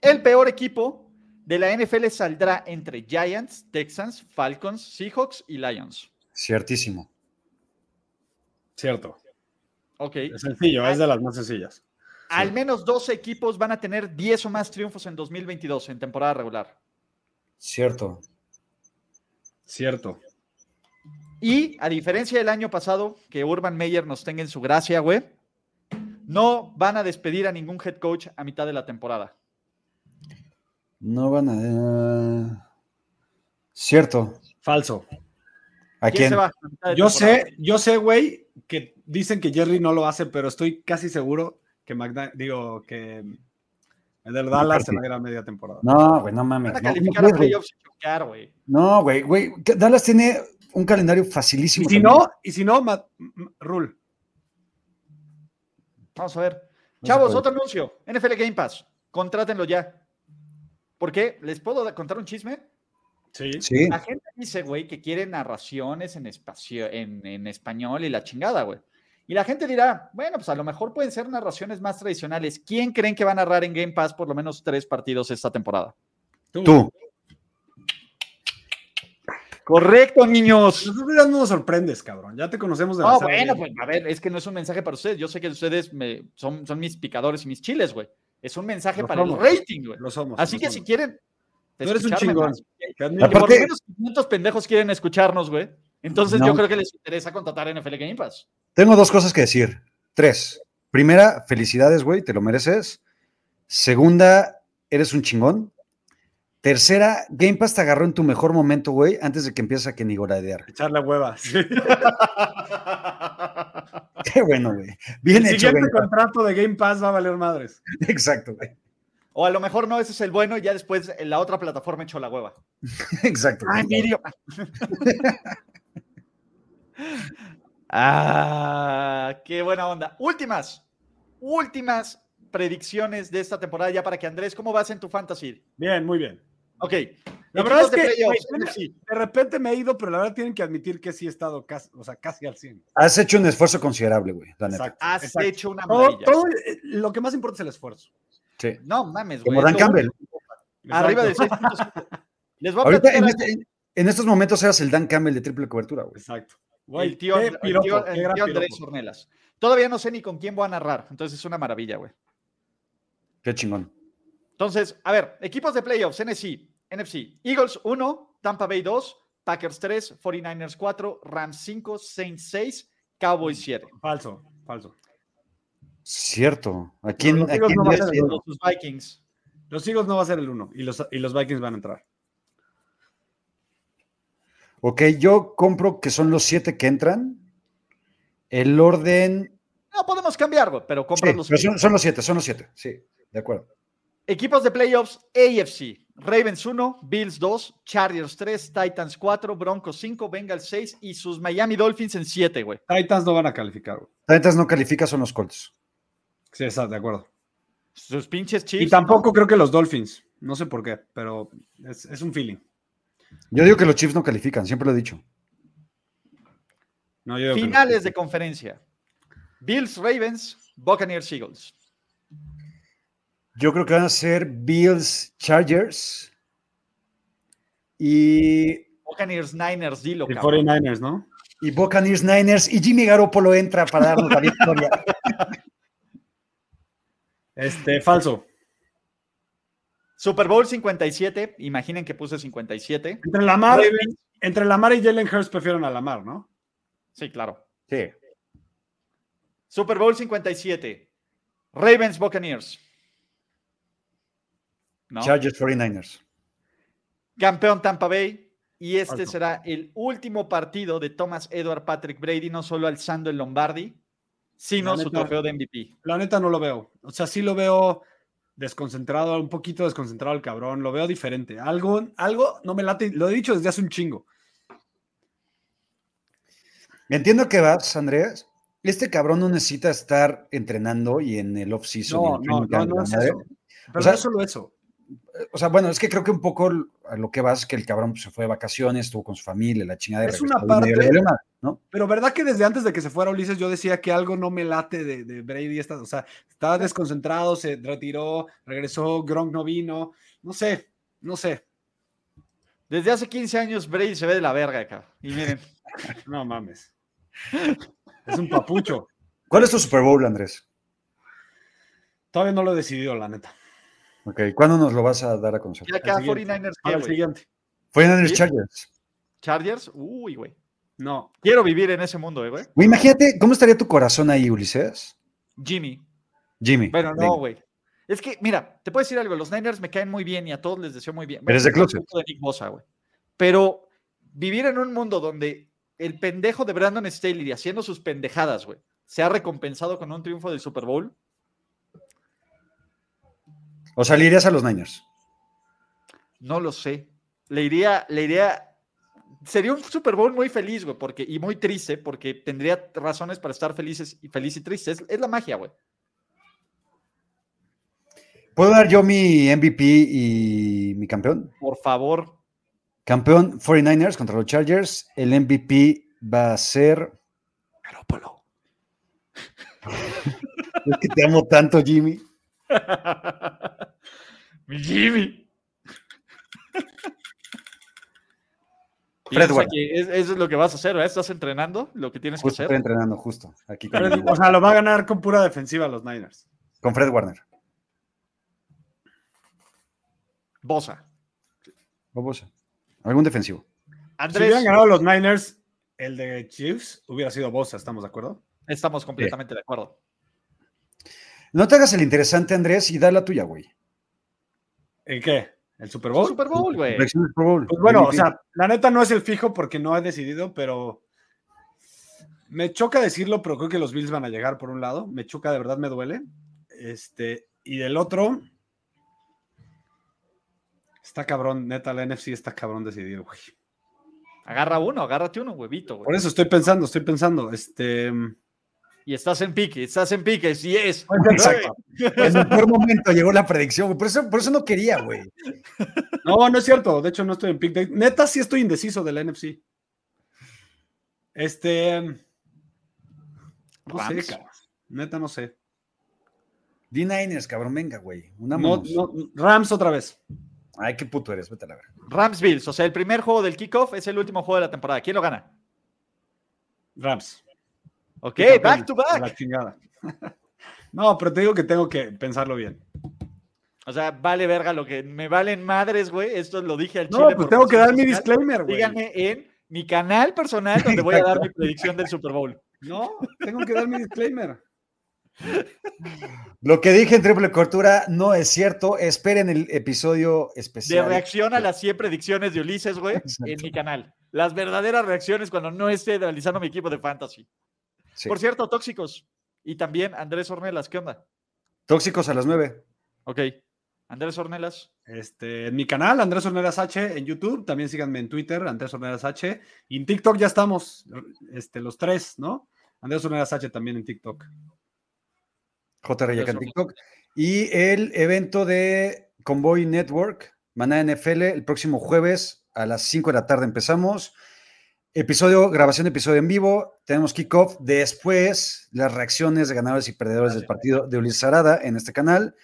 Speaker 1: El peor equipo de la NFL saldrá entre Giants, Texans, Falcons, Seahawks y Lions.
Speaker 2: Ciertísimo.
Speaker 3: Cierto.
Speaker 1: Ok.
Speaker 3: Es sencillo, es de las más sencillas.
Speaker 1: Al menos 12 equipos van a tener 10 o más triunfos en 2022 en temporada regular.
Speaker 2: Cierto.
Speaker 3: Cierto.
Speaker 1: Y a diferencia del año pasado, que Urban Meyer nos tenga en su gracia, güey, no van a despedir a ningún head coach a mitad de la temporada.
Speaker 2: No van a. Cierto.
Speaker 3: Falso.
Speaker 2: ¿A quién?
Speaker 1: se va a mitad de
Speaker 3: Yo
Speaker 1: temporada?
Speaker 3: sé, yo sé, güey, que dicen que Jerry no lo hace, pero estoy casi seguro que Magda, digo, que el del Dallas se va a ir a media temporada.
Speaker 2: No, güey, no mames.
Speaker 1: Van a
Speaker 2: no,
Speaker 1: calificar
Speaker 2: no,
Speaker 1: a
Speaker 2: güey.
Speaker 1: playoffs y chocar, güey.
Speaker 2: No, güey, güey. que Dallas tiene un calendario
Speaker 3: Y
Speaker 2: facilísimo.
Speaker 3: si
Speaker 2: también.
Speaker 3: no, y si no, Ma- M- Rule.
Speaker 1: Vamos a ver.
Speaker 2: se
Speaker 1: Chavos,
Speaker 2: puede.
Speaker 1: otro anuncio. NFL Game Pass. Contrátenlo ya. ¿Por qué? ¿Les puedo da- contar un chisme?
Speaker 3: Sí.
Speaker 2: Sí,
Speaker 1: La gente dice, güey, que quiere narraciones en, espacio, en, en español y la chingada, güey. Y la gente dirá, bueno, pues a lo mejor pueden ser narraciones más tradicionales. ¿Quién creen que va a narrar en Game Pass por lo menos tres partidos esta temporada?
Speaker 2: tú.
Speaker 1: Correcto, niños.
Speaker 3: Nosotros ya no nos sorprendes, cabrón. Ya te conocemos
Speaker 1: No,
Speaker 3: demasiado
Speaker 1: bueno,
Speaker 3: bien.
Speaker 1: pues a ver, es que no es un mensaje para ustedes. Yo sé que ustedes me- son, son mis picadores y mis chiles, güey. Es un mensaje
Speaker 3: Lo
Speaker 1: para
Speaker 3: somos.
Speaker 1: el rating, güey.
Speaker 3: Lo somos.
Speaker 1: pues, Así
Speaker 3: lo
Speaker 1: que
Speaker 3: somos.
Speaker 1: si quieren.
Speaker 3: Tú eres un
Speaker 1: escucharme
Speaker 3: chingón.
Speaker 1: más, que
Speaker 3: Te admiro.
Speaker 2: Aparte-
Speaker 1: Por lo menos 500 pendejos quieren escucharnos, güey. Entonces
Speaker 2: No.
Speaker 1: yo creo que les interesa contratar NFL Game Pass.
Speaker 2: Tengo dos cosas que decir. Tres. Primera, felicidades, güey, te lo mereces. Segunda, eres un chingón. Tercera, Game Pass te agarró en tu mejor momento, güey, antes de que empiece a que ni
Speaker 3: (laughs)
Speaker 2: goradear.
Speaker 3: Echar la hueva. sí.
Speaker 2: Qué bueno, güey. Bien
Speaker 3: El
Speaker 2: hecho,
Speaker 3: siguiente
Speaker 2: Game Pass.
Speaker 3: contrato de Game Pass va a valer madres.
Speaker 2: Exacto, güey.
Speaker 1: O a lo mejor no, ese es el bueno y ya después en la otra plataforma echó la hueva.
Speaker 2: Exacto. güey.
Speaker 1: Emilio. (laughs) ah, qué buena onda. Últimas, últimas predicciones de esta temporada ya para que Andrés, ¿cómo vas en tu fantasy?
Speaker 3: Bien, muy bien.
Speaker 1: Ok.
Speaker 3: La verdad es
Speaker 1: Equipos de
Speaker 3: que,
Speaker 1: playoffs,
Speaker 3: güey,
Speaker 1: NFC.
Speaker 3: De repente me he ido, pero la verdad tienen que admitir que sí he estado casi, o sea, casi al 100.
Speaker 2: Has hecho un esfuerzo considerable, güey, la neta.
Speaker 3: Exacto.
Speaker 1: Has
Speaker 3: exacto.
Speaker 1: hecho una
Speaker 3: Todo,
Speaker 1: maravilla.
Speaker 3: todo, eh, lo que más importa es el esfuerzo.
Speaker 2: Sí.
Speaker 1: No mames, güey.
Speaker 2: Como Dan
Speaker 1: es lo
Speaker 2: Campbell.
Speaker 1: Arriba de
Speaker 3: Exacto.
Speaker 1: 6.5. Les voy a
Speaker 2: Ahorita,
Speaker 1: platicar
Speaker 2: en,
Speaker 1: algo.
Speaker 2: este- en estos momentos eras el Dan Campbell de triple cobertura, güey.
Speaker 3: Exacto. Güey,
Speaker 1: el tío,
Speaker 3: qué
Speaker 1: el tío-
Speaker 3: piropo,
Speaker 1: el
Speaker 3: qué
Speaker 1: tío
Speaker 3: gran
Speaker 1: Andrés
Speaker 3: piropo.
Speaker 1: Ornelas. Todavía no sé ni con quién voy a narrar, entonces es una maravilla, güey.
Speaker 2: Qué chingón.
Speaker 1: Entonces, a ver, equipos de playoffs, NFC, NFC, Eagles 1, Tampa Bay 2, Packers 3, 49ers 4, Rams 5, Saints 6, Cowboys 7.
Speaker 3: Falso, falso.
Speaker 2: Cierto. ¿A quién,
Speaker 3: los
Speaker 2: a
Speaker 3: Eagles
Speaker 2: quién
Speaker 3: no van a
Speaker 2: ves
Speaker 3: ser
Speaker 2: siendo-
Speaker 1: Los sus Vikings.
Speaker 3: Los Eagles no va a ser el uno y los, y los Vikings van a entrar.
Speaker 2: Ok, yo compro que son los siete que entran. El orden.
Speaker 1: No podemos cambiar, güey, pero
Speaker 2: sí,
Speaker 1: compras los
Speaker 2: pero son, son los siete, son los siete. Sí, de acuerdo.
Speaker 1: Equipos de playoffs AFC. Ravens 1, Bills 2, Chargers 3, Titans 4, Broncos 5, Bengals 6 y sus Miami Dolphins en 7, güey.
Speaker 3: Titans no van a calificar, güey.
Speaker 2: Titans no califica, son los Colts.
Speaker 3: Sí, está, de acuerdo.
Speaker 1: Sus pinches Chiefs.
Speaker 3: Y tampoco creo que los Dolphins. No sé por qué, pero es, es un feeling.
Speaker 2: Yo digo que los Chiefs no califican, siempre lo he dicho.
Speaker 3: No, yo digo que los
Speaker 1: Finales
Speaker 3: Chiefs.
Speaker 1: de conferencia. Bills Ravens, Buccaneers Eagles.
Speaker 2: Yo creo que van a ser Bills, Chargers y
Speaker 1: Buccaneers, Niners, dilo,
Speaker 3: El
Speaker 1: cabrón.
Speaker 3: 49ers, ¿no?
Speaker 2: Y Buccaneers Niners y Jimmy Garoppolo entra para darnos
Speaker 3: (laughs)
Speaker 2: la victoria.
Speaker 3: Este, falso.
Speaker 1: Super Bowl 57, imaginen que puse 57.
Speaker 3: Entre Lamar, entre Lamar y Jalen Hurts prefieren a Lamar, ¿no?
Speaker 1: Sí, claro.
Speaker 2: Sí.
Speaker 1: Super Bowl 57. Ravens Buccaneers. No.
Speaker 2: Chargers 49ers.
Speaker 1: Campeón Tampa Bay. Y este
Speaker 3: Falso.
Speaker 1: será el último partido de Thomas Edward Patrick Brady, no solo alzando el Lombardi, sino
Speaker 3: La
Speaker 1: su
Speaker 3: neta.
Speaker 1: trofeo de MVP.
Speaker 3: La neta no lo veo. O sea, sí lo veo desconcentrado, un poquito desconcentrado el cabrón. Lo veo diferente. Algo, algo no me late. Lo he dicho desde hace un chingo.
Speaker 2: Entiendo que vas, Andrés. Este cabrón no necesita estar entrenando y en el off-season. y
Speaker 3: No,
Speaker 2: en
Speaker 3: no,
Speaker 2: training camp,
Speaker 3: no, no es
Speaker 2: ¿verdad?
Speaker 3: eso. Pero
Speaker 2: O sea,
Speaker 3: no es solo eso.
Speaker 2: O sea, bueno, es que creo que un poco a lo que vas es que el cabrón pues, se fue de vacaciones, estuvo con su familia, la chingada. y
Speaker 3: Es
Speaker 2: regresó
Speaker 3: una
Speaker 2: y medio
Speaker 3: parte-
Speaker 2: le valió madre, ¿no?
Speaker 3: Pero verdad que desde antes de que se fuera Ulises, yo decía que algo no me late de, de Brady. Esta, o sea, estaba desconcentrado, se retiró, regresó, Gronk no vino. No sé, no sé.
Speaker 1: Desde hace 15 años Brady se ve de la verga acá. Y miren,
Speaker 3: No mames. Es un papucho.
Speaker 2: ¿Cuál es tu Super Bowl, Andrés?
Speaker 3: Todavía no lo he decidido, la neta.
Speaker 2: Ok, ¿Cuándo nos lo vas a dar a conocer?
Speaker 1: ya
Speaker 3: (laughs)
Speaker 1: acá
Speaker 3: El siguiente.
Speaker 1: 49ers
Speaker 3: Para
Speaker 1: ¿qué,
Speaker 3: el
Speaker 1: güey?
Speaker 3: siguiente.
Speaker 2: Fue Andrés
Speaker 1: ¿Sí?
Speaker 2: Chargers.
Speaker 1: Chargers, uy, güey.
Speaker 3: No,
Speaker 1: Quiero vivir en ese mundo, eh, güey.
Speaker 2: Güey, imagínate, ¿cómo estaría tu corazón ahí, Ulises?
Speaker 1: Jimmy.
Speaker 2: Jimmy.
Speaker 1: Bueno,
Speaker 2: venga.
Speaker 1: no, güey. Es que, mira, te puedo decir algo. Los Niners me caen muy bien y a todos les deseo muy bien.
Speaker 2: Eres de
Speaker 1: Bueno,
Speaker 2: closet.
Speaker 1: de Nick Bosa, güey. Pero vivir en un mundo donde el pendejo de Brandon Staley haciendo sus pendejadas, güey, se ha recompensado con un triunfo del Super Bowl.
Speaker 2: O sea, le irías a los Niners.
Speaker 1: No lo sé. Le iría, le iría. Sería un Super Bowl muy feliz, güey, porque, y muy triste, porque tendría razones para estar felices y feliz y triste. Es, es la magia, güey.
Speaker 2: ¿Puedo dar yo mi MVP y mi campeón?
Speaker 1: Por favor.
Speaker 2: Campeón 49ers contra los Chargers. El MVP va a ser.
Speaker 1: Garópolo.
Speaker 2: (laughs) Es que te amo tanto, Jimmy.
Speaker 1: Mi Jimmy.
Speaker 2: Fred
Speaker 1: Piensa
Speaker 2: Warner.
Speaker 1: que es- eso es lo que vas a hacer, ¿verdad? Estás entrenando lo que tienes que
Speaker 2: Justo
Speaker 1: hacer.
Speaker 2: estoy entrenando, justo. Aquí con,
Speaker 3: Pero, o sea, lo va a ganar con pura defensiva los Niners.
Speaker 2: con Fred Warner.
Speaker 1: Bosa.
Speaker 2: Bobosa. Algún defensivo.
Speaker 3: Si
Speaker 1: Andrés,
Speaker 3: hubieran ganado los Niners, el de Chiefs hubiera sido Bosa, ¿estamos de acuerdo?
Speaker 1: estamos completamente de acuerdo.
Speaker 2: No te hagas el interesante, Andrés, y da la tuya, güey.
Speaker 3: ¿El qué? ¿El Super
Speaker 1: Es un
Speaker 3: Bowl?
Speaker 1: Super Bowl, güey.
Speaker 2: Selección del Pro Bowl.
Speaker 3: Pues bueno, o
Speaker 2: MVP.
Speaker 3: sea, la neta no es el fijo porque no he decidido, pero me choca decirlo, pero creo que los Bills van a llegar por un lado. Me choca, de verdad me duele. Este, y del otro. Está cabrón, neta, la NFC está cabrón decidido, güey.
Speaker 1: Agarra uno, agárrate uno, huevito,
Speaker 3: Por
Speaker 1: güey.
Speaker 3: eso estoy pensando, estoy pensando. Este.
Speaker 1: Y estás en pique, estás en pique, sí es.
Speaker 2: Exacto. (laughs) En
Speaker 3: pues-
Speaker 2: el peor momento llegó la predicción, güey. Por eso, por eso no quería, güey.
Speaker 3: No, no es cierto. De hecho, no estoy en pick. day. Neta, sí estoy indeciso del NFC. Este. No
Speaker 1: Rams.
Speaker 3: sé, cabrón. Neta, no sé.
Speaker 2: D-Niners, cabrón, venga, güey. Una
Speaker 3: No, no, Rams otra vez.
Speaker 2: Ay, qué puto eres, vete a la verga.
Speaker 1: Rams Bills, o sea, el primer juego del kickoff es el último juego de la temporada. ¿Quién lo gana?
Speaker 3: Rams.
Speaker 1: Ok,
Speaker 3: Qué
Speaker 1: back to
Speaker 3: A
Speaker 1: back.
Speaker 3: La chingada. No, pero te digo que tengo que pensarlo bien.
Speaker 1: O sea, vale verga lo que me valen madres, güey. Esto lo dije al
Speaker 3: No,
Speaker 1: chile.
Speaker 3: pues
Speaker 1: por
Speaker 3: tengo que dar mi
Speaker 1: razones fiscales.
Speaker 3: disclaimer, güey.
Speaker 1: Síganme en mi canal personal donde voy a dar mi predicción del Super Bowl.
Speaker 3: No, tengo que dar mi disclaimer.
Speaker 2: Lo que dije en triple cortura no es cierto. Esperen el episodio
Speaker 1: De
Speaker 2: especial.
Speaker 1: reacción a las 100 predicciones de Ulises, güey, en
Speaker 2: Exacto.
Speaker 1: mi canal. Las verdaderas reacciones cuando no esté realizando mi equipo de fantasy.
Speaker 2: Sí.
Speaker 1: Por cierto, tóxicos. Y también Andrés Ornelas, ¿qué onda?
Speaker 2: Tóxicos a las nueve.
Speaker 1: Ok. Andrés Ornelas.
Speaker 3: Este, en mi canal, Andrés Ornelas H, en YouTube, también síganme en Twitter, Andrés Ornelas H, y en TikTok ya estamos, este, los tres, ¿no? Andrés Ornelas H también en TikTok.
Speaker 2: J. Reyaca en
Speaker 1: Eso.
Speaker 2: TikTok. Y el evento de Convoy Network, Maná NFL, el próximo jueves a las 5 de la tarde empezamos. Episodio, grabación de episodio en vivo. Tenemos kickoff. Después, las reacciones de ganadores y perdedores del partido de Ulises Arada en este canal.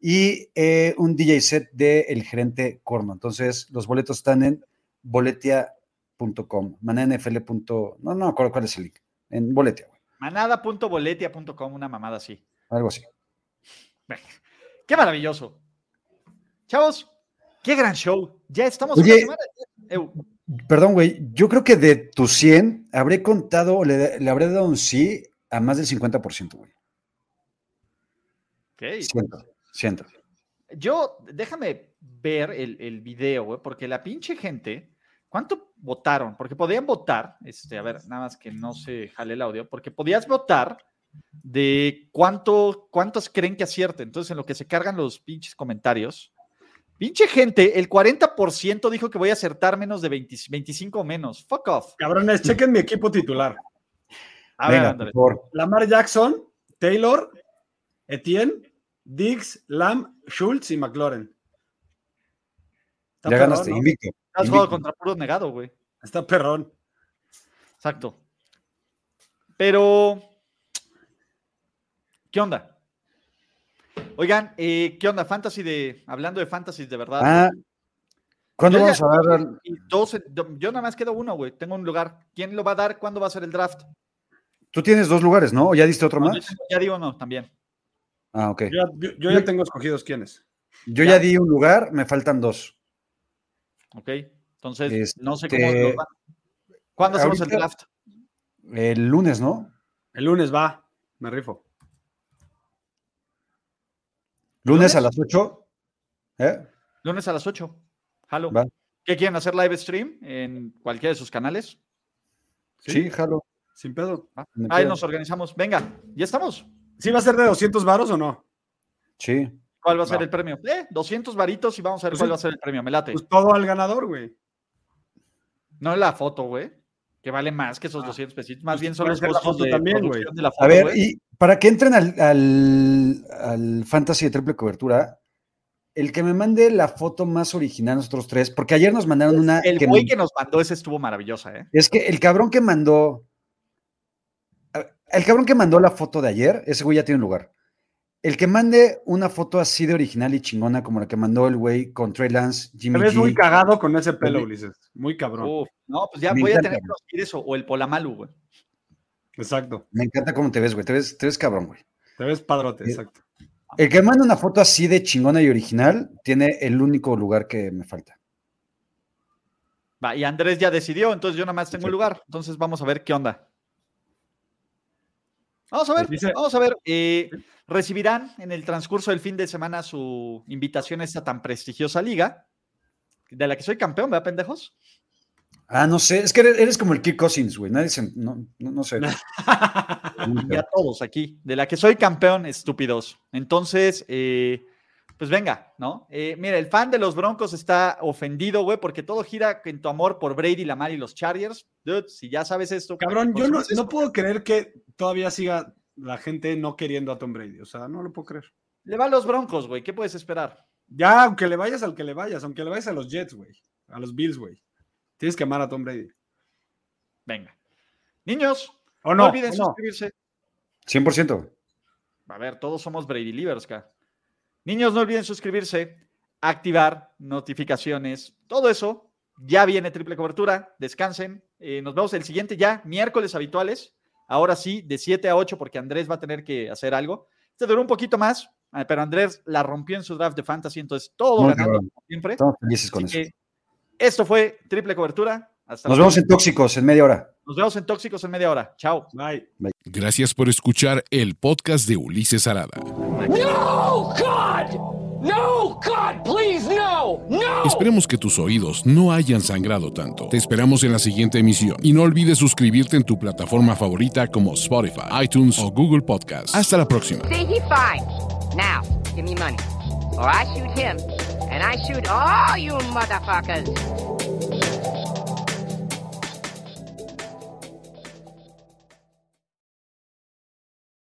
Speaker 2: Y eh, un DJ set de El Gerente Corno. Entonces, los boletos están en Boletia mananafl.com, mananafl. punto- No, no me acuerdo cuál es el link. En boletia, güey.
Speaker 1: Manada.boletia.com, una mamada así.
Speaker 2: Algo así.
Speaker 1: Qué maravilloso. Chavos, qué gran show. Ya estamos en
Speaker 2: Oye.
Speaker 1: la semana. Eh, Eu,
Speaker 2: Perdón, güey. Yo creo que de tus 100 habré contado, o le, le habré dado un sí a más del 50%, güey.
Speaker 1: ok.
Speaker 2: Siento, siento.
Speaker 1: Yo, déjame ver el, el video, güey, porque la pinche gente, ¿cuánto votaron? Porque podían votar, este, a ver, nada más que no se jale el audio, porque podías votar de cuánto, cuántos creen que acierte. Entonces, en lo que se cargan los pinches comentarios, pinche gente, el 40% dijo que voy a acertar menos de 20 25 o menos. Fuck off.
Speaker 3: Cabrones, chequen mi equipo titular.
Speaker 1: A ver,
Speaker 2: Venga, por
Speaker 1: Andrés.
Speaker 2: favor.
Speaker 3: Lamar Jackson, Taylor, Etienne, Diggs, Lamb, Schultz y McLaurin. Está
Speaker 2: Ya ganaste,
Speaker 3: ¿no?
Speaker 2: invicto.
Speaker 1: Has jugado
Speaker 2: invicto.
Speaker 1: contra puro negado, güey.
Speaker 3: Está perrón.
Speaker 1: Exacto. Pero, ¿qué onda? Oigan, eh, ¿qué onda? Fantasy de, hablando de fantasy de verdad.
Speaker 2: Ah, ¿Cuándo
Speaker 1: Yo ya-
Speaker 2: vamos a dar? al-
Speaker 1: y dos, eh, do- yo nada más quedo uno, güey. Tengo un lugar. ¿Quién lo va a dar? ¿Cuándo va a ser el draft?
Speaker 2: Tú tienes dos lugares, ¿no? ¿O ya diste otro
Speaker 1: No,
Speaker 2: más?
Speaker 1: yo tengo- ya digo no, también.
Speaker 2: Ah, ok.
Speaker 3: Yo, ya- yo- yo ya tengo escogidos quiénes.
Speaker 2: Yo ya di un lugar, me faltan dos.
Speaker 1: Ok. Entonces, no sé cómo.
Speaker 2: Este,
Speaker 1: lo van- ¿Cuándo hacemos el
Speaker 2: ahorita-
Speaker 1: draft?
Speaker 2: El lunes, ¿no?
Speaker 3: El lunes va, me rifo.
Speaker 2: Lunes a las 8. ¿Eh?
Speaker 1: Lunes a las 8. Jalo.
Speaker 2: Va.
Speaker 1: ¿Qué quieren hacer live stream en cualquiera de sus canales?
Speaker 3: Sí.
Speaker 2: Sí, jalo.
Speaker 3: Sin pedo.
Speaker 2: me
Speaker 1: Ahí
Speaker 2: queda.
Speaker 1: nos organizamos. Venga, ya estamos.
Speaker 3: ¿Sí va a ser de 200 varos o no?
Speaker 2: Sí.
Speaker 1: ¿Cuál va a ser
Speaker 3: Va.
Speaker 1: el premio? Eh, 200 varitos y vamos a ver
Speaker 3: Pues
Speaker 1: cuál
Speaker 3: sí.
Speaker 1: va a ser el premio. Me late.
Speaker 3: Pues todo al ganador, güey.
Speaker 1: no la foto, güey. Que vale más que esos
Speaker 3: Ah.
Speaker 1: 200 pesitos. Más
Speaker 3: Pues
Speaker 1: bien
Speaker 3: tú
Speaker 1: son
Speaker 3: puedes
Speaker 1: los
Speaker 3: hacer la
Speaker 1: costos
Speaker 3: foto
Speaker 1: de,
Speaker 3: también,
Speaker 1: producción
Speaker 3: güey.
Speaker 1: de la foto.
Speaker 2: A ver,
Speaker 1: güey.
Speaker 2: y para que entren al, al, al Fantasy de triple cobertura, el que me mande la foto más original, nosotros tres, porque ayer nos mandaron una.
Speaker 1: el
Speaker 2: que
Speaker 1: güey
Speaker 2: me-
Speaker 1: que nos mandó ese estuvo maravillosa, ¿eh?
Speaker 2: Es que el cabrón que mandó. a- El cabrón que mandó la foto de ayer, ese güey ya tiene un lugar. El que mande una foto así de original y chingona, como la que mandó el güey con Trey Lance,
Speaker 3: Te
Speaker 2: Jimmy
Speaker 3: ves
Speaker 2: G.
Speaker 3: muy cagado con ese pelo,
Speaker 2: Oye.
Speaker 3: Ulises. Muy cabrón.
Speaker 1: Uf, no, pues ya
Speaker 2: Me
Speaker 1: voy a
Speaker 2: encanta,
Speaker 1: tener que conseguir eso. O el Polamalu, güey.
Speaker 3: Exacto.
Speaker 2: Me encanta cómo te ves, güey. Te ves, te ves cabrón, güey.
Speaker 3: Te ves padrote,
Speaker 2: Sí.
Speaker 3: exacto.
Speaker 2: El que manda una foto así de chingona y original tiene el único lugar que me falta.
Speaker 1: Va, y Andrés ya decidió, entonces yo nada más tengo un lugar. Entonces vamos a ver qué onda. Vamos a ver,
Speaker 3: Pues Dice-
Speaker 1: vamos a ver. eh, recibirán en el transcurso del fin de semana su invitación a esta tan prestigiosa liga, de la que soy campeón, ¿verdad, pendejos?
Speaker 2: Ah, no sé. Es que eres, eres como el Kirk Cousins, güey. Nadie se. No, no, no
Speaker 1: (laughs)
Speaker 2: sé.
Speaker 1: Y a todos aquí, de la que soy campeón, estúpidos. Entonces, eh, pues venga, ¿no? Eh, mira, el fan de los Broncos está ofendido, güey, porque todo gira en tu amor por Brady, Lamar y los Chargers. Dude, si ya sabes esto. ¿por qué
Speaker 3: Cabrón, yo no,
Speaker 1: consumes esto?
Speaker 3: no puedo creer que todavía siga la gente no queriendo a Tom Brady. O sea, no lo puedo creer.
Speaker 1: Le va a los Broncos, güey. ¿Qué puedes esperar?
Speaker 3: Ya, aunque le vayas al que le vayas, aunque le vayas a los Jets, güey. A los Bills, güey. Tienes que amar a Tom Brady.
Speaker 1: Venga. Niños,
Speaker 3: O
Speaker 1: no,
Speaker 3: no,
Speaker 1: olviden
Speaker 3: o no.
Speaker 1: suscribirse.
Speaker 2: 100%.
Speaker 1: A ver, todos somos Brady Livers, acá. Niños, no olviden suscribirse, activar notificaciones, todo eso. Ya viene triple cobertura, descansen. Eh, nos vemos el siguiente ya, miércoles habituales. Ahora sí, de 7 a 8, porque Andrés va a tener que hacer algo. Este duró un poquito más, ah, pero Andrés la rompió en su draft de fantasy, entonces todo
Speaker 2: Muy
Speaker 1: ganando
Speaker 2: cabrón.
Speaker 1: como siempre.
Speaker 2: Estamos felices con
Speaker 1: Así
Speaker 2: eso.
Speaker 1: que esto fue triple cobertura. Hasta la
Speaker 2: Nos vemos
Speaker 1: próxima.
Speaker 2: en Tóxicos en media hora.
Speaker 1: nos vemos en Tóxicos en media hora. Chao.
Speaker 3: Bye.
Speaker 4: Gracias por escuchar el podcast de Ulises Arada.
Speaker 5: No, God! No, God, please, no! No!
Speaker 4: Esperemos que tus oídos no hayan sangrado tanto. Te esperamos en la siguiente emisión y no olvides suscribirte en tu plataforma favorita como Spotify, iTunes o Google Podcast. Hasta la próxima.
Speaker 6: See, he finds. Now, give me money. Or I shoot him, and I shoot all you motherfuckers.